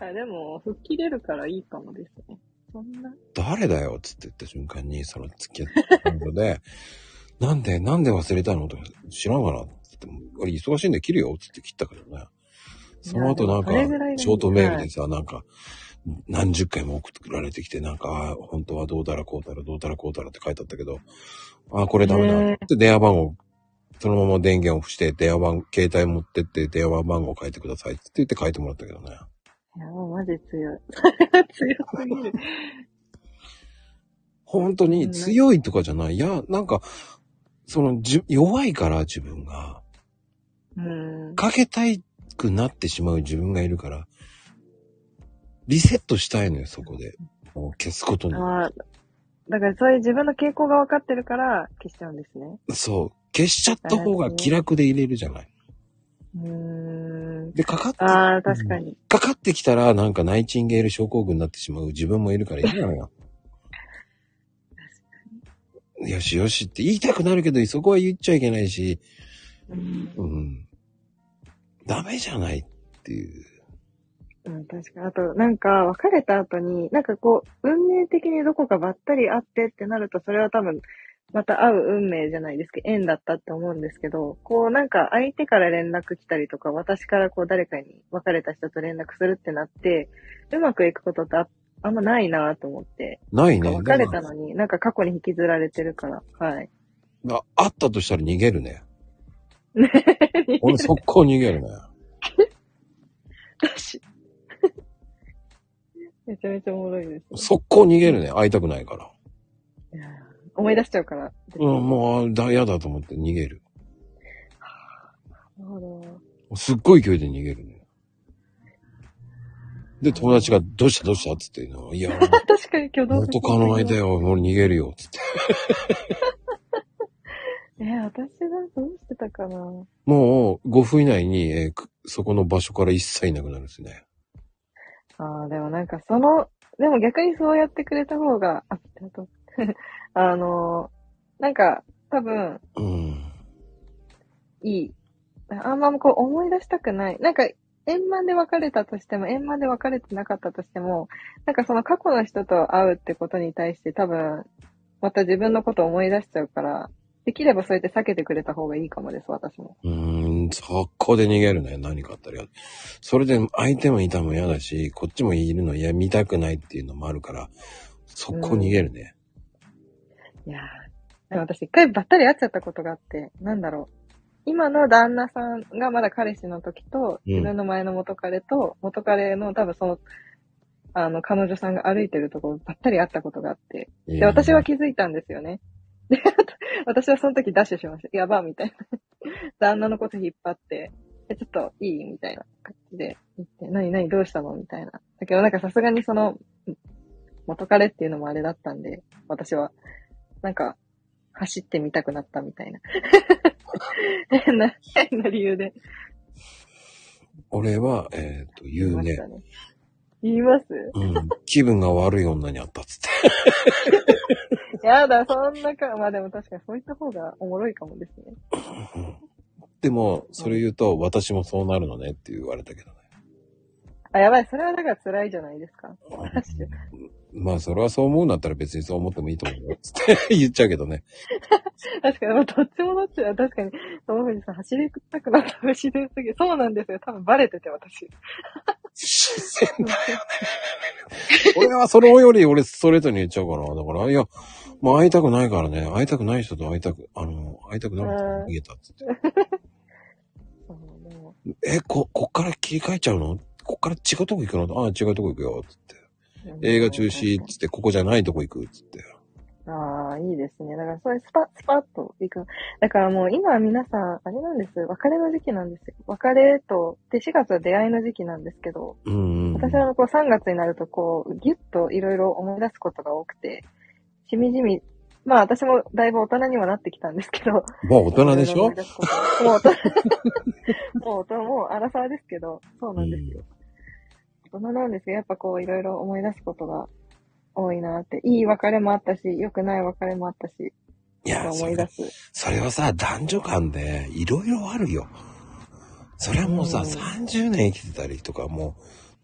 S3: あ、でも、吹っ切れるからいいかもですね。そんな。
S1: 誰だよっつって言った瞬間に、その付き合ってたので、 [laughs] なんで、なんで忘れたのとか、知らんがなっつって、俺忙しいんで切るよっつって切ったけどね。その後なんか
S3: いやでもそれぐらい、の
S1: ショートメールでさ、なんか、何十回も送られてきて、なんか、ああ本当はどうだらこうだらどうだらこうだらって書いてあったけど、ああ、これダメだ
S3: うん
S1: って電話番号、そのまま電源オフして、電話番、携帯持ってって電話番号書いてくださいって言って書いてもらったけどね。
S3: いや、もうマジ強い。 [laughs] それは強すぎる。
S1: 本当
S3: う
S1: に
S3: ん
S1: 強いとかじゃない。いや、なんか、その、じ弱いから自分が、
S3: うん。
S1: かけたいくなってしまう自分がいるから、リセットしたいのよ、そこで。もう消すことに。
S3: ああ、だからそういう自分の傾向が分かってるから消しちゃうんですね。
S1: そう。消しちゃった方が気楽で入れるじゃない。
S3: うーん。
S1: で、かかって、か
S3: ああ、確かに。
S1: かってきたら、なんかナイチンゲール症候群になってしまう自分もいる
S3: [laughs]
S1: から嫌なのよ。よしよしって言いたくなるけど、そこは言っちゃいけないし、
S3: うん、
S1: うん。ダメじゃないっていう。
S3: うん、確かに。あと、なんか、別れた後に、なんかこう、運命的にどこかばったり会ってってなると、それは多分、また会う運命じゃないですけど、縁だったって思うんですけど、こう、なんか相手から連絡来たりとか、私からこう、誰かに別れた人と連絡するってなって、うまくいくことってああんまないなぁと思って。
S1: ない
S3: なん
S1: ね。
S3: か別れたのに、なんか過去に引きずられてるから、はい。
S1: ああったとしたら逃げる
S3: [laughs]
S1: ね。
S3: ね
S1: 俺速攻逃げるね。
S3: 私。 [laughs] めちゃめちゃおもろいです。
S1: 速攻逃げるね。会いたくないから。
S3: いやー思い出しちゃうから。
S1: うん、もう、あだ、嫌だと思って逃げる。
S3: なるほど。
S1: すっごい勢いで逃げるね。で、友達が、どうしたどうしたっつって言うの。いや、
S3: 確かに挙動
S1: 元カノがいたよ。俺逃げるよ。つって。
S3: えー、私がどうしてたかな
S1: もう、5分以内に、えーくそこの場所から一切いなくなるんですね。
S3: ああ、でもなんかその、でも逆にそうやってくれた方が、あ、あと、 [laughs] あのーなんか多分
S1: うん。
S3: いい。あんまこう思い出したくない。なんか円満で別れたとしても、円満で別れてなかったとしても、なんかその過去の人と会うってことに対して多分、また自分のことを思い出しちゃうから、できればそうやって避けてくれた方がいいかもです、私も。
S1: うーん、速攻で逃げるね。何かあったら嫌。それで、相手もいたも嫌だし、こっちもいるの、いや、見たくないっていうのもあるから、速攻逃げるね。
S3: いやー、でも私一回ばったり会っちゃったことがあって、なんだろう。今の旦那さんがまだ彼氏の時と、
S1: うん
S3: 自分の前の元彼と、元彼の多分その、あの、彼女さんが歩いてるところばったり会ったことがあって、
S1: い
S3: で、
S1: や
S3: 私は気づいたんですよね。で、あと私はその時ダッシュしました。やば、みたいな。旦那のこと引っ張って、えちょっといいみたいな感じで言って、何何どうしたのみたいな。だけどなんかさすがにその、元彼っていうのもあれだったんで、私は、なんか、走ってみたくなったみたいな。変な、変な理由で。
S1: 俺は、えっ、と、
S3: 言い
S1: 言う
S3: まし
S1: ね
S3: た。ね。言います
S1: うん。気分が悪い女に会ったっつって。
S3: やだ、そんなか。まあでも確かにそういった方がおもろいかもですね。
S1: でも、それ言うと、私もそうなるのねって言われたけどね。
S3: あ、やばい、それはだから辛いじゃないですか。確かに
S1: まあ、それはそう思うんだったら別にそう思ってもいいと思うよ。つって言っちゃうけどね。
S3: 確かに、まあ、どっちもどっちだ。確かに、友藤さん走りたくなった不自然すぎる。そうなんですよ。多分バレてて、私。
S1: 俺はそれより俺ストレートに言っちゃうから。だから、いや、まあ会いたくないからね。会いたくない人と会いたく、あの、会いたくなるから逃げたっつって。
S3: そうも
S1: え、こ、こっから切り替えちゃうのこっから違うとこ行くのああ、違うとこ行くよ。つって。
S3: う
S1: 映画中止っつって、ここじゃないとこ行く。つって。
S3: ああ、いいですね。だから、そういうスパッ、スパッと行く。だからもう、今は皆さん、あれなんです。別れの時期なんですよ。別れと、で、4月は出会いの時期なんですけど、
S1: うんうん、うん。
S3: 私はこう、3月になると、こう、ぎゅっといろいろ思い出すことが多くて、しみじみ、まあ私もだいぶ大人にはなってきたんですけど、
S1: もう大人でしょ
S3: もう大人、もう大人、もう荒沢ですけど、そうなんですよ。大人なんですけど、やっぱこういろいろ思い出すことが多いなって、いい別れもあったし、良くない別れもあったし、
S1: いや、そ
S3: 思
S1: れ
S3: い出す。
S1: それはさ、男女間でいろいろあるよ。それはもうさ、
S3: うん
S1: 30年生きてたりとかも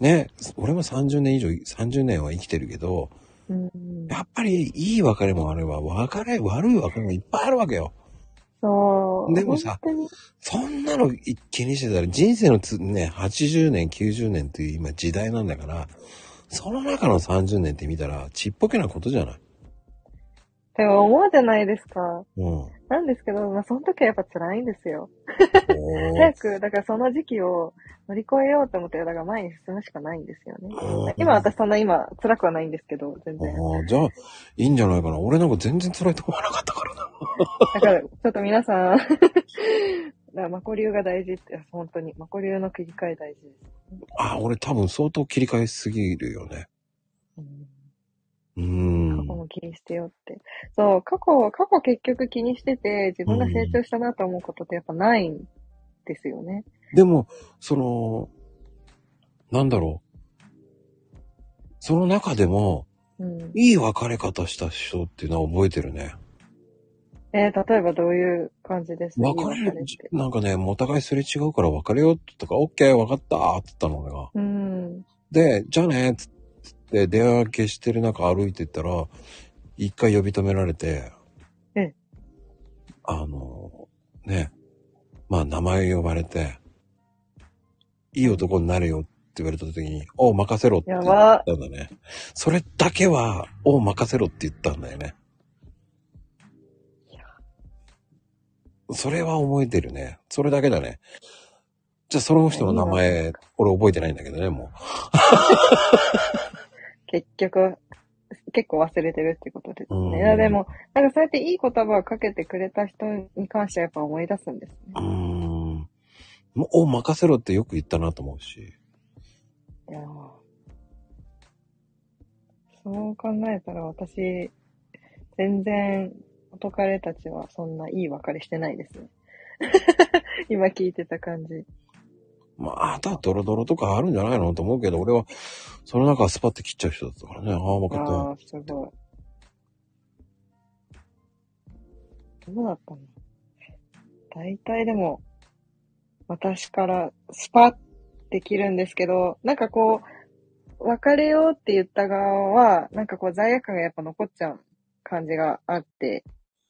S1: う、ね、俺も30年以上、30年は生きてるけど、
S3: うん、
S1: やっぱりいい別れもあれば、別れ、悪い別れもいっぱいあるわけよ。
S3: そう。
S1: でもさ
S3: 本当に、
S1: そんなの気にしてたら人生のつね、80年、90年という今時代なんだから、その中の30年って見たら、ちっぽけなことじゃない。
S3: でも思うじゃないですか。
S1: うん。お
S3: なんですけど、まあ、その時はやっぱ辛いんですよ。早
S1: ー
S3: く、だからその時期を乗り越えようと思って、だから前に進むしかないんですよね
S1: うん。
S3: 今私そんな今辛くはないんですけど、全然。
S1: ああ、じゃあ、いいんじゃないかな。俺なんか全然辛いとこはなかったからな。
S3: だから、ちょっと皆さん、 [laughs] だからマコ流が大事って、本当に、マコ流の切り替え大事です。
S1: ああ、俺多分相当切り替えすぎるよね。
S3: うん
S1: うー
S3: 過去
S1: ん。
S3: も気にしてよって。そう、過去、過去結局気にしてて、自分が成長したなと思うことってやっぱないんですよね。
S1: でも、その、なんだろう。その中でも、
S3: うん。
S1: いい別れ方した人っていうのは覚えてるね。
S3: えー例えばどういう感じです
S1: 別れ
S3: 今
S1: る
S3: 彼って、
S1: なんかね、もうお互いすれ違うから別れようとか、オッケー分かったーって言ったの俺が。
S3: うん。
S1: で、じゃあねーっつって電話消してる中歩いてったら、一回呼び止められて、
S3: ええ
S1: あの、ね、まあ名前呼ばれて、いい男になれよって言われた時に、おう任せろって言
S3: や
S1: っ
S3: ば
S1: たんだね。それだけは、おう任せろって言ったんだよね。それは覚えてるね。それだけだね。じゃあその人の名
S3: いいわ
S1: 前、俺覚えてないんだけどね、もう。
S3: 結局、結構忘れてるってことです
S1: うん
S3: ね。いやでも、なんかそうやっていい言葉をかけてくれた人に関してはやっぱ思い出すんです
S1: うー
S3: ね。
S1: ん。もう、お任せろってよく言ったなと思うし。
S3: いやーそう考えたら私、全然元彼たちはそんないい別れしてないですね。 [laughs] 今聞いてた感じ。
S1: まあ、あとはドロドロとかあるんじゃないのと思うけど、俺は、その中はスパって切っちゃう人だったからね。ああ、分かった。
S3: ああ、すごい。どうだったの大体でも、私からスパッできるんですけど、なんかこう、別れようって言った側は、なんかこう罪悪感がやっぱ残っちゃう感じがあって、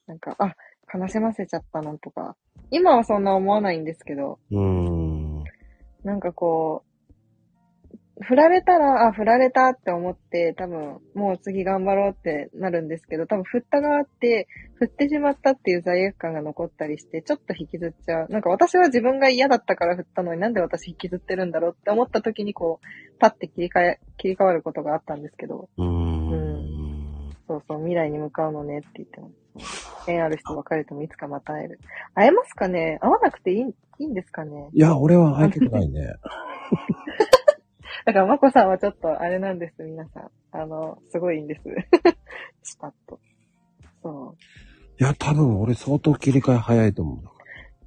S3: なんか、あ、悲しませちゃったなとか、今はそんな思わないんですけど、
S1: うーん。
S3: なんかこう、振られたら、あ、振られたって思って、多分、もう次頑張ろうってなるんですけど、多分振った側って、振ってしまったっていう罪悪感が残ったりして、ちょっと引きずっちゃう。なんか私は自分が嫌だったから振ったのになんで私引きずってるんだろうって思った時にこう、パッて切り替え、切り替わることがあったんですけど、
S1: うー。
S3: うんそうそう、未来に向かうのねって言ってます。縁ある人別れてもいつかまた会える。会えますかね会わなくていい、いいんですかね
S1: いや、俺は相手ないね。 [laughs]
S3: だから、まこさんはちょっと、あれなんです、皆さん。あの、すごいんです。 [laughs] スパッと。そう。
S1: いや、多分俺相当切り替え早いと思う。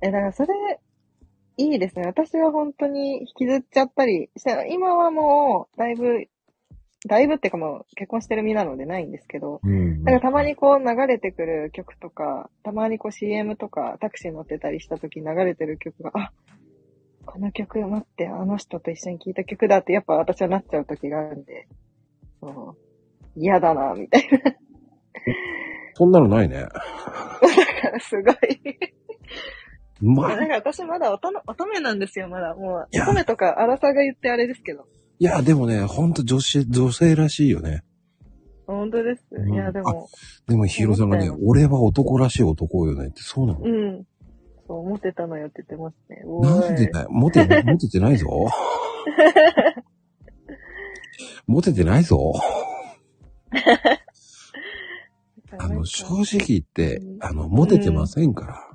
S3: え、だから、それ、いいですね。私は本当に引きずっちゃったりして、今はもう、だいぶ、だいぶっていうかもう、結婚してる身なのでないんですけど、
S1: うん。
S3: なんかたまにこう流れてくる曲とか、たまにこう CM とかタクシー乗ってたりした時に流れてる曲が、あこの曲待って、あの人と一緒に聴いた曲だってやっぱ私はなっちゃう時があるんで、そう、嫌だな、みたい
S1: そんなのないね。
S3: な、すごい。
S1: [laughs] うま。
S3: ないんか私まだ乙女乙女なんですよ、まだ。も、
S1: いうや
S3: 乙女とか荒さが言ってあれですけど。
S1: いや、でもね、ほんと女子、女性らしいよね。
S3: 本当です。
S1: うん
S3: いや、でも、
S1: でも、ヒーローさんがね
S3: 思った、
S1: 俺は男らしい男よねって、そうなの。
S3: うん。そう、思ってたのよって言ってますね。お
S1: なんで
S3: ーい。
S1: だよ。モテ、モテてない
S3: [laughs]
S1: ぞ。モテてないぞ。あ
S3: なん
S1: の、
S3: か
S1: 正直言って
S3: う、ん
S1: あの、モテてませんから。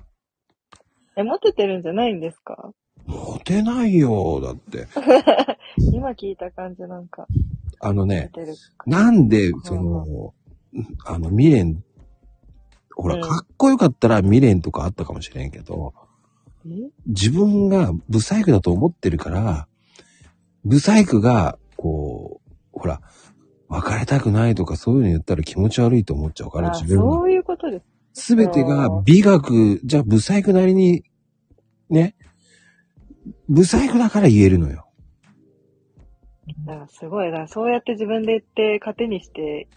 S3: え、モテてるんじゃないんですか
S1: モテないよ、だって。
S3: 今聞いた感じなんか、
S1: あの
S3: 出
S1: ね、
S3: てる感じ。
S1: なんで、そ
S3: は
S1: の、あの、未練、ほ
S3: う
S1: ら、
S3: ん
S1: かっこよかったら未練とかあったかもしれんけど、
S3: え
S1: 自分がブサイクだと思ってるから、ブサイクが、こう、ほら、別れたくないとかそういうの言ったら気持ち悪いと思っちゃうから、
S3: あ、
S1: 自分が
S3: そういうことです。
S1: すべてが美学、じゃあ、不細工なりに、ね、不細工だから言えるのよ。
S3: だからすごい。だからそうやって自分で言って、糧にして、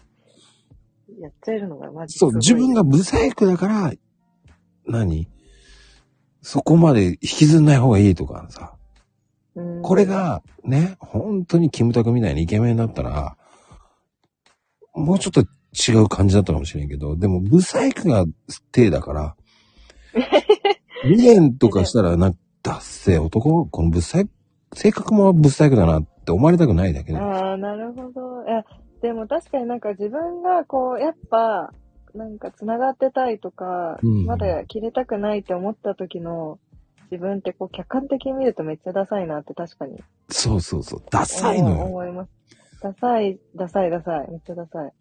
S3: やっちゃえるのがマジです
S1: そ
S3: ご
S1: う、
S3: い。
S1: 自分が不細工だから、何そこまで引きずんない方がいいとかさ。
S3: うん
S1: これ、が、ね、本当にキムタクみたいにイケメンだったら、もうちょっと違う感じだったかもしれんけど、でも、ブサイクが手だから、未練とかしたら、なんか、ダッセー男、このブサイク、性格もブサイクだなって思われたくないだけで。
S3: ああ、なるほど。いや、でも確かになんか自分がこう、やっぱ、なんか繋がってたいとか、
S1: うん
S3: まだ切れたくないって思った時の自分ってこう、客観的に見るとめっちゃダサいなって確かに
S1: そうそうそう、ダサいのよ。
S3: 思います。ダサい、ダサい、ダサい。めっちゃダサい。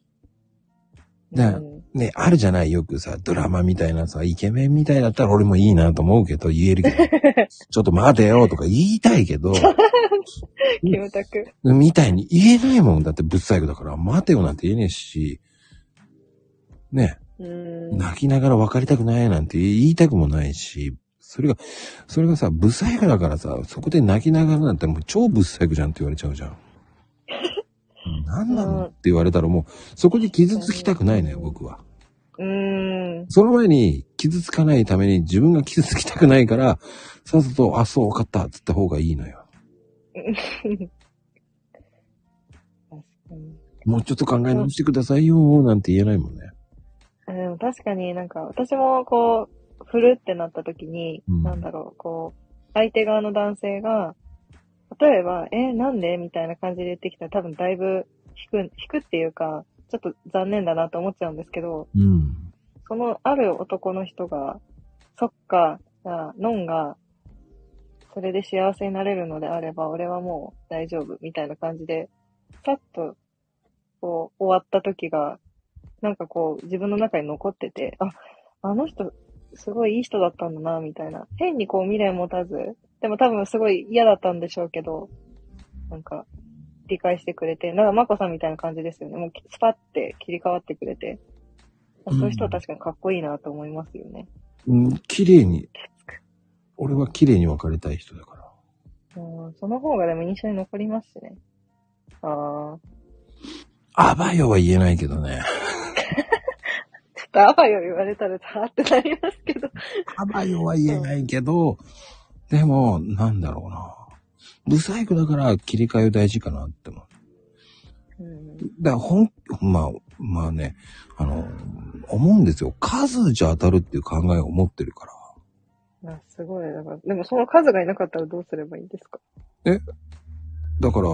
S1: ね
S3: うん
S1: ね、あるじゃないよくさ、ドラマみたいなさ、イケメンみたいだったら俺もいいなと思うけど、言えるけど、ちょっと待てよとか言いたいけど、
S3: キムタク。
S1: みたいに言えないもんだってぶっ最後だから、待てよなんて言えねえし、ね、
S3: うん。
S1: 泣きながら別れたくないなんて言いたくもないし、それが、それがさ、不細工だからさ、そこで泣きながらなんてもう超不細工じゃんって言われちゃうじゃん。何なのって言われたらもう、そこで傷つきたくないのよ、僕は。
S3: うん。
S1: その前に傷つかないために自分が傷つきたくないから、さっさと、あ、そう、分かった、つった方がいいのよ。もうちょっと考え直してくださいよ、なんて言えないもんね。
S3: あでも確かになんか、私もこう、振るってなった時に、
S1: うん
S3: なんだろう、こう、相手側の男性が、例えば、えなんでみたいな感じで言ってきたら多分だいぶ引く、引くっていうか、ちょっと残念だなと思っちゃうんですけど、
S1: うん。
S3: そのある男の人が、そっか、じゃあ、ノンが、それで幸せになれるのであれば、俺はもう大丈夫、みたいな感じで、さっと、こう、終わった時が、なんかこう、自分の中に残ってて、あ、あの人、すごいいい人だったんだな、みたいな。変にこう、未練持たず、でも多分すごい嫌だったんでしょうけど、なんか、理解してくれて、なんか、まこさんみたいな感じですよね。もう、スパって切り替わってくれて。そういう人は確かにかっこいいなと思いますよね。
S1: うん、綺麗に。俺は綺麗に別れたい人だから。
S3: うん、その方がでも印象に残りますしね。ああ、
S1: あばよは言えないけどね。 [laughs]
S3: ちょっとアバよ言われたらはーってなりますけど。
S1: あばよは言えないけど、でも、なんだろうな。不細工だから切り替えは大事かなって思う。
S3: うん、
S1: だから本、まあ、まあね、あの、思うんですよ。数じゃ当たるっていう考えを持ってるから。
S3: あすごい。だから、でもその数がいなかったらどうすればいいんですか
S1: だから、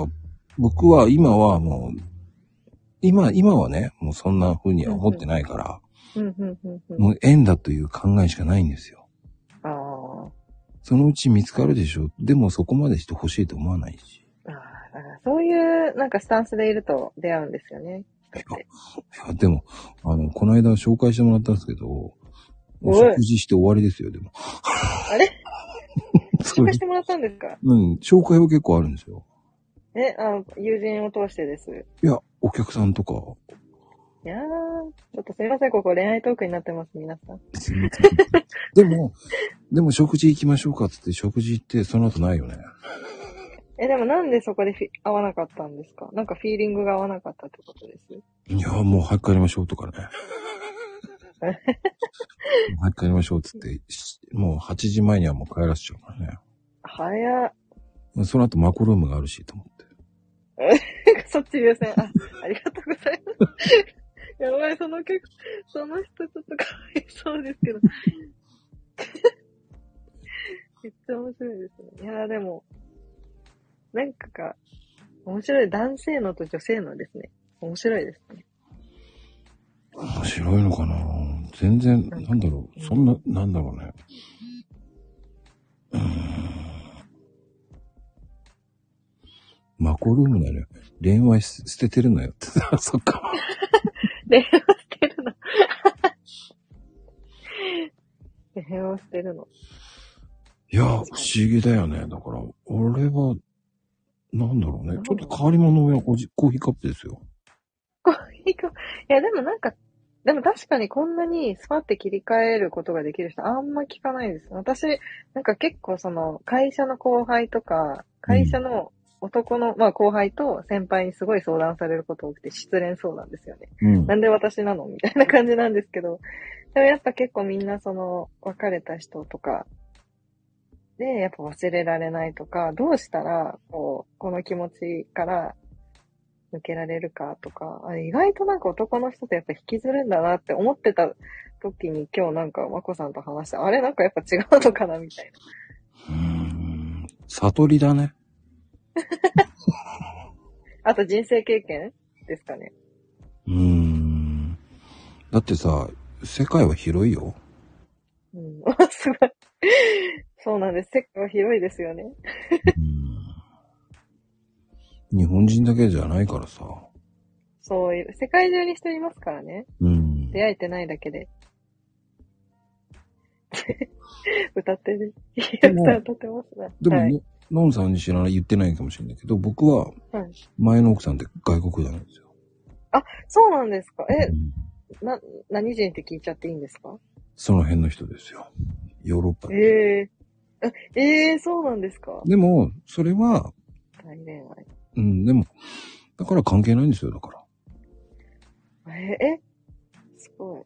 S1: 僕は今はもう、今、今はね、もうそんな風には思ってないから、
S3: うん、うん、うん、うん。
S1: もう縁だという考えしかないんですよ。
S3: あー
S1: そのうち見つかるでしょ。でもそこまでしてほしいと思わないし。
S3: あー。だからそういう、なんかスタンスでいると出会うんですよね。
S1: いや、でも、あの、この間紹介してもらったんですけど、お
S3: おい
S1: 食事して終わりですよ、でも。
S3: あれ
S1: [laughs] そ
S3: 紹
S1: う
S3: 介してもらったんですか
S1: うん、紹介は結構あるんですよ。
S3: え、あ友人を通してです。
S1: いや、お客さんとか、 [laughs]
S3: いやー、ちょっとすいません、ここ恋愛トークになってます、皆さん。
S1: すいませんでも、でも食事行きましょうかっつって食事行って、その後ないよね。
S3: え、でもなんでそこでフィ合わなかったんですかなんかフィーリングが合わなかったってことです
S1: いや、もう早く帰りましょうとか
S3: [laughs]
S1: ね。早く帰りましょうっつって、しもう8時前にはもう帰らせちゃうから
S3: 早っ。
S1: ね。その後マコルームがあるしと思って。
S3: そっち優先。あ、ありがとうございます。 [laughs] やばい、その結構、その人ちょっとかわいそうですけど。めっちゃ面白いですね。いやーでも、なんかか、面白い。男性のと女性のですね。面白いですね。
S1: 面白いのかな全然、なんだろう。そんな、なんだろうね。うーん。マコルームなのよ。恋愛す捨ててるのよって。あ [laughs] そっか。
S3: 電話してるの。 [laughs] 電話してるの。
S1: いや、不思議だよね。だから、俺は、なんだろうね。ちょっと変わり者のおじコーヒーカップですよ。
S3: コーヒーがいや、でもなんか、でも確かにこんなにスパって切り替えることができる人あんま聞かないです。私、なんか結構その会社の後輩とか、会社の男の、まあ後輩と先輩にすごい相談されること多くて失恋相談ですよね。
S1: うん。
S3: なんで私なのみたいな感じなんですけど、でもやっぱ結構みんなその別れた人とかで、やっぱ忘れられないとか、どうしたら、こう、この気持ちから抜けられるかとか、あ意外となんか男の人ってやっぱ引きずるんだなって思ってた時に今日なんかまこさんと話して、あれなんかやっぱ違うのかなみたいな。
S1: うーん。悟りだね。
S3: あと人生経験ですかね。
S1: うーん。だってさ、世界は広いよ。
S3: うん。 [laughs] すごい。そうなんです。世界は広いですよね。
S1: うん日本人だけじゃないからさ。
S3: そういう、世界中に人いますからね。
S1: うん。
S3: 出会えてないだけで。 [laughs] 歌ってる。いや、歌ってますね。
S1: でも、
S3: はい、
S1: のんさんに知らない、言ってないかもしれないけど、僕は
S3: はい、
S1: 前の奥さんって外国じゃないんですよ。
S3: そうなんですか。え
S1: う、ん
S3: な、何人って聞いちゃっていいんですか
S1: その辺の人ですよ。ヨーロッパ。
S3: えええ、ええそうなんですか
S1: でも、それは、
S3: 大恋愛。
S1: うん、でも、だから関係ないんですよ、だから。
S3: えええすごい。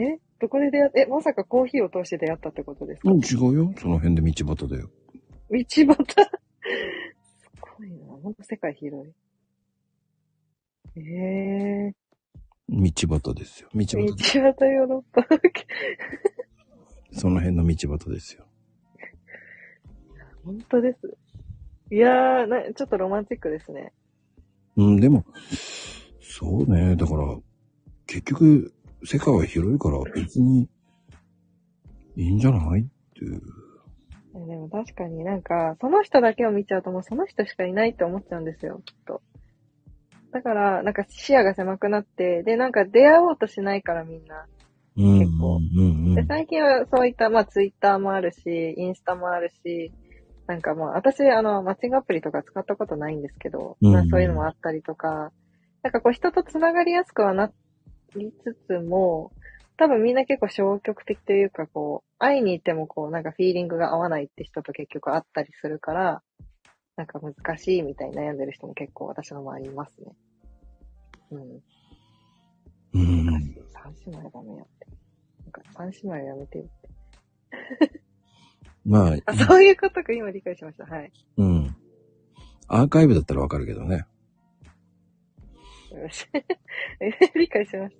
S3: えどこで出会っえ、まさかコーヒーを通して出会ったってことですか、
S1: うん、
S3: 道
S1: 違うよ。その辺で道端だよ。
S3: 端。すごいな。ほんと世界広い。ええ
S1: 道端ですよ。道
S3: 道
S1: 端。
S3: 端ヨーロッパ。
S1: その辺の道端ですよ。
S3: 本当です。いやーな、ちょっとロマンチックですね。
S1: うん、でも、そうね。だから、結局、世界は広いから別に、いいんじゃないっていう。
S3: えでも確かになんか、その人だけを見ちゃうともうその人しかいないって思っちゃうんですよ、きっと。だから、なんか視野が狭くなって、で、なんか出会おうとしないからみんな。
S1: うん、
S3: 結構
S1: うん、う
S3: で、
S1: ん。
S3: 最近はそういった、まあツイッターもあるし、インスタもあるし、なんかもう、私、あの、マッチングアプリとか使ったことないんですけど、
S1: うん
S3: まあそういうのもあったりとか、なんかこう人と繋がりやすくはなりつつも、多分みんな結構消極的というか、こう、会いに行ってもこう、なんかフィーリングが合わないって人と結局会ったりするから、なんか難しいみたいに悩んでる人も結構私の周りいますね。うん。
S1: うん
S3: 難しい。三姉妹ダメやって。なんか三姉妹はやめてよ
S1: まあ、
S3: あ、そういうことか、今理解しました。はい。
S1: うん。アーカイブだったらわかるけどね。
S3: よし [laughs] 理解しまし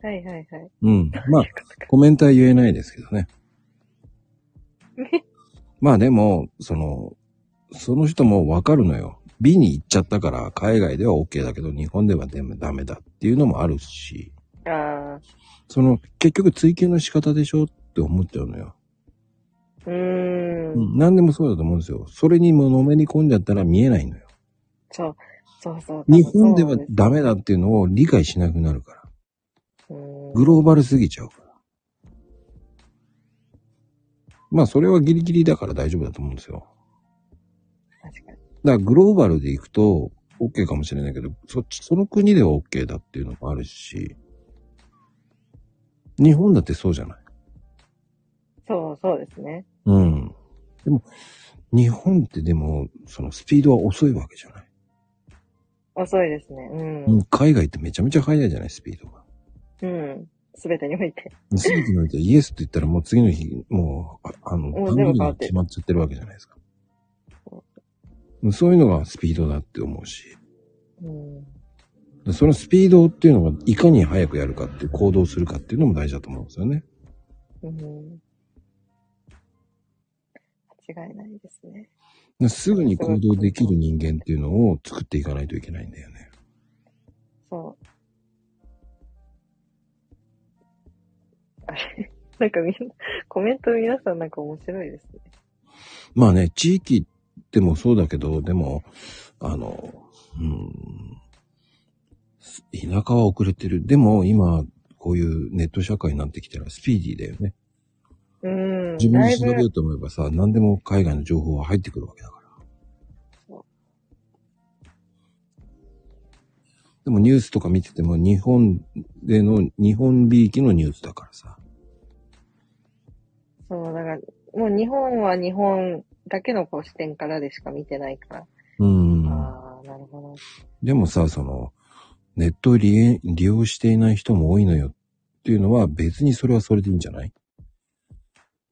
S3: た。はいはいはい。
S1: うん。まあ
S3: そうい、うことか
S1: コメントは言えないですけどね
S3: ね。
S1: まあでも、その、その人もわかるのよ。美に行っちゃったから、海外では OK だけど、日本ではでもダメだっていうのもあるし、
S3: あ
S1: その、結局追求の仕方でしょって思っちゃうのよ。
S3: ーうー。
S1: うんん、何でもそうだと思うんですよ。それにものめり込んじゃったら見えないのよ。
S3: そう、そうそう。
S1: 日本では
S3: そうなんす
S1: ダメだっていうのを理解しなくなるから。
S3: うーん
S1: グローバルすぎちゃうから。まあ、それはギリギリだから大丈夫だと思うんですよ。
S3: 確かに。
S1: だからグローバルで行くと OK かもしれないけど、そっち、その国では OK だっていうのもあるし、日本だってそうじゃない。
S3: そうそうですね。
S1: うん。でも、日本ってでも、そのスピードは遅いわけじゃない。
S3: 遅いですね。うん。
S1: うん海外ってめちゃめちゃ速いじゃない、スピードが。
S3: うん。すべてにおいて。
S1: すべてにおいてイエスって言ったらもう次の日、もう、ああの、
S3: もう全部変わってる
S1: 決まっちゃってるわけじゃないですか。うんそういうのがスピードだって思うし、
S3: うん。
S1: そのスピードっていうのがいかに早くやるかっていう行動するかっていうのも大事だと思うんですよね。
S3: うん。間違いないですね。
S1: すぐに行動できる人間っていうのを作っていかないといけないんだよね。
S3: そう。あれ [laughs] なんかみんな、コメント皆さんなんか面白いですね。
S1: まあね、地域でもそうだけど、でも、あの、うん、田舎は遅れてる。でも今、こういうネット社会になってきたらスピーディーだよね。
S3: うん。
S1: 自分
S3: だ
S1: で
S3: い
S1: 調
S3: ぶ
S1: べようと思えばさ、何でも海外の情報は入ってくるわけだから。
S3: そ
S1: でもニュースとか見てても日本での、日本びいきのニュースだからさ。
S3: そう、だから、もう日本は日本だけのこう視点からでしか見てないから。
S1: うん。
S3: ああ、なるほど。
S1: でもさ、その、ネットを利用利用していない人も多いのよっていうのは別にそれはそれでいいんじゃない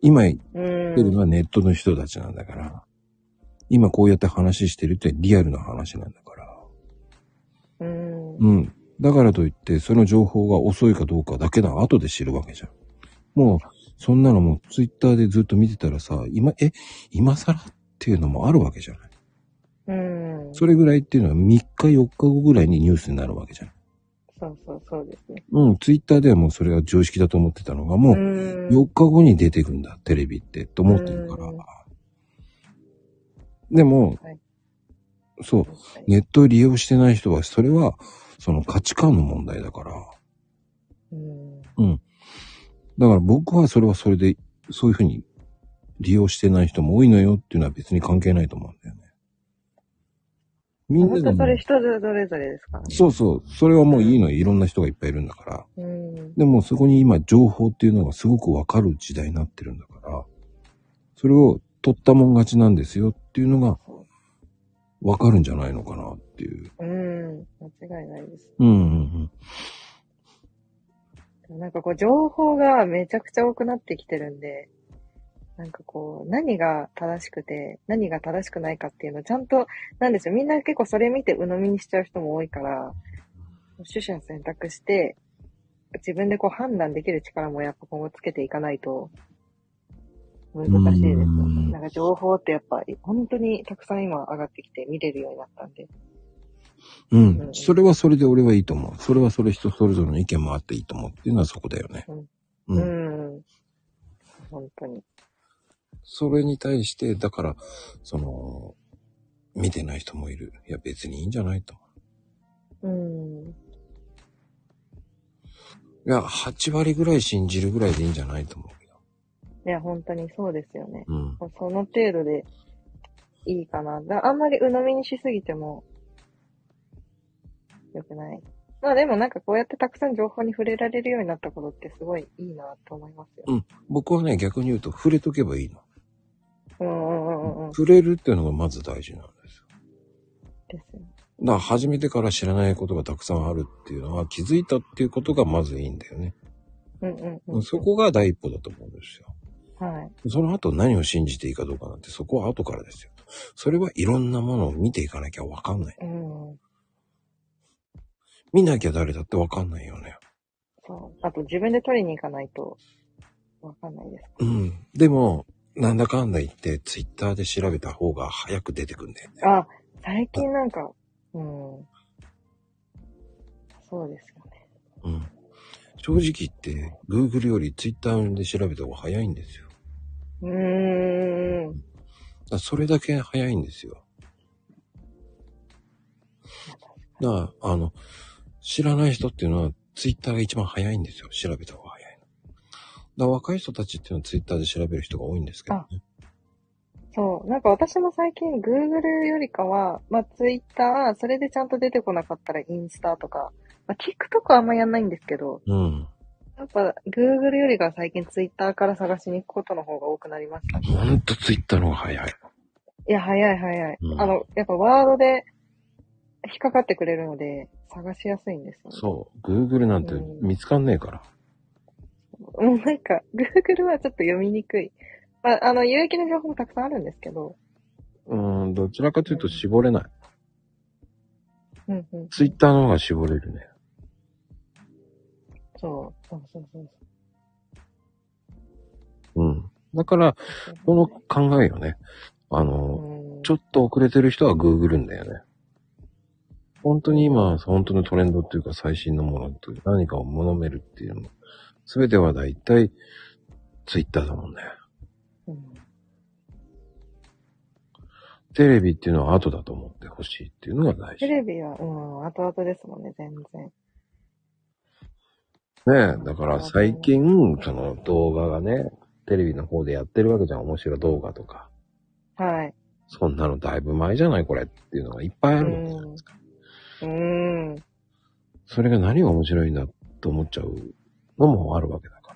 S1: 今言っ
S3: う
S1: てるの
S3: ん。
S1: はネットの人たちなんだから、今こうやって話してるってリアルな話なんだから。
S3: うん。
S1: うん。だからといって、その情報が遅いかどうかだけだ、後で知るわけじゃん。もう、そんなのもツイッターでずっと見てたらさ、今、え、今更っていうのもあるわけじゃない。
S3: うん。
S1: それぐらいっていうのは3日4日後ぐらいにニュースになるわけじゃん。
S3: そうそう、そうですね。
S1: うん、ツイッターではもうそれが常識だと思ってたのが、もう
S3: うん。
S1: 4日後に出てくんだ、テレビって、と思ってるから
S3: うん。
S1: でも
S3: はい、
S1: そう、ネットを利用してない人は、それは、その価値観の問題だから。
S3: うん。
S1: うん。だから僕はそれはそれで、そういうふうに利用してない人も多いのよっていうのは別に関係ないと思うんだよね。みんな
S3: 本
S1: で
S3: 当
S1: も
S3: それ人それぞれですからね。
S1: そうそう。それはもういいのよ。いろんな人がいっぱいいるんだから。
S3: うん。
S1: でもそこに今情報っていうのがすごくわかる時代になってるんだから、それを取ったもん勝ちなんですよっていうのがわかるんじゃないのかなっていう。
S3: うん。間違いないです。
S1: うんうん
S3: なんかこう、情報がめちゃくちゃ多くなってきてるんで、なんかこう、何が正しくて、何が正しくないかっていうのをちゃんと、なんですよ。みんな結構それ見て鵜呑みにしちゃう人も多いから、取捨選択して、自分でこう判断できる力もやっぱ今後つけていかないと、難しいですよ
S1: うん
S3: ね。なんか情報ってやっぱ、本当にたくさん今上がってきて見れるようになったんで。
S1: うん。う。
S3: うんん
S1: それはそれで俺はいいと思う。それはそれ人それぞれの意見もあっていいと思うっていうのはそこだよね。う。
S3: うんん。本当に。
S1: それに対して、だから、その、見てない人もいる。いや別にいいんじゃないと。
S3: うん。
S1: いや、8割ぐらい信じるぐらいでいいんじゃないと思うけど。
S3: いや、本当にそうですよね。
S1: うん。
S3: その程度でいいかな。だあんまり鵜呑みにしすぎても良くない。まあでもなんかこうやってたくさん情報に触れられるようになったことってすごいいいなと思いますよ。
S1: うん。僕はね、逆に言うと触れとけばいいの。
S3: うんうんうんうんうん。で
S1: 触れるっていうのがまず大事なんですよ。
S3: すよね。
S1: だから初めてから知らないことがたくさんあるっていうのは気づいたっていうことがまずいいんだよね。
S3: うんうんうん。
S1: そこが第一歩だと思うんですよ。
S3: はい。
S1: その後何を信じていいかどうかなんてそこは後からですよ。それはいろんなものを見ていかなきゃわかんない。
S3: うん。
S1: 見なきゃ誰だってわかんないよね。
S3: そう。あと自分で取りに行かないとわかんないです。
S1: うん。でも、なんだかんだ言ってツイッターで調べた方が早く出てくんだよね。
S3: あ、最近なんか、うん。そうですよね。
S1: うん。正直言って、Google より Twitter で調べた方が早いんですよ。だか
S3: うーん。
S1: らそれだけ早いんですよ。だから、あの、知らない人っていうのは Twitter が一番早いんですよ。調べた方が早いの。だから若い人たちっていうのは Twitter で調べる人が多いんですけどね。
S3: そう。なんか私も最近 Google よりかは、まあ Twitter、それでちゃんと出てこなかったらインスタとか、まあ TikTok はあんまやんないんですけど、
S1: うん。
S3: やっぱ Google よりかは最近 Twitter から探しに行くことの方が多くなりました。い
S1: ほんと Twitter の方が早い。
S3: や、早い早い。
S1: うん
S3: あの、やっぱワードで引っかかってくれるので、探しやすいんですよね。
S1: そう。Google なんて見つかんねえから。
S3: もうなんか、Google はちょっと読みにくい。まあ、あの、有益な情報もたくさんあるんですけど、
S1: うん、どちらかというと絞れない。
S3: うんうん。
S1: Twitter の方が絞れるね。
S3: そう、そうそうそうそ
S1: うん。だから、
S3: う。
S1: この考えよね。あの、
S3: うん、
S1: ちょっと遅れてる人は Google んだよね。本当に今、本当のトレンドっていうか最新のものっていうか何かを求めるっていうの。すべては大体 Twitter だもんね。
S3: うん
S1: テレビっていうのは後だと思ってほしいっていうのが大
S3: テ
S1: 事。ね
S3: レビは、うん、後々ですもんね、全然。
S1: え、だから最近、その動画がね、テレビの方でやってるわけじゃん。面白い動画とか。
S3: はい。
S1: そんなのだいぶ前じゃないこれっていうのがいっぱいあるもんね。
S3: うん。うん。
S1: それが何が面白いんだと思っちゃうのもあるわけだか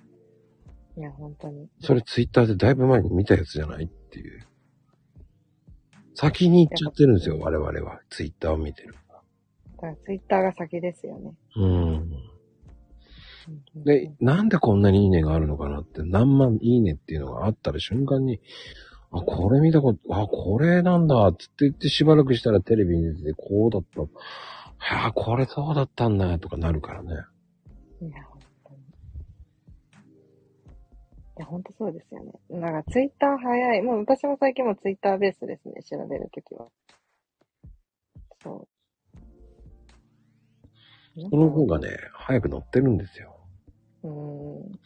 S1: ら。
S3: いや、本当に。
S1: それツイッターでだいぶ前に見たやつじゃないっていう。先に行っちゃってるんですよ、我々は。ツイッターを見てる。
S3: だから、ツイッターが先ですよね。
S1: うん。で、なんでこんなにいいねがあるのかなって、何万いいねっていうのがあったら瞬間に、あ、これ見たこと、あ、これなんだ、つって言ってしばらくしたらテレビに出て、こうだった。あ、これそうだったんだ、とかなるからね。
S3: いや、本当に。いや、本当そうですよね。なんか、ツイッター早い。もう私も最近もツイッターベースですね、調べるときは。そう。
S1: この方がね、早く乗ってるんですよ。
S3: うーん。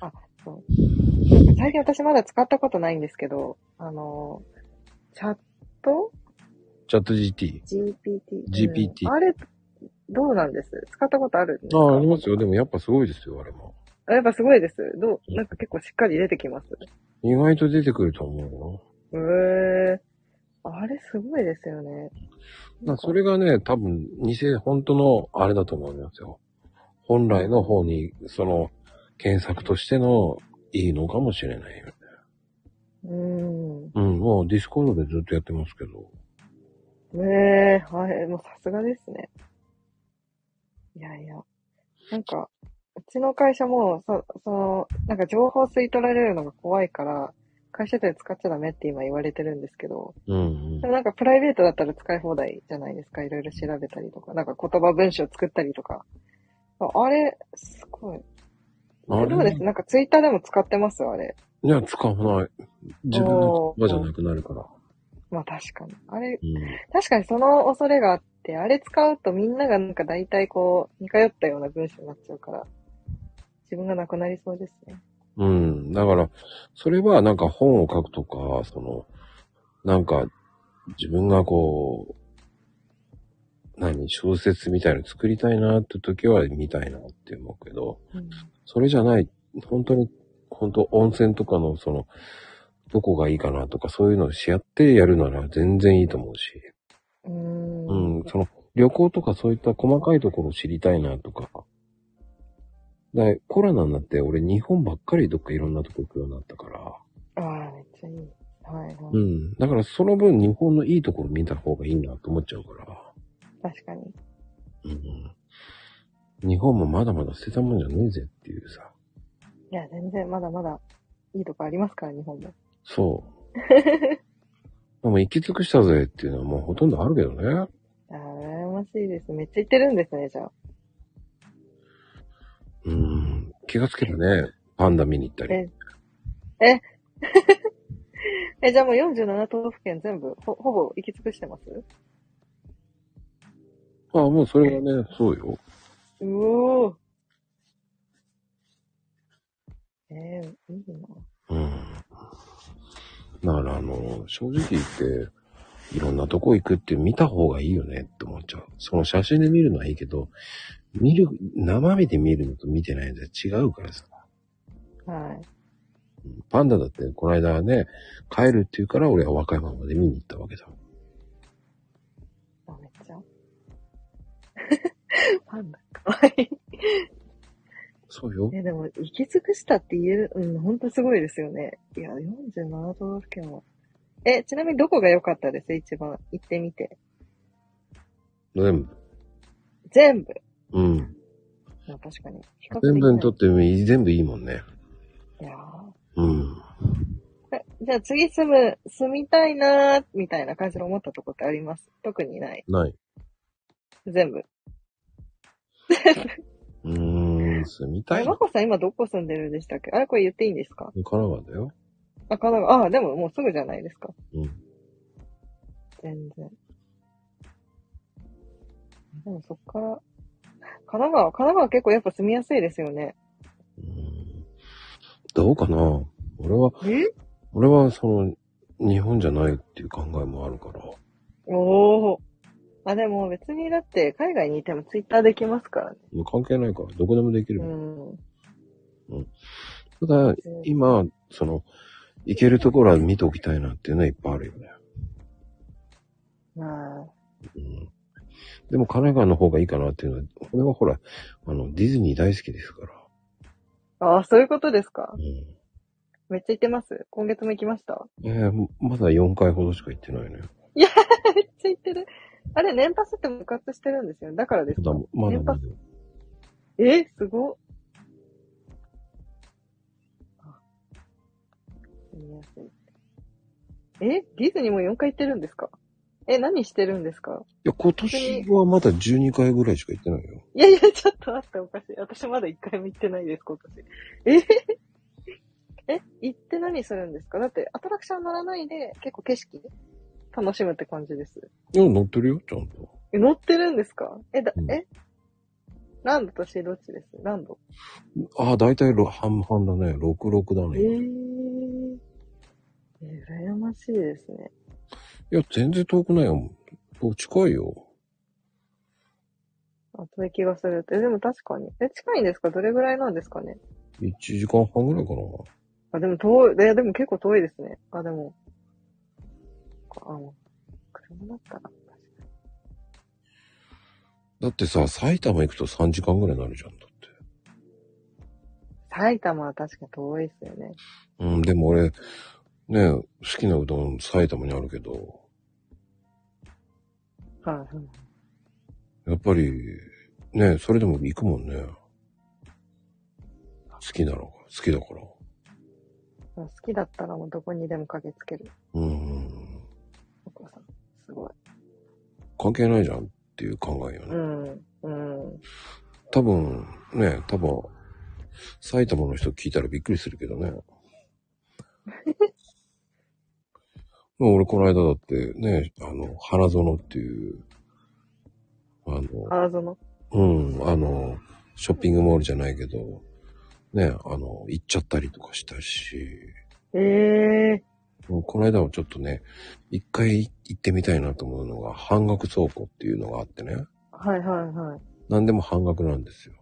S3: あ、そう。なんか最近私まだ使ったことないんですけど、あの、チャット
S1: チャット GT。
S3: ?GPT。
S1: GPT
S3: うんあれ、どうなんです使ったことあるんですか
S1: あ、ありますよ。でもやっぱすごいですよ、あれも。
S3: あやっぱすごいです。どう、なんか結構しっかり出てきます。
S1: 意外と出てくると思うよ。
S3: へえあれすごいですよね。
S1: まあ、それがね、多分、偽、本当の、あれだと思いますよ。本来の方に、その、検索としての、いいのかもしれないよね。
S3: うーん。
S1: うん、もうディスコードでずっとやってますけど。
S3: ねえ、はい、もうさすがですね。いやいや。なんか、うちの会社も、そその、なんか情報吸い取られるのが怖いから、会社で使っちゃダメって今言われてるんですけど、
S1: うん、
S3: でもなんかプライベートだったら使い放題じゃないですか。いろいろ調べたりとか、なんか言葉文章作ったりとか。ああれ、すごい。
S1: うん。あれ
S3: どうですなんかツイッターでも使ってますあれ。
S1: いや、使わない。自分の言葉じゃなくなるから。
S3: まあ確かに。あれ、
S1: うん。
S3: 確かにその恐れがあって、あれ使うとみんながなんか大体こう、似通ったような文章になっちゃうから、自分がなくなりそうですね。
S1: うん。だから、それはなんか本を書くとか、その、なんか、自分がこう、何、小説みたいの作りたいなって時は見たいなって思うけど、それじゃない、本当に、本当温泉とかのその、どこがいいかなとかそういうのをし合ってやるなら全然いいと思うし、
S3: う
S1: う
S3: ん。うん
S1: ん、その旅行とかそういった細かいところを知りたいなとか。だからコロナになって俺日本ばっかりどっかいろんなとこ行くようになったから。
S3: ああ、めっちゃいい。はい、はい
S1: うん。だからその分日本のいいところ見た方がいいなと思っちゃうから。
S3: 確かに。
S1: うん、うん。日本もまだまだ捨てたもんじゃねえぜっていうさ。
S3: いや、全然まだまだいいとこありますから、日本も。 [laughs]
S1: そう。でも行き尽くしたぜっていうのはもうほとんどあるけどね。
S3: ああ、羨ましいです。めっちゃ行ってるんですね、じゃあ。
S1: うん。気がつけばね、パンダ見に行ったり。
S3: え、え、え、じゃあもう47都道府県全部、ほ、ほぼ行き尽くしてます
S1: ああ、もうそれはね、そうよ。
S3: うおーえー、いいな。
S1: うん。だから、あの、正直言って、いろんなとこ行くって見た方がいいよねって思っちゃう。その写真で見るのはいいけど、見る、生身で見るのと見てないので違うからさ。
S3: はい。
S1: パンダだって、この間ね、帰るって言うから俺は和歌山まで見に行ったわけだ。
S3: あ、めっち
S1: [laughs]
S3: ゃ。パンダかわいい。
S1: そうよ。
S3: え、でも、行き尽くしたって言える、うん、ほんとすごいですよね。いや、47都道府県は。え、ちなみにどこが良かったです一番。行ってみて。
S1: 全部。
S3: 全部。
S1: うん。
S3: まあ確かに。比較的
S1: 全部にとってみ全部いいもんね。
S3: いや
S1: うん。
S3: ーえじゃあ次住む、住みたいなー、みたいな感じで思ったとこってあります特にない。
S1: ない。
S3: 全部。
S1: うーん、住みたい
S3: マ
S1: の
S3: コさん今どこ住んでるんでしたっけあれこれ言っていいんですか
S1: 神奈川だよ。
S3: あ、神奈川。あ、でももうすぐじゃないですか。
S1: うん。
S3: 全然。でもそっから、神奈川、神奈川結構やっぱ住みやすいですよね。
S1: うんどうかな俺は、
S3: え
S1: 俺はその、日本じゃないっていう考えもあるから。
S3: おお。あ、でも別にだって海外にいてもツイッターできますからね。
S1: もう関係ないから、どこでもできる
S3: う
S1: もん。
S3: ん。
S1: ただ、今、その、行けるところは見ておきたいなっていうのはいっぱいあるよね。
S3: まあ、
S1: うん、でも、神奈川の方がいいかなっていうのは、俺はほら、あの、ディズニー大好きですから。
S3: ああ、そういうことですか
S1: う。ん
S3: めっちゃ行ってます。今月も行きました。 [laughs]
S1: ええまだ4回ほどしか行ってないね。
S3: めっちゃ行ってる。あれ、年パスって部活してるんですよ。だからです
S1: ま
S3: か
S1: だ、まだまだ。
S3: えすごっ。あ住みやすい。えディズニーも4回行ってるんですかえ、何してるんですか
S1: や、今年はまだ12回ぐらいしか行ってないよ。
S3: いやいや、ちょっと待って、おかしい。私まだ1回も行ってないです、今年。ええ、行って何するんですかだって、アトラクション乗らないで、結構景色楽しむって感じです。
S1: いや、乗ってるよ、ちゃんと。
S3: え乗ってるんですかえ、だ
S1: う、ん
S3: えランドとシーどっちですランド。
S1: ああ、だいたいろ半々だね。66だね。
S3: え
S1: い
S3: ー。え羨ましいですね。
S1: や、全然遠くないよ。お近いよ。
S3: あ、遠い気がする。え、でも確かに。え、近いんですかどれぐらいなんですかね
S1: 1時間半ぐらいかな。
S3: あ、でも遠い。え、でも結構遠いですね。あ、でも。あ、もう車だったら。
S1: だってさ、埼玉行くと3時間ぐらいになるじゃん、だって。
S3: 埼玉は確か遠いですよね。
S1: うん、でも俺、ね、好きなうどん埼玉にあるけど、
S3: はい、はい。
S1: やっぱり、ね、それでも行くもんね。好きなのが、好きだから。
S3: もう好きだったらもうどこにでも駆けつける。
S1: うん、
S3: お母さん。すごい。
S1: 関係ないじゃんっていう考えよ
S3: う
S1: ね。
S3: ん。うん。
S1: 多分、ね、多分、埼玉の人聞いたらびっくりするけどね。もう俺この間だってね、あの、花園っていう、あの、
S3: あ、その、
S1: うん、あの、ショッピングモールじゃないけど、ね、あの、行っちゃったりとかしたし、
S3: ええ
S1: もうこの間はちょっとね、一回行ってみたいなと思うのが、半額倉庫っていうのがあってね、
S3: はいはいはい。
S1: 何でも半額なんですよ。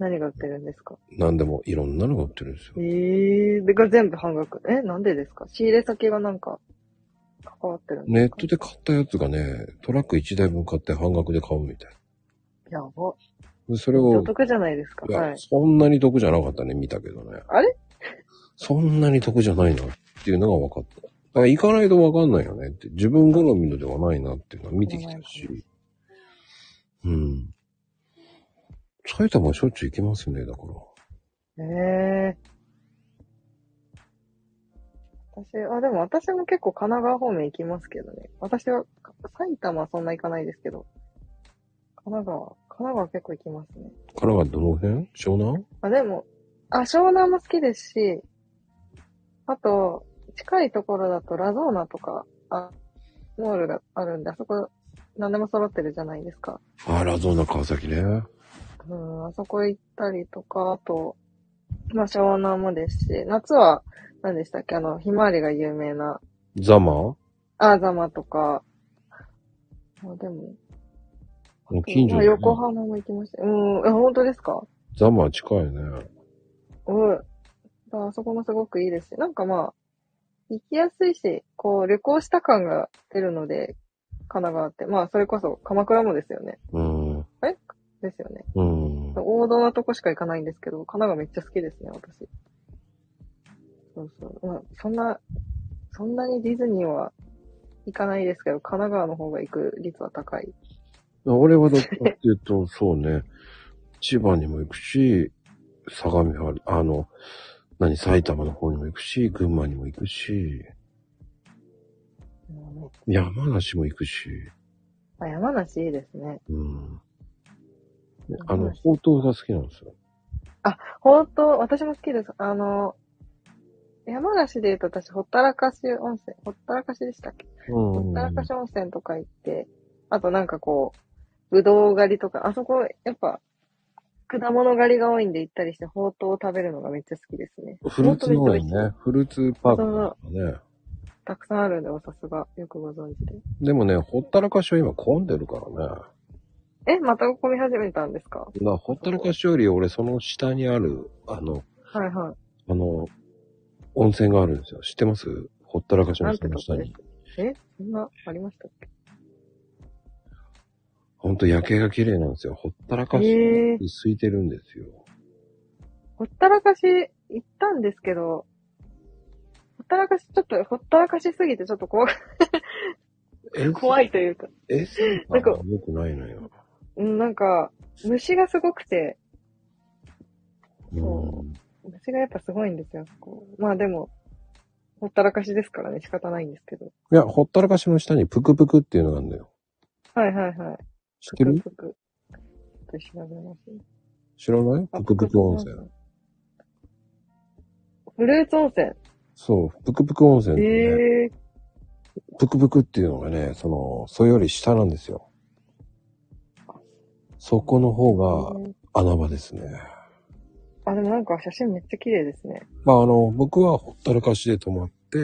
S3: 何が売ってるんですか
S1: 何でもいろんなのが売ってるんです
S3: え
S1: よ。
S3: えで、が全部半額。え、なんでですか仕入れ先がなんか、関わってるん
S1: ネッ
S3: ですか
S1: トで買ったやつがね、トラック1台分買って半額で買うみたい。
S3: やば。
S1: でそれ
S3: お
S1: を、
S3: 得じゃないですか。
S1: いや
S3: はい。
S1: そんなに得じゃなかったね、見たけどね。
S3: あれ
S1: そんなに得じゃないなっていうのが分かった。だから行かないと分かんないよねって、自分好みのではないなっていうのは見てきたし。うん。埼玉はしょっちゅう行きますね、だから。
S3: ええ私、あ、でも私も結構神奈川方面行きますけどね。私は、か埼玉はそんな行かないですけど。神奈川、神奈川結構行きますね。
S1: 神奈川どの辺湘南
S3: あ、でも、あ、湘南も好きですし、あと、近いところだとラゾーナとか、あ、モールがあるんで、あそこ、何でも揃ってるじゃないですか。
S1: あら、ゾーナ川崎ね。
S3: うん、あそこ行ったりとか、あと、まあ、湘南もですし、夏は、何でしたっけ、あの、ひまわりが有名な、
S1: ザマ
S3: アーザマとか、まあ、でも、
S1: 近所
S3: まあ
S1: だよね
S3: 横浜も行きました。うん、え、本当ですか
S1: ザマは近いね。
S3: うん。あそこもすごくいいですし、なんかまあ、行きやすいし、こう、旅行した感が出るので、神奈川って。まあ、それこそ鎌倉もですよね。
S1: うん。
S3: ですよね。
S1: うん。
S3: 王道なとこしか行かないんですけど、神奈川めっちゃ好きですね、私。そうそう。まあ、そんな、そんなにディズニーは行かないですけど、神奈川の方が行く率は高い。
S1: 俺はどっちかっていうと、そうね、千葉にも行くし、相模原、あの、何、埼玉の方にも行くし、群馬にも行くし、
S3: うん
S1: 山梨も行くし、
S3: まあ、山梨いいですね。
S1: うん。であ
S3: 山
S1: の、
S3: 梨
S1: ほうとうが好きなんですよ。
S3: 本当、私も好きです。あの、山梨で言うと私、ほったらかし温泉、ほったらかしでしたっけ、ほったらかし温泉とか行って、あとなんかこう、ぶどう狩りとか、あそこ、やっぱ、果物狩りが多いんで行ったりして、ほうとうを食べるのがめっちゃ好きですね。
S1: フルーツ農園
S3: ほうとうめっちゃ美味し
S1: ね、フルーツパークだね。
S3: い。たくさんあるんで、おさすが、よくご存知で。
S1: でもね、ほったらかしは今混んでるからね。だか
S3: え、また混み始めたんですから
S1: ほったらかしより俺その下にある、あの、
S3: はいは
S1: あの、温泉があるんですよ。知ってますほったらかし
S3: い。な
S1: 温
S3: んて
S1: 泉
S3: と
S1: の下
S3: こで
S1: に
S3: す。え、そんな、ありましたっけ
S1: ほんと夜景が綺麗なんですよ。ほったらかし
S3: へー
S1: に空いてるんですよ。
S3: ほったらかし行ったんですけど、ほったらかし、ちょっと、ほったらかしすぎてちょっと怖い
S1: え
S3: [laughs] 怖いというか。
S1: え、そう
S3: なんか
S1: よくないのよ。
S3: うん、なんか、虫がすごくて、
S1: う
S3: そ
S1: ん。
S3: 虫がやっぱすごいんですよ、そこ。まあでも、ほったらかしですからね、仕方ないんですけど。
S1: いや、ほったらかしの下にプクプクっていうのがあるんだよ。
S3: はいはいはい。
S1: 知ってる
S3: ぷくぷくちょっと調べます。
S1: 知らない
S3: あ
S1: プクプク温泉。。
S3: フルーツ温泉。
S1: そう、プクプク温泉ってね、
S3: ええ
S1: プクプクっていうのがね、その、それより下なんですよ。そこの方が
S3: ー。
S1: 穴場ですね。
S3: あ、でもなんか写真めっちゃ綺麗ですね。
S1: まあ、あの、僕はほったらかしで泊まって、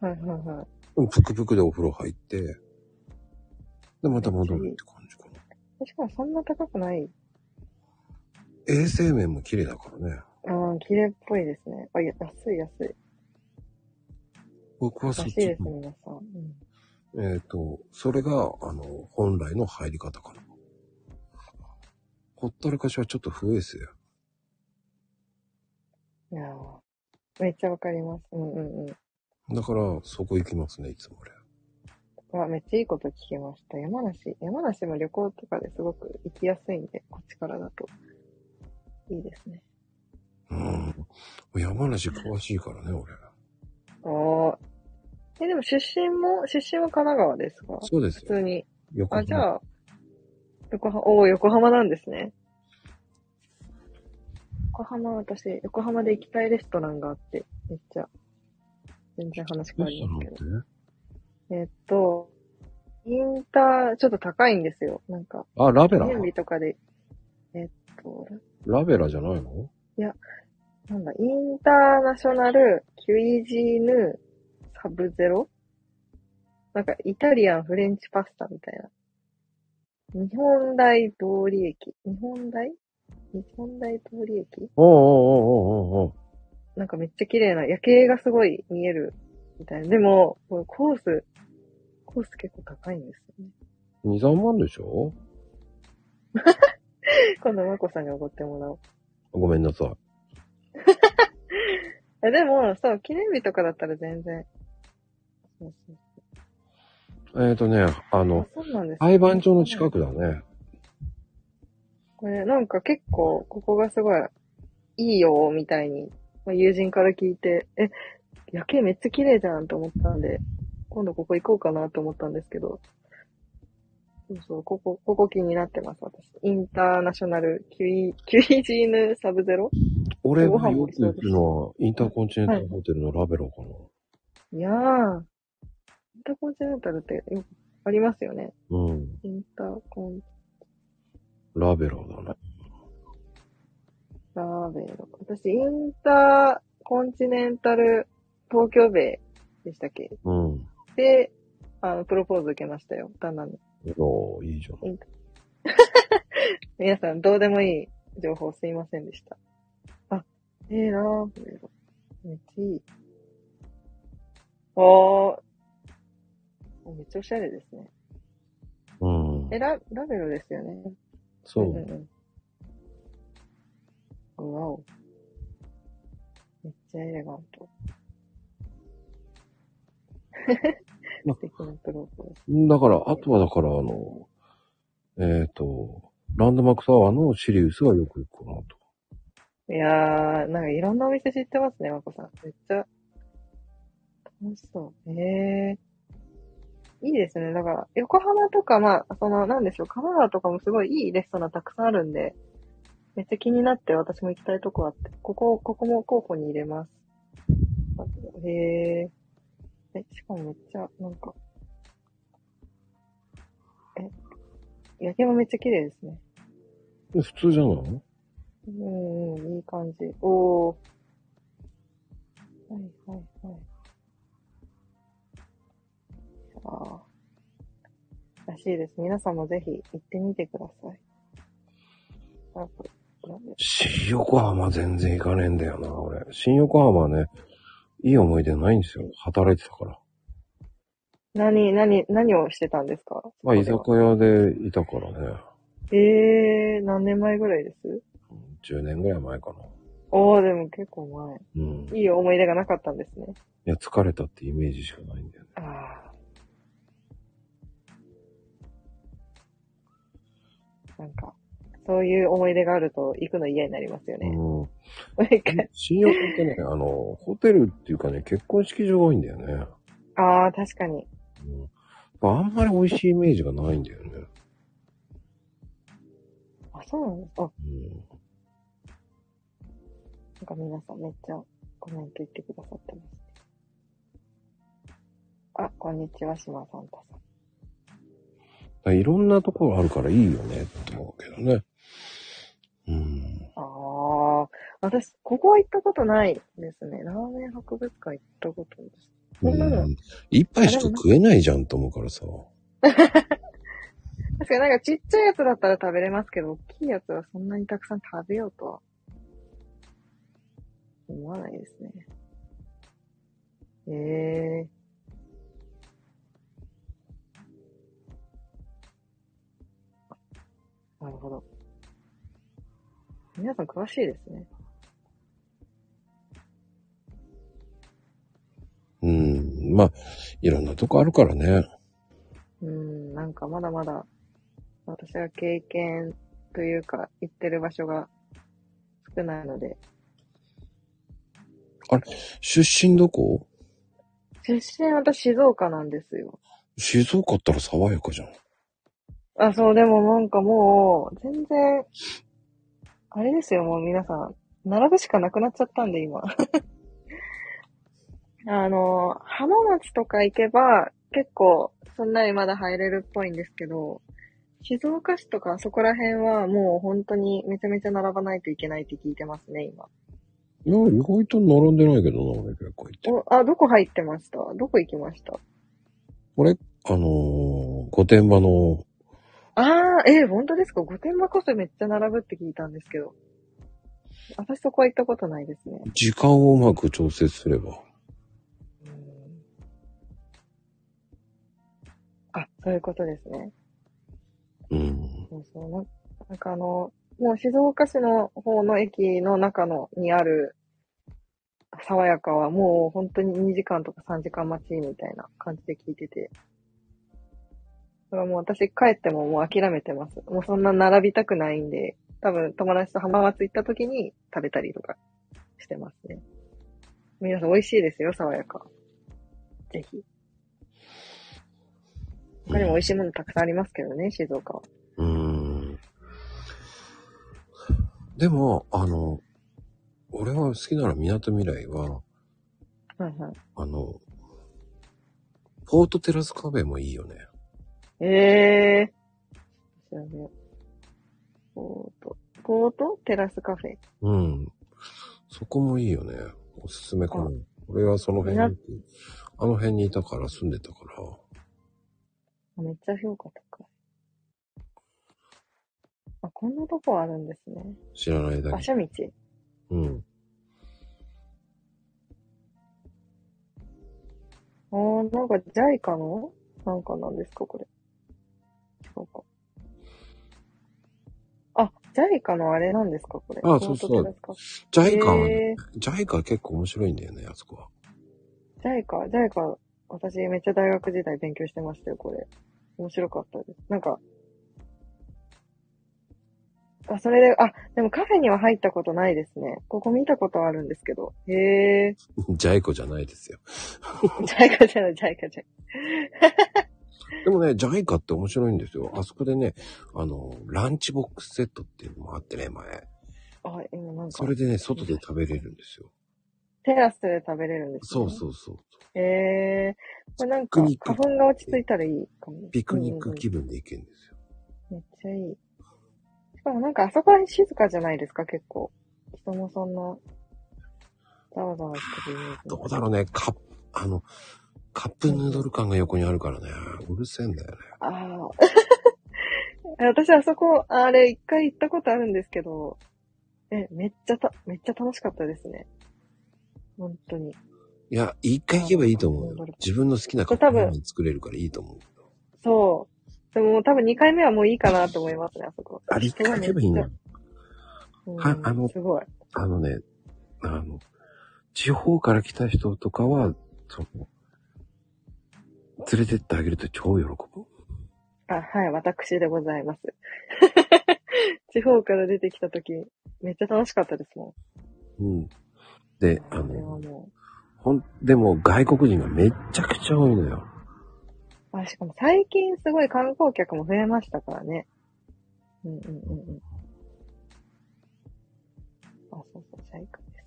S3: はいはいはい。
S1: プクプクでお風呂入って、で、また戻るって感じかな。
S3: しかもそんな高くない。
S1: 衛生面も綺麗だからね。
S3: うん、綺麗っぽいですね。あ、いや安い安い。
S1: 僕はそ
S3: ら
S1: っ
S3: しい
S1: ち
S3: ですね、、皆さん。うん
S1: えっ、と、それが、あの、本来の入り方かな。ほったらかしはちょっと不衛生。
S3: いやーめっちゃわかります。うんうんうん。
S1: だから、そこ行きますね、いつも俺。
S3: あ、めっちゃいいこと聞きました。山梨。山梨も旅行とかですごく行きやすいんで、こっちからだと。いいですね。
S1: うん。山梨詳しいからね、俺。
S3: ああ。え、でも出身も、出身は神奈川ですか
S1: そうです
S3: 普
S1: よ。
S3: 通に。
S1: 横
S3: あ、じ
S1: 浜。
S3: ゃあ、横浜、おー横浜なんですね。横浜、私、横浜で行きたいレストランがあって、めっちゃ、全然話変
S1: レ
S3: わ
S1: スト
S3: り
S1: ラ
S3: ま
S1: ン
S3: す
S1: っ
S3: けど。
S1: て
S3: えっと、インター、ちょっと高いんですよ。なんか、
S1: あ、ラベ
S3: 記
S1: ラ
S3: 念日とかで、えっと、
S1: ラベラじゃないの
S3: なんだ、インターナショナル、キュイジーヌ、サブゼロなんか、イタリアン、フレンチパスタみたいな。日本大通り駅。日本大日本大通り駅
S1: おうおうおうおうおう
S3: なんかめっちゃ綺麗な、夜景がすごい見えるみたいな。でも、これコース、コース結構高いんですよね。 [laughs]
S1: おう。2、3万でしょ
S3: 今度、まこさんにおごってもらおう。
S1: ごめんなさい。
S3: えでも、そう、記念日とかだったら全然。そうそう
S1: えっ、ー、とね、あ
S3: あ
S1: の、
S3: そうなんですね
S1: 裁判所の近くだね。
S3: これなんか結構ここがすごいいいよみたいに、まあ、友人から聞いて、え、夜景めっちゃ綺麗じゃんと思ったんで、今度ここ行こうかなと思ったんですけど、そうそう、ここ、ここ気になってます、私。インターナショナルキュイ、キュイジーヌサブゼロ
S1: 俺がよく行くのは、インターコンチネンタルホテルのラベラか
S3: いやー、インターコンチネンタルってよくありますよね。
S1: な。うん。
S3: インターコン
S1: ラベラだね。
S3: ラーベイの。私、インターコンチネンタル東京ベイでしたっけ
S1: うん。
S3: で、あの、プロポーズ受けましたよ、旦那に。
S1: おいいじゃん。
S3: 皆さん、どうでもいい情報すいませんでした。あ、ええなぁ、めっちゃいい。おー。めっちゃおしゃれですね。
S1: うん
S3: え、。ラ、ラベルですよね。
S1: そ
S3: ん
S1: う。
S3: んうん。わお。めっちゃエレガント。 [laughs] 素敵なプロポーズ。
S1: だから、あとはだから、あの、えっ、と、ランドマークタワーのシリウスはよく行くかなと。
S3: いやー、なんかいろんなお店知ってますね、まこさん。めっちゃ、楽しそう。えー。いいですね。だから、横浜とか、まあ、その、なんでしょう、神奈川とかもすごいいいレストランたくさんあるんで、めっちゃ気になって私も行きたいとこあって、ここ、ここも候補に入れます。へー。え、しかもめっちゃ、なんか、え、夜景もめっちゃ綺麗ですね。
S1: え普通じゃない
S3: うんうん、いい感じ。おー。はいはいはい。ああ。らしいです。皆さんもぜひ行ってみてください。あ、これ、これ
S1: 新横浜全然行かねえんだよな、俺。新横浜はね、いい思い出ないんですよ。働いてたから。
S3: 何、何、何をしてたんですか
S1: まあ、居
S3: そ
S1: 酒
S3: こ
S1: 屋でいたからね。
S3: ではええー、何年前ぐらいです
S1: 10年ぐらい前かな。
S3: おー、でも結構前。
S1: うん。い
S3: いい思い出がなかったんですね。
S1: や、疲れたってイメージしかないんだよね。
S3: ああ。なんか、そういう思い出があると行くの嫌になりますよね。
S1: うん。
S3: 毎
S1: [laughs]
S3: 回。
S1: 新横ってね、あの、ホテルっていうかね、結婚式場が多いんだよね。
S3: ああ、確かに。
S1: うん。やっぱあんまり美味しいイメージがないんだよね。
S3: あ、そうなんですあ、
S1: うん。
S3: なんか皆さんめっちゃコメント言ってくださってます。あ、こんにちは、島さんたさ
S1: だ
S3: ん。
S1: からいろんなところあるからいいよねって思うけどね。うん。
S3: ああ、私、ここは行ったことないですね。ラーメン博物館行ったことないです。そんなの
S1: うん一杯しか食えないじゃんと思うからさ。
S3: 確かになんかちっちゃいやつだったら食べれますけど、大きいやつはそんなにたくさん食べようとは思わないですね。ええなるほど。皆さん詳しいですね。
S1: うん。まあ、いろんなとこあるからね。
S3: うん、なんかまだまだ私は経験というか行ってる場所が少ないので、
S1: 出身どこ
S3: 出身私静岡なんですよ。
S1: 静岡ったら爽やかじゃん。
S3: あ、そう、でもなんかもう、全然、あれですよ、もう皆さん、並ぶしかなくなっちゃったんで、今。 [laughs] あの、浜松とか行けば、結構、そんなにまだ入れるっぽいんですけど、静岡市とかそこら辺はもう本当にめちゃめちゃ並ばないといけないって聞いてますね、今。
S1: いや、意外と並んでないけどな、俺結構行って。
S3: お、あ、どこ入ってましたどこ行きました
S1: 俺、あのー、御殿場の、
S3: あー、えー、本当ですか御殿場こそめっちゃ並ぶって聞いたんですけど。私そこは行ったことないですね。
S1: 時間をうまく調節すれば。
S3: うんあ、そういうことですね。
S1: うん。
S3: そうそうな。なんかあの、もう静岡市の方の駅の中のにある爽やかはもう本当に2時間とか3時間待ちみたいな感じで聞いてて。だからもう私帰ってももう諦めてます。もうそんな並びたくないんで、多分友達と浜松行った時に食べたりとかしてますね。皆さん美味しいですよ、爽やか。ぜひ。他にも美味しいものたくさんありますけどね、静岡は。
S1: うーん。でも、あの、俺は好きなら港未来は、
S3: はいはい。
S1: あの、ポートテラスカフェもいいよね。
S3: ええー。調べよう。ポート。ポートテラスカフェ。
S1: うん。そこもいいよね。おすすめかな
S3: あ。
S1: 俺はその辺に
S3: な、
S1: あの辺にいたから住んでたから。
S3: めっちゃ評価高い。あ、こんなとこあるんですね。
S1: 知らないだ
S3: 馬
S1: け。
S3: 車道。
S1: うん。
S3: あー、なんか JICA のなんかなんですか、これ。違うか。あ、JICA のあれなんですか、これ。
S1: あそうそう
S3: ポートテラスカフェ
S1: ジャイカはね、
S3: え
S1: ジャイカは結構面白いんだよね、あそこは。 [laughs]
S3: ー、JICA、JICA、私めっちゃ大学時代勉強してましたよ、これ。面白かったです。なんか、あ、それで、あ、でもカフェには入ったことないですね。ここ見たことあるんですけど。へえ。
S1: ジャイコじゃないですよ。
S3: ジャイカじゃない、ジャイカじゃ
S1: でもね、ジャイカって面白いんですよ。あそこでね、あの、ランチボックスセットっていうのもあってね、前。
S3: ない。あ、今なんか
S1: そ、れでね、外で食べれるんですよ。
S3: テラスで食べれるんです
S1: そ
S3: ね。
S1: うそうそう。
S3: う。へえ。これなん
S1: ピ
S3: か
S1: クニッ、ク
S3: 花粉が落ち着いたらいいかも。
S1: ピクニック気
S3: 分。
S1: 分で行けるんですよ。
S3: めっちゃいい。しかもなんかあそこら辺静かじゃないですか、結構。人もそんな、ざわざわしてるイメージ
S1: どうだろうね、カップ、あの、カップヌードル感が横にあるからね、うるせえんだよね。
S3: ああ。 [laughs] 私、あそこ、あれ、一回行ったことあるんですけど、え、めっちゃた、めっちゃ楽しかったですね。本当に。
S1: いや、一回行けばいいと思う
S3: カップヌード
S1: よ
S3: ル。
S1: 自分の好きなカップヌードル作れるからいいと思う。
S3: そう。でももう多分2回目はもういいかなと思いますね、あそこ。
S1: あれ、一回行けばいいのよ。
S3: うん
S1: はあの
S3: すごい。
S1: あのね、あの、地方から来た人とかは、その、連れてってあげると超喜ぶ。
S3: あ、はい、私でございます。 [laughs] 地方から出てきたとき、めっちゃ楽しかったですも
S1: うん。で、あ
S3: ん。あれは
S1: の、
S3: も
S1: ほん、でも外国人がめっちゃくちゃ多いのよ。
S3: う。あ、しかも最近すごい観光客も増えましたからね。うんうんうんうん。あ、そうそう、最高です。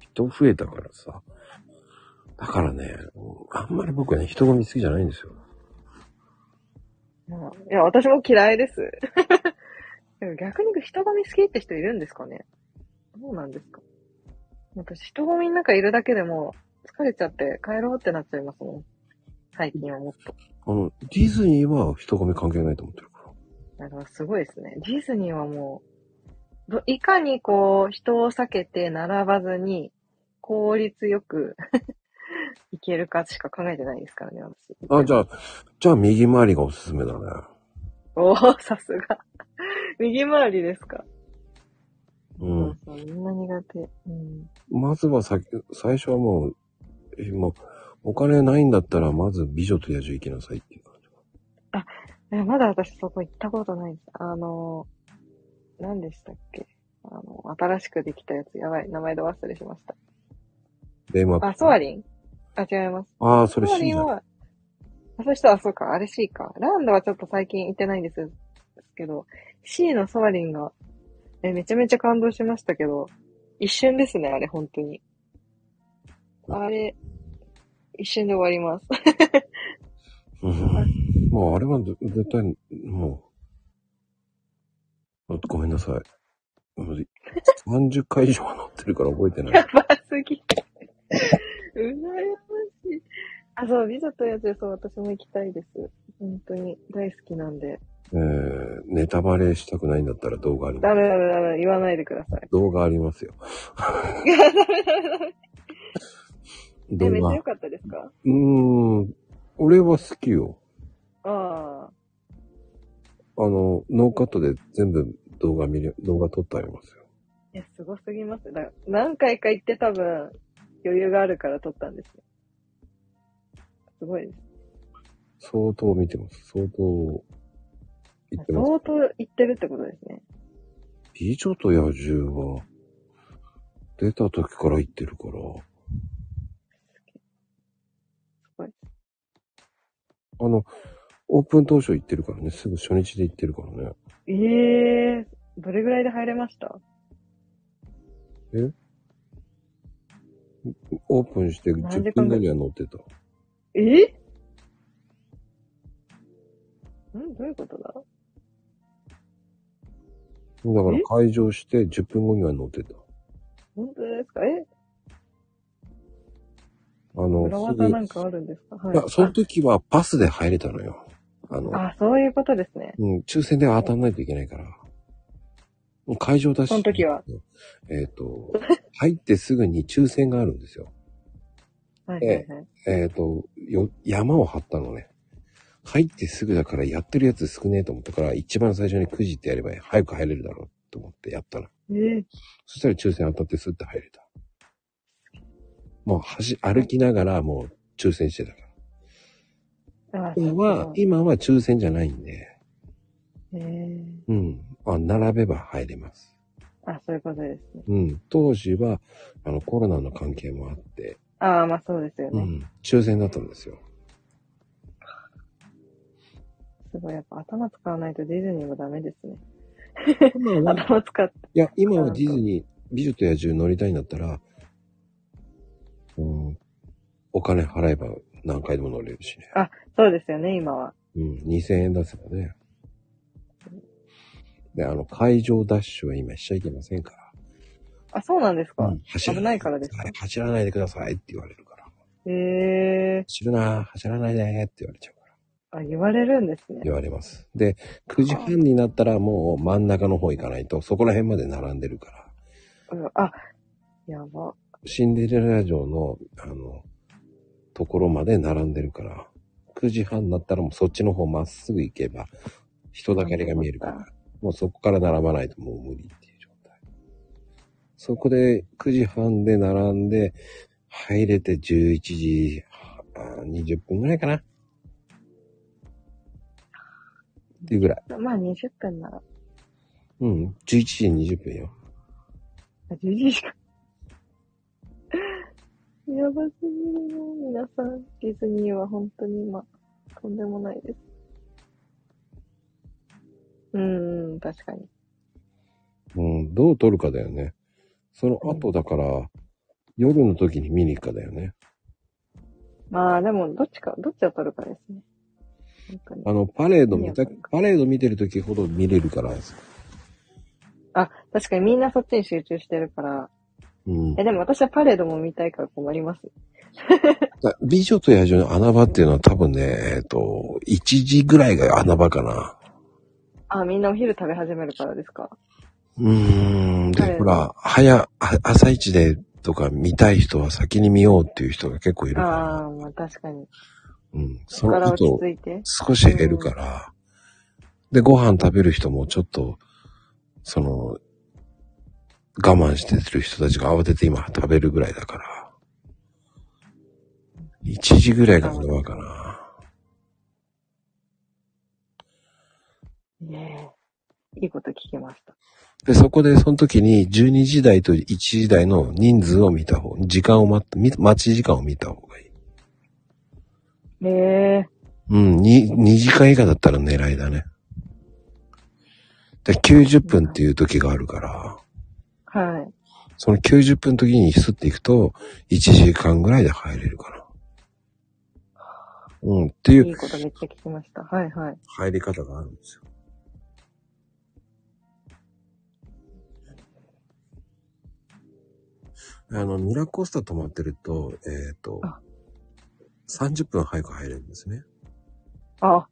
S1: 人増えたからさ。だからね、あんまり僕はね、人混み好きじゃないんですよ。
S3: うんいや、私も嫌いです。 [laughs] でも逆に人混み好きって人いるんですかねどうなんですか私、人混みの中いるだけでも疲れちゃって帰ろうってなっちゃいますもん。最近はもっと。
S1: あの、ディズニーは人混み関係ないと思ってるから。
S3: だからすごいですね。ディズニーはもう、どいかにこう、人を避けて並ばずに、効率よく [laughs] 行けるかしか考えてないですからね、私。
S1: あ、じゃあ、じゃあ右回りがおすすめだね。
S3: おー、さすが。 [laughs] 右回りですか。
S1: う
S3: そ
S1: ん
S3: う。そう、みんな苦手。うん。
S1: まずはさ、最初はもう、えもう、お金ないんだったら、まず美女と野獣行きなさいっていう感じ。
S3: え、まだ私そこ行ったことないです。あの、何でしたっけあの、新しくできたやつ、やばい、名前で忘れしました。
S1: で、まあ、
S3: あ、ソアリンあ、違います。
S1: ああ、それ
S3: ソア
S1: C
S3: リン
S1: だ。
S3: は、あ、そしたらそうか、あれ C か。ランドはちょっと最近行ってないんですですけど、C のソアリンが、え、めちゃめちゃ感動しましたけど、一瞬ですね、あれ、本当に。あれ、一瞬で終わります。 [laughs]
S1: うん。もう、あれはぜ絶対、もう、あごめんなさい。もう30回以上は乗ってるから覚えて
S3: [laughs]
S1: ない。
S3: ばすぎ。うらやましい。あ、そう、美女と野獣、そう、私も行きたいです。本当に、大好きなんで。
S1: えー、ネタバレしたくないんだったら動画ありま
S3: ダ
S1: す。
S3: メダメダメ、言わないでくださ [laughs] い。
S1: 動画ありますよ。動
S3: え、めっちゃ
S1: 画
S3: 良。かったですか
S1: うーん。俺は好きよ。
S3: ああ。
S1: あの、ノーカットで全部動画見れ、動画撮ってありますよ。
S3: いや、すごすぎます。だから何回か行って多分、余裕があるから撮ったんですよ。すごいです。
S1: 相当見てます。相当、言ってます。
S3: 相当行ってるってことですね。
S1: 美女と野獣は、出た時から言ってるから、
S3: すごい。
S1: あの、オープン当初行ってるからね、すぐ初日で行ってるからね。
S3: ええー、どれぐらいで入れました
S1: オープンして
S3: 何時
S1: 10分
S3: 間ぐ
S1: 後
S3: らい
S1: には乗ってた。
S3: えんどういうことだ
S1: だから
S3: え
S1: 会場して10分後には乗ってた。
S3: 本当ですかえ
S1: あの、
S3: 裏
S1: すぐ
S3: 技なんかあるんですかはい
S1: や、その
S3: い。
S1: 時はパスで入れたのよ。あの、
S3: あ、そういうことですね。
S1: うん、抽選では当たんないといけないから。もう会場出し。
S3: その時は。
S1: えっ、と、入ってすぐに抽選があるんですよ。
S3: はいはいはい。
S1: えっ、と、よ、山を張ったのね。入ってすぐだからやってるやつ少ねえと思ったから、一番最初にくじってやれば早く入れるだろうと思ってやったの。
S3: えー、
S1: そしたら抽選当たってスッと入れた。もう走、歩きながらもう抽選してたから。
S3: あ、
S1: 今は、
S3: え
S1: 今は抽選じゃないんで、
S3: えー、
S1: うん。あ、並べば入れます。
S3: あ、そういうことですね。
S1: うん。当時は、あの、コロナの関係もあって、
S3: ああ、まあそうですよ
S1: う
S3: ね。
S1: ん。抽選だったん
S3: [laughs]
S1: ですよ。
S3: すごい、やっぱ頭使わないとディズニーもダメですね。
S1: 今は、
S3: 頭使って。
S1: いや、今はディズニー、美女と野獣乗りたいんだったら、うん、お金払えば何回でも乗れるしね。
S3: そうですよね、今は。
S1: うん、2000円出せばね。で、あの、会場ダッシュは今しちゃいけませんから。
S3: あ、そうなんですか、
S1: うん走ら
S3: 危ないからですか
S1: はい走らないでくださいって言われるから。
S3: ええ
S1: 走るな、走らないでって言われちゃうから。
S3: ー、あ、言われるんですね。
S1: 言われます。で、9時半になったらもう真ん中の方行かないと、そこら辺まで並んでるから。
S3: うんあ、やば。
S1: シンデレラ城の、あの、ところまで並んでるから、9時半になったらもうそっちの方まっすぐ行けば、人だかりが見えるか
S3: な
S1: ら、もうそこから並ばないともう無理っていう状態。そこで9時半で並んで、入れて11時あー20分ぐらいかな。っていうぐらい。
S3: まあ20分なら。
S1: うん。11時20分よ。
S3: あ10時しか。 [laughs] やばすぎるよ、皆さん。ディズニーは本当に今、とんでもないです。うーん、確かに。
S1: うん。どう撮るかだよね。その後だから、夜の時に見に行くかだよね。
S3: まあでも、どっちか、どっちを取るかですね。本当に
S1: あの、パレード見た、
S3: 見に行く
S1: パレード見てる時ほど見れるから。
S3: あ、確かにみんなそっちに集中してるから。
S1: うん
S3: え、。でも私はパレードも見たいから困ります。
S1: だ美女と野獣の穴場っていうのは多分ね、えっ、と、1時ぐらいが穴場かな。
S3: あ、みんなお昼食べ始めるからですか。
S1: うーん。
S3: は
S1: で、
S3: い
S1: ほら、早、あ朝一でとか見たい人は先に見ようっていう人が結構いるから。
S3: ああ、まあ確かに。
S1: うん。そ
S3: こか
S1: の
S3: ら落ち
S1: 後、
S3: 着いて。
S1: 少し減るから。で、ご飯食べる人もちょっと、その、我慢してる人たちが慌てて今食べるぐらいだから。1時ぐらいが穴場かな。
S3: ねえ。いいこと聞きました。
S1: で、そこでその時に12時台と1時台の人数を見た方、時間を待っみ待ち時間を見た方がいい。
S3: ええ
S1: うん、2、2時間以下だったら狙いだね。で、90分っていう時があるから、
S3: はい。
S1: その90分の時にスッていくと、1時間ぐらいで入れるから。うん、ってい
S3: いういことめっちゃ聞きました。はいはい。
S1: 入り方があるんですよ。あの、ミラコスタ泊まってると、えっ、と
S3: あ、
S1: 30分早く入れるんですね。
S3: あ。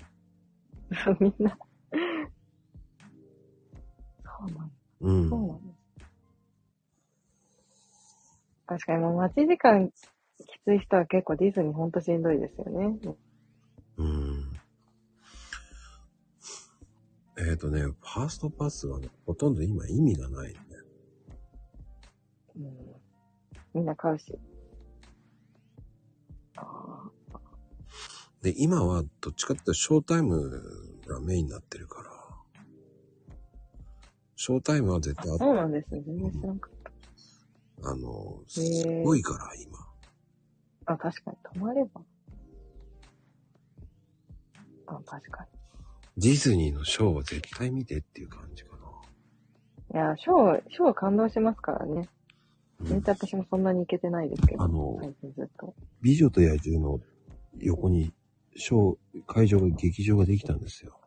S3: [laughs] そう、みんな。そうなん
S1: う。
S3: そうんなんです。確かにもう待ち時間きつい人は結構ディズニーほんとしんどいですよね。
S1: うん。えっ、とね、ファーストパスはね、ほとんど今意味がないね。
S3: うん、みんな買うし。あ
S1: で、今はどっちかっていうとショータイムがメインになってるから、ショータイムは絶対
S3: あ、そうなんですね。全然知らんかっ
S1: あの、す
S3: へー
S1: ごいから、今。
S3: た。あ、確かに。泊まれば。あ、確か
S1: ディズニーのショーを絶対見てっていう感じか
S3: に。いや、ショー、ショー感動しますからね。
S1: な。う
S3: 全
S1: ん、
S3: 然私もそんなに行けてないですけど。
S1: あの
S3: 最近ずっと。
S1: 美女と野獣の横に、ショー、会場が、劇場ができたんですよ。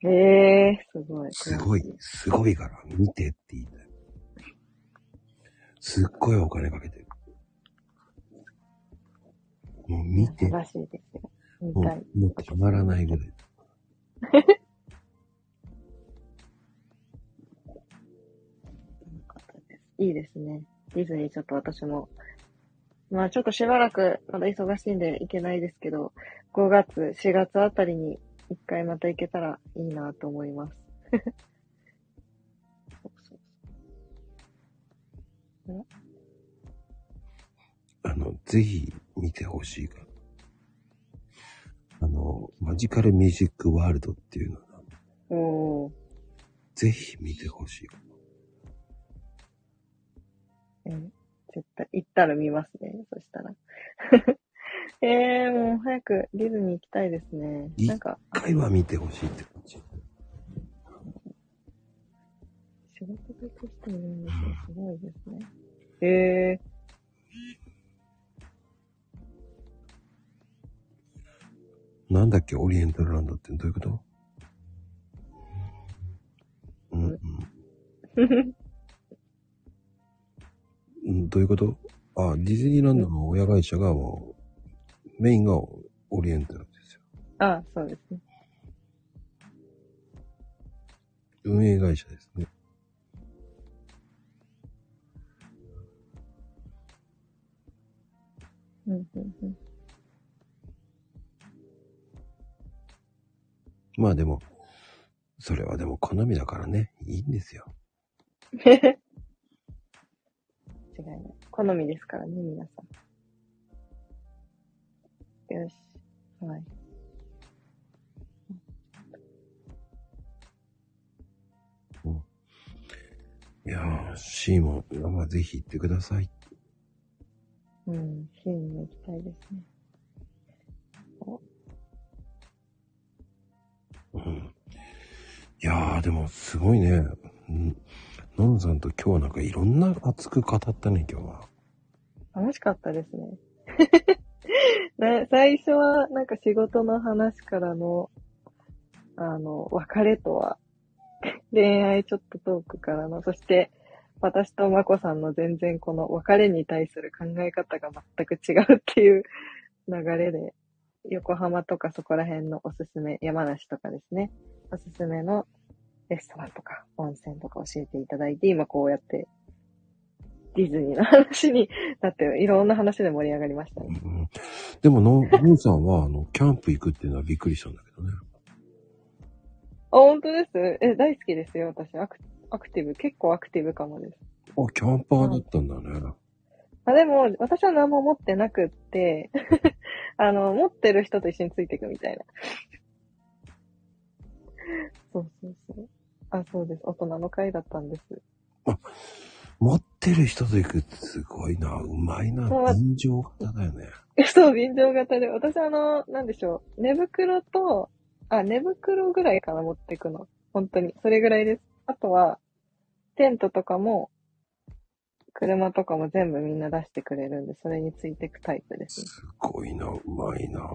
S3: へえー、すごい。
S1: すごい、すごいから、見てって言いたい。すっごいお金かけてる。もう見て、も
S3: らしいですよ。見
S1: う、
S3: たい。
S1: もうたまらないぐらい。
S3: いいですね。ディズニーちょっと私も。まあちょっとしばらくまだ忙しいんで行けないですけど、5月、4月あたりに一回また行けたらいいなと思います。 [laughs] そうそう
S1: あの、ぜひ見てほしいから。あの、マジカルミュージックワールドっていうのが、
S3: おー、
S1: ぜひ見てほしい。
S3: えー絶対行ったら見ますね。そしたら。 [laughs] えー、もう早くディズニー行きたいですね。
S1: い
S3: なんか、
S1: 一回は見てほしいって感じ。
S3: 仕事で行く人いるんですよ。すごいですね。えー、
S1: なんだっけ、オリエンタルランドってどういうことうん、うん。うんどういうことあ、ディズニーランドの親会社がもう、メインがオリエンタルですよ。
S3: [laughs] あ、そうですね。
S1: 運営会社ですね。
S3: うん、うん、うん。 [laughs]
S1: まあでも、それはでも好みだからね、いいんですよ。
S3: 違いない。好みですからね、皆さん。よし。はい。
S1: いやー、C も、まあ、ぜひ行ってください。
S3: うん、シーンに行きたいですね。
S1: うん。いやー、でも、すごいね。うん。のんさんと今日はなんかいろんな熱く語ったね、今日は。
S3: 楽しかったですね。 [laughs] だ最初は、なんか仕事の話からの、あの、別れとは、 [laughs] 恋愛ちょっとトークからの、そして、私とまこさんの全然この別れに対する考え方が全く違うっていう流れで、横浜とかそこら辺のおすすめ、山梨とかですね、おすすめのレストランとか温泉とか教えていただいて、今こうやってディズニーの話にだっていろんな話で盛り上がりました
S1: う
S3: ね。
S1: ん、でもの、のんさんは、あの、キャンプ行くっていうのはびっくりしたんだけどね。
S3: あ、本当ですえ、大好きですよ、私。アクアクティブ、結構アクティブかもです。
S1: あ、キャンパーだったんだね。
S3: あでも、私は何も持ってなくって、 [laughs] あの、持ってる人と一緒についていくみたいな。そうそうそう。あ、そうです。大人の会だったんです。
S1: 持ってる人と行くってすごいな。うまいな
S3: そ。う
S1: 人情型だよね。
S3: え [laughs] そう、便乗型で。私あの、なんでしょう。寝袋と、あ、寝袋ぐらいかな、持ってくの。本当に。それぐらいです。あとは、テントとかも、車とかも全部みんな出してくれるんで、それについてくタイプですね。
S1: すごいな。うまいな。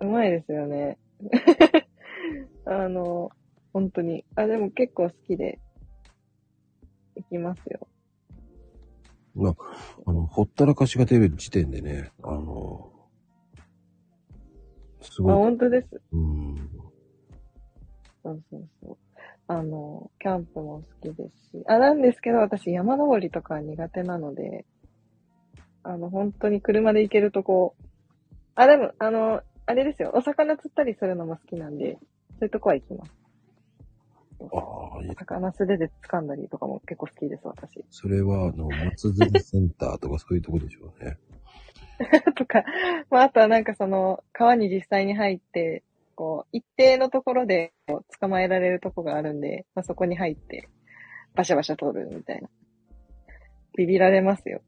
S3: うまいですよね。 [laughs] あの、本当に。あ、でも結構好きで、行きますよ。
S1: まあ、あの、ほったらかしが出る時点でね、あの、す
S3: あ、
S1: ごい。
S3: 本当です。
S1: うん。
S3: そうそうそう。あの、キャンプも好きですし。あ、なんですけど、私山登りとかは苦手なので、あの、本当に車で行けるとこう、あ、でも、あの、あれですよ。お魚釣ったりするのも好きなんで、そういうとこは行きます。
S1: ああ、いや
S3: 魚素手で掴んだりとかも結構好きです、私。
S1: それは、あの、松鶴センターとかそういうとこでしょうね。
S3: とか、まあ、あとはなんかその、川に実際に入って、こう、一定のところでこう捕まえられるとこがあるんで、まあ、そこに入って、バシャバシャ取るみたいな。ビビられますよ。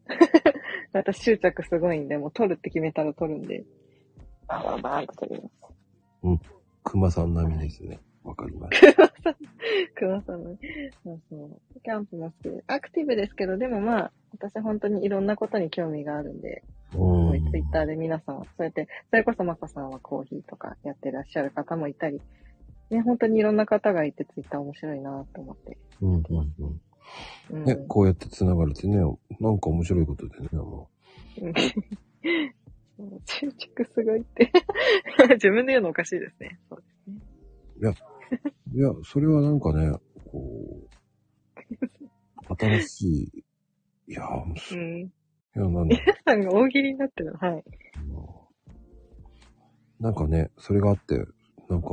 S3: 私執着すごいんで、もう取るって決めたら取るんで。バーバーバーンと取ります。
S1: 熊さん並みですね。わかります。
S3: 熊さんの。そうそう。キャンプも好きで。アクティブですけど、でもまあ、私本当にいろんなことに興味があるんで、す
S1: う
S3: ごい
S1: ん。
S3: ツイッターで皆さん、そうやって、それこそまこさんはコーヒーとかやってらっしゃる方もいたり、ね、本当にいろんな方がいてツイッター面白いなと思って。
S1: うんうんうん。
S3: うん。 [laughs]
S1: ね、こうやって繋がれてね、なんか面白いことでね、も
S3: うんそう中畜すごいって。 [laughs] 自分で言うのおかしいですね。そうですね。
S1: う。いや、それはなんかね、
S3: [laughs]
S1: こう、新しい、いや、す
S3: う
S1: い
S3: ん。
S1: や、なんだろ
S3: 皆さんが大喜利になってるの。は
S1: う
S3: い。
S1: な。なんかね、それがあって、なんか、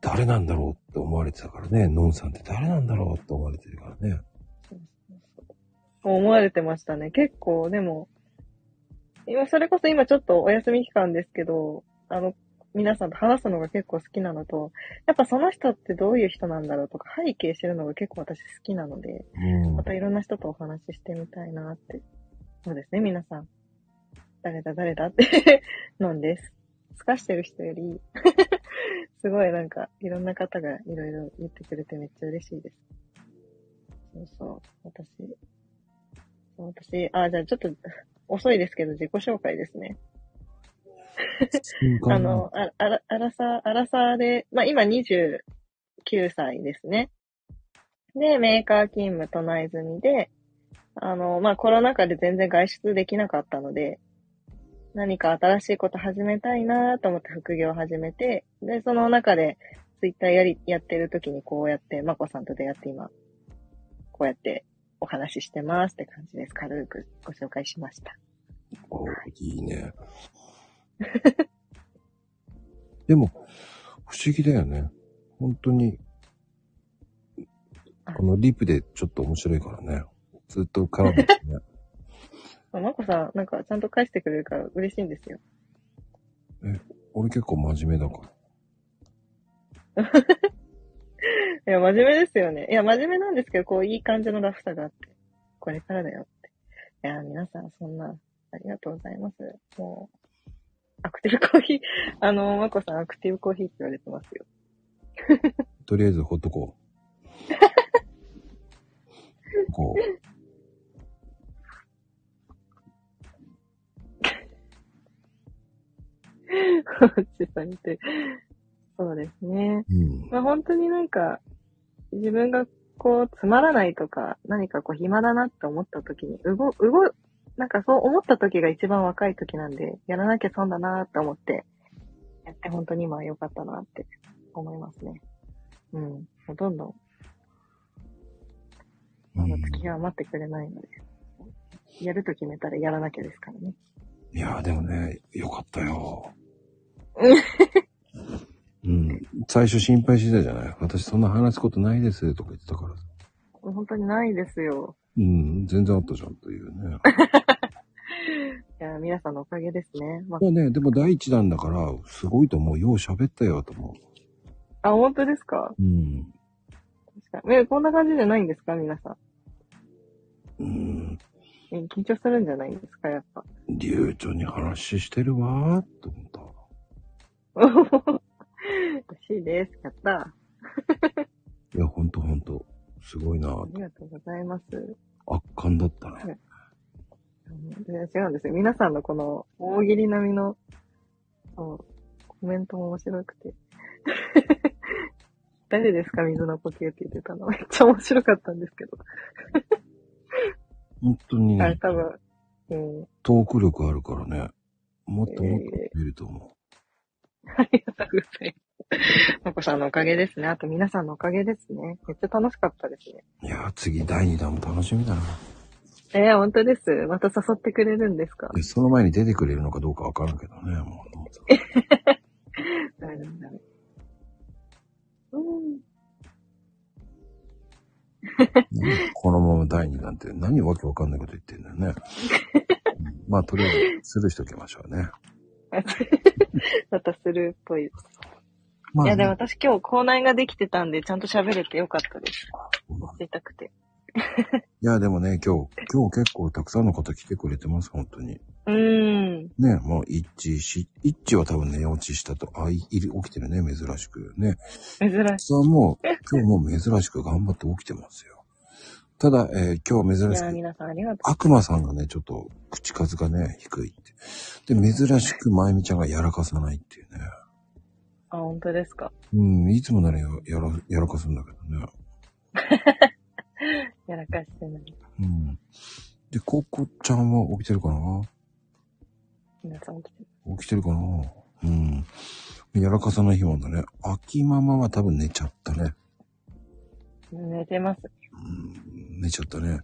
S1: 誰なんだろうって思われてたからね、のんさんって誰なんだろうって思われてるからね。
S3: 思われてましたね。結構、でも、今、それこそ今ちょっとお休み期間ですけど、あの、皆さんと話すのが結構好きなのと、やっぱその人ってどういう人なんだろうとか、背景知るのが結構私好きなので、
S1: うん
S3: またいろんな人とお話ししてみたいなって。そうですね、皆さん。誰だ誰だって、 [laughs] なんです。透かしてる人より、 [laughs] すごいなんか、いろんな方がいろいろ言ってくれてめっちゃ嬉しいです。そうそう、私。そう私、あ、じゃあちょっと遅いですけど、自己紹介ですね。
S1: 瞬間
S3: あの、ああら、あらさ、あらさで、まあ、今29歳ですね。で、メーカー勤務と内済みで、あの、まあ、コロナ禍で全然外出できなかったので、何か新しいこと始めたいなと思って副業を始めて、で、その中で、ツイッターやり、やってる時にこうやって、まこさんと出会って今、こうやってお話ししてますって感じです。軽くご紹介しました。
S1: おいいね。 [laughs] でも、不思議だよね。本当に、このリプでちょっと面白いからね。ずっと絡んでてね。 [laughs]
S3: まこさん、なんかちゃんと返してくれるから嬉しいんですよ。
S1: 俺結構真面目だから。
S3: いや、真面目ですよね。いや、真面目なんですけど、こう、いい感じのラフさがあって、これからだよって。いや、皆さん、そんな、ありがとうございます。もう、アクティブコー [laughs] ヒー、あの、まこさん、アクティブコーヒーって言われてますよ。 [laughs]
S1: とりあえずほっとこう。こう。
S3: おじさん見て。そうですね。
S1: うん。
S3: まあ、本当になんか、自分がこう、つまらないとか、何かこう、暇だなって思った時に、動、動、なんかそう思った時が一番若い時なんで、やらなきゃ損だなって思って、やって本当に今は良かったなって思いますね。うん。どんどん
S1: う
S3: ま
S1: ん
S3: だ月は待ってくれないので。やると決めたらやらなきゃですからね。
S1: いやーでもね、よかったよ。うん。最初心配してたじゃない私そんな話すことないですとか言ってたから。
S3: 本当にないですよ。
S1: うん、全然あったじゃんというね。
S3: いや、皆さんのおかげですね。ま
S1: まあね、でも第一弾だから、すごいと思う。よう喋ったよと思
S3: あ、あ、本当ですか
S1: う。うん。
S3: 確かに。え、こんな感じじゃないんですか皆さん。
S1: うん。
S3: え緊張するんじゃないんですかやっぱ。 [laughs]
S1: 流暢に話してるわーって思った。
S3: 嬉しいです。やった。あ
S1: いや、ほんとほんと。すごいな。
S3: りがとうございます。
S1: 圧巻だったね。
S3: うんいや違うんですよ。皆さんのこの大喜利並みの、そう、コメントも面白くて。 [laughs] 誰ですか水の呼吸って言ってたの。めっちゃ面白かったんですけど。
S1: 本当に
S3: あ
S1: ね
S3: れ、多分、うん。
S1: トーク力あるからね。もっともっと見ると思う。
S3: ありがとうございます。まこさんのおかげですね。あと皆さんのおかげですね。めっちゃ楽しかったですね。
S1: いやー、次第2弾も楽しみだな。
S3: えー、本当です。また誘ってくれるんですか
S1: でその前に出てくれるのかどうかわからんけどね、もう。
S3: ダメダメダメ。うん。 [laughs]
S1: このまま第2弾って何わけわかんないこと言ってんだよね。うんまあ、とりあえず、スルーしときましょうね。
S3: またするっぽい。
S1: まあ、
S3: いや、でも私今日口内ができてたんで、ちゃんと喋れてよかったです。出たくて。
S1: いや、でもね、今日、今日結構たくさんの方来てくれてます、本当に。
S3: うーん。
S1: ね、もう、一致し、一致は多分寝落ちしたと、あ、いいる起きてるね、珍しく。ね。
S3: 珍しい。
S1: さんも、
S3: [laughs]
S1: 今日も珍しく頑張って起きてますよ。ただ、えー今日
S3: い
S1: 珍し
S3: や、
S1: く、
S3: 皆さんありがと
S1: 悪魔さんがね、ちょっと、口数がね、低いって。で、珍しく、まゆみちゃんがやらかさないっていうね。
S3: う。あ、本当ですか。
S1: うん、いつもならややら、やらかすんだけどね。
S3: やらかしてない。
S1: うん。で、ココちゃんは起きてるかな
S3: 皆さん起きてる。
S1: 起きてるかなうん。やらかさない日もあんだね。秋ママは多分寝ちゃったね。
S3: 寝てます。
S1: うん、寝ちゃったね。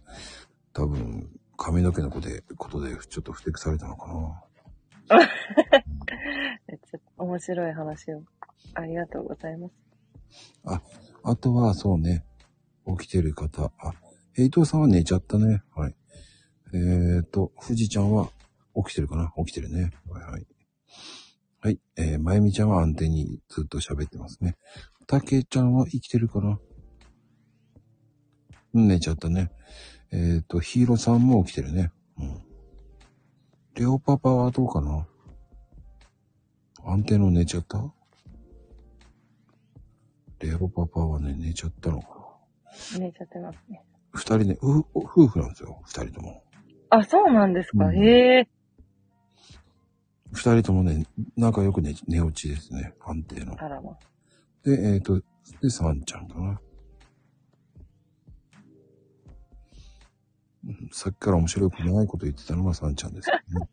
S1: 多分、髪の毛の子で、ことで、ちょっと不適されたのかな。
S3: めっちゃ面白い話を。ありがとうございます。
S1: あとは、そうね。起きてる方。あ、ヘイトさんは寝ちゃったね。はい。えーと、富士ちゃんは起きてるかな起きてるね。はいはい。はい。えー、まゆみちゃんは安定にずっと喋ってますね。たけちゃんは生きてるかなうん寝ちゃったね。えーと、ヒーローさんも起きてるね。うん。レオパパはどうかな安定の寝ちゃったレオパパはね、寝ちゃったのかな
S3: 寝ちゃってますね。
S1: 二人ね、夫夫婦なんですよ、二人とも。
S3: あ、そうなんですか。
S1: うん
S3: へえ。
S1: 二人ともね、仲良く寝寝落ちですね、安定の。
S3: あらま。
S1: で、えっ、と、で、さんちゃんかな。うんさっきから面白くないこと言ってたのがさんちゃんですけ
S3: [laughs]
S1: どね。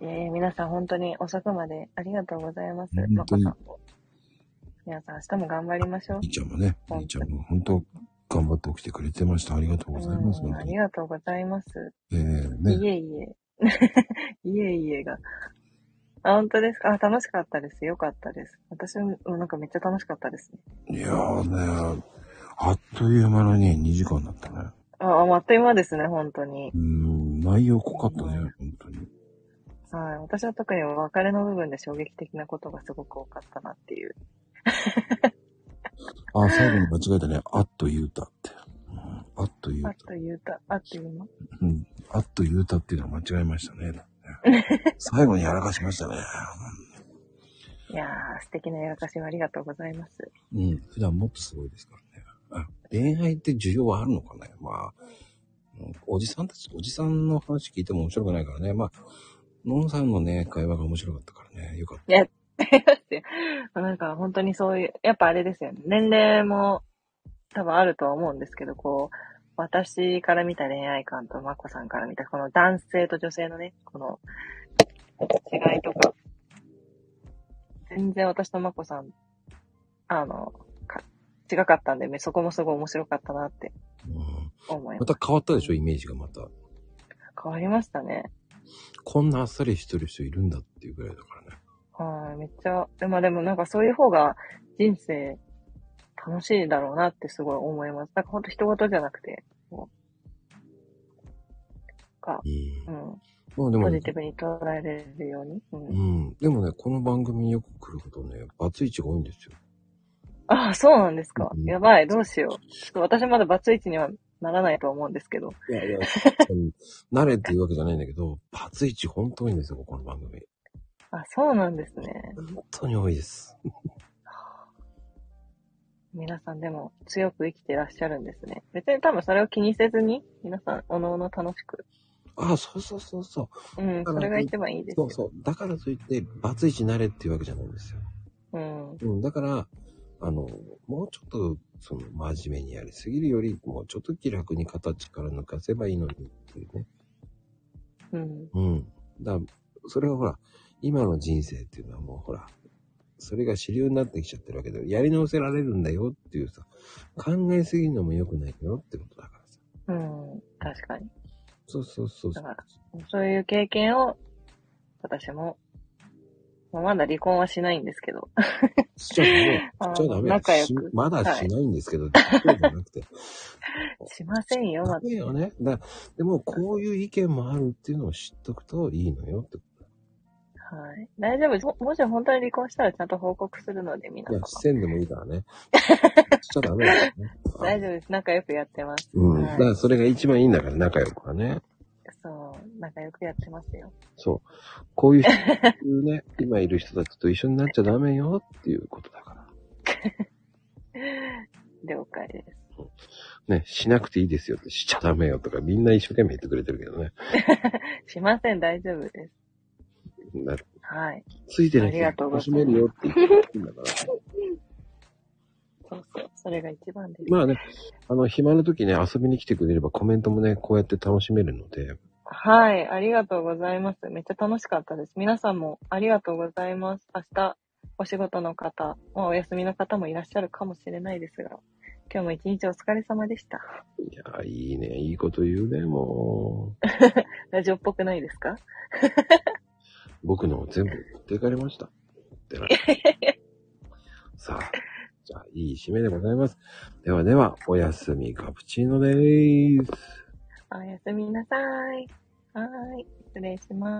S3: えー、皆さん本当に遅くまでありがとうございます。ま
S1: 本当
S3: こ
S1: に
S3: さんも。皆さん明日も頑張りましょう。
S1: 兄ちゃんもね、兄ちゃんも本当頑張って起きてくれてました。ありがとうございます。
S3: う
S1: 本
S3: ん、
S1: 当
S3: あ
S1: に
S3: り。がとうございます。
S1: えー、
S3: い
S1: ね、
S3: えいえ。 [laughs] いえいえが。あ、本当ですか。あ、楽しかったです。よかったです。私もうんなんかめっちゃ楽しかったですね。
S1: いやーね、あっという間のね、2時間だったね。
S3: あ、ああっという間ですね、本当に。
S1: うん、内容濃かったね、本当に。
S3: はい。私は特にお別れの部分で衝撃的なことがすごく多かったなっていう。
S1: あ、最後に間違えたね。あっと言うたって。うんあっと言
S3: あっ
S1: う
S3: というた、あっという間。
S1: た。うん。あっと言うたっていうのは間違えました [laughs] ね。最後にやらかしましたね。
S3: いやー、素敵なやらかしをありがとうございます。
S1: うん。普段もっとすごいですからね。あ恋愛って需要はあるのかねまあ、うんおじさんたち、おじさんの話聞いても面白くないからね。まあ、のんさんのね、会話が面白かったからね。よかった。
S3: [laughs] なんか本当にそういう、やっぱあれですよね。年齢も多分あるとは思うんですけど、こう、私から見た恋愛観とマコさんから見たこの男性と女性のね、この違いとか、全然私とマコさん、あの、か違かったんで、ね、そこもすごい面白かったなって
S1: うん
S3: 思いま。
S1: ますた変わったでしょイメージがまた。
S3: 変わりましたね。
S1: こんなあっさりしてる人いるんだっていうぐらいだからね。
S3: はい、めっちゃ、でもでもなんかそういう方が人生楽しいだろうなってすごい思います。なんかほんと人事じゃなくて、もうなんか、う、
S1: うんん。まあでも
S3: ポジ
S1: ね、
S3: ティブに捉えれるように。う、
S1: うんん。でもね、この番組によく来ることね、バツイチが多いんですよ。
S3: ああ、そうなんですか
S1: う。ん
S3: やばい、どうしよう。ちょっと私まだバツイチにはならないと思うんですけど。
S1: いやいや、慣れっていうわけじゃないんだけど、バツイチ本当多いんですよ、ここの番組。
S3: あ、そうなんですね。
S1: 本当に多いです。
S3: 皆さんでも強く生きてらっしゃるんですね。別に多分それを気にせずに、皆さん、おのおの楽しく。
S1: ああ、そうそうそうそう
S3: うん、それが一番いいです
S1: そ
S3: よ
S1: う。そう。だからといって、バツイチ慣れっていうわけじゃないんですよ。
S3: うん。
S1: うん、だから、あの、もうちょっと、その、真面目にやりすぎるより、もうちょっと気楽に形から抜かせばいいのにっていうね。
S3: うん。
S1: うん。だそれはほら、今の人生っていうのはもうほら、それが主流になってきちゃってるわけで、やり直せられるんだよっていうさ、考えすぎるのも良くないよってことだからさ。
S3: うん。確かに。
S1: そうそうそうそ
S3: だ
S1: う。
S3: からそういう経験を、私も、まあまだ離婚はしないんで
S1: [laughs]
S3: すけど。
S1: しちゃダ
S3: [laughs]
S1: メ。
S3: あー
S1: しちゃダメ。
S3: 仲良く
S1: しまだしないんですけど、そうじゃなく
S3: [laughs]
S1: て。
S3: しませんよ、ま
S1: ダ
S3: だ。
S1: メよね。だでも、こういう意見もあるっていうのを知っとくといいのよって。
S3: はい。大丈夫です。ももし本当に離婚したらちゃんと報告するので、皆
S1: いや
S3: 様、。
S1: 視線でもいいから
S3: [laughs]
S1: ね。しちゃダメだよね。
S3: 大丈夫です。仲良くやってます。
S1: うん。
S3: は
S1: だ
S3: い
S1: から、それが一番いいんだから、仲良くはね。
S3: そう。仲良くやってますよ。
S1: そう。こういう人ね、 [laughs] 今いる人たちと一緒になっちゃダメよっていうことだか
S3: 了解です。
S1: ら。ね、しなくていいですよって、しちゃダメよとか、みんな一生懸命言ってくれてるけどね。
S3: しません、大丈夫です。
S1: だ
S3: はい。
S1: ついてる
S3: ありがとう
S1: 人
S3: ご
S1: 楽し
S3: ざいます
S1: めるよって言ってるんだから。 [laughs]
S3: そうそう。それが一番です。
S1: まあね、あの、暇な時ね、遊びに来てくれればコメントもね、こうやって楽しめるので、
S3: はい。ありがとうございます。めっちゃ楽しかったです。皆さんもありがとうございます。明日、お仕事の方、まあ、お休みの方もいらっしゃるかもしれないですが、今日も一日お疲れ様でした。
S1: いやー、いいね、いいこと言うね、もう。
S3: ラジオっぽくないですか
S1: 僕のを全部持っていかれました。ってなさあ、じゃあ、いい締めでございます。ではでは、おやすみカプチーノでーす。
S3: おやすみなさい。はーい。失礼します。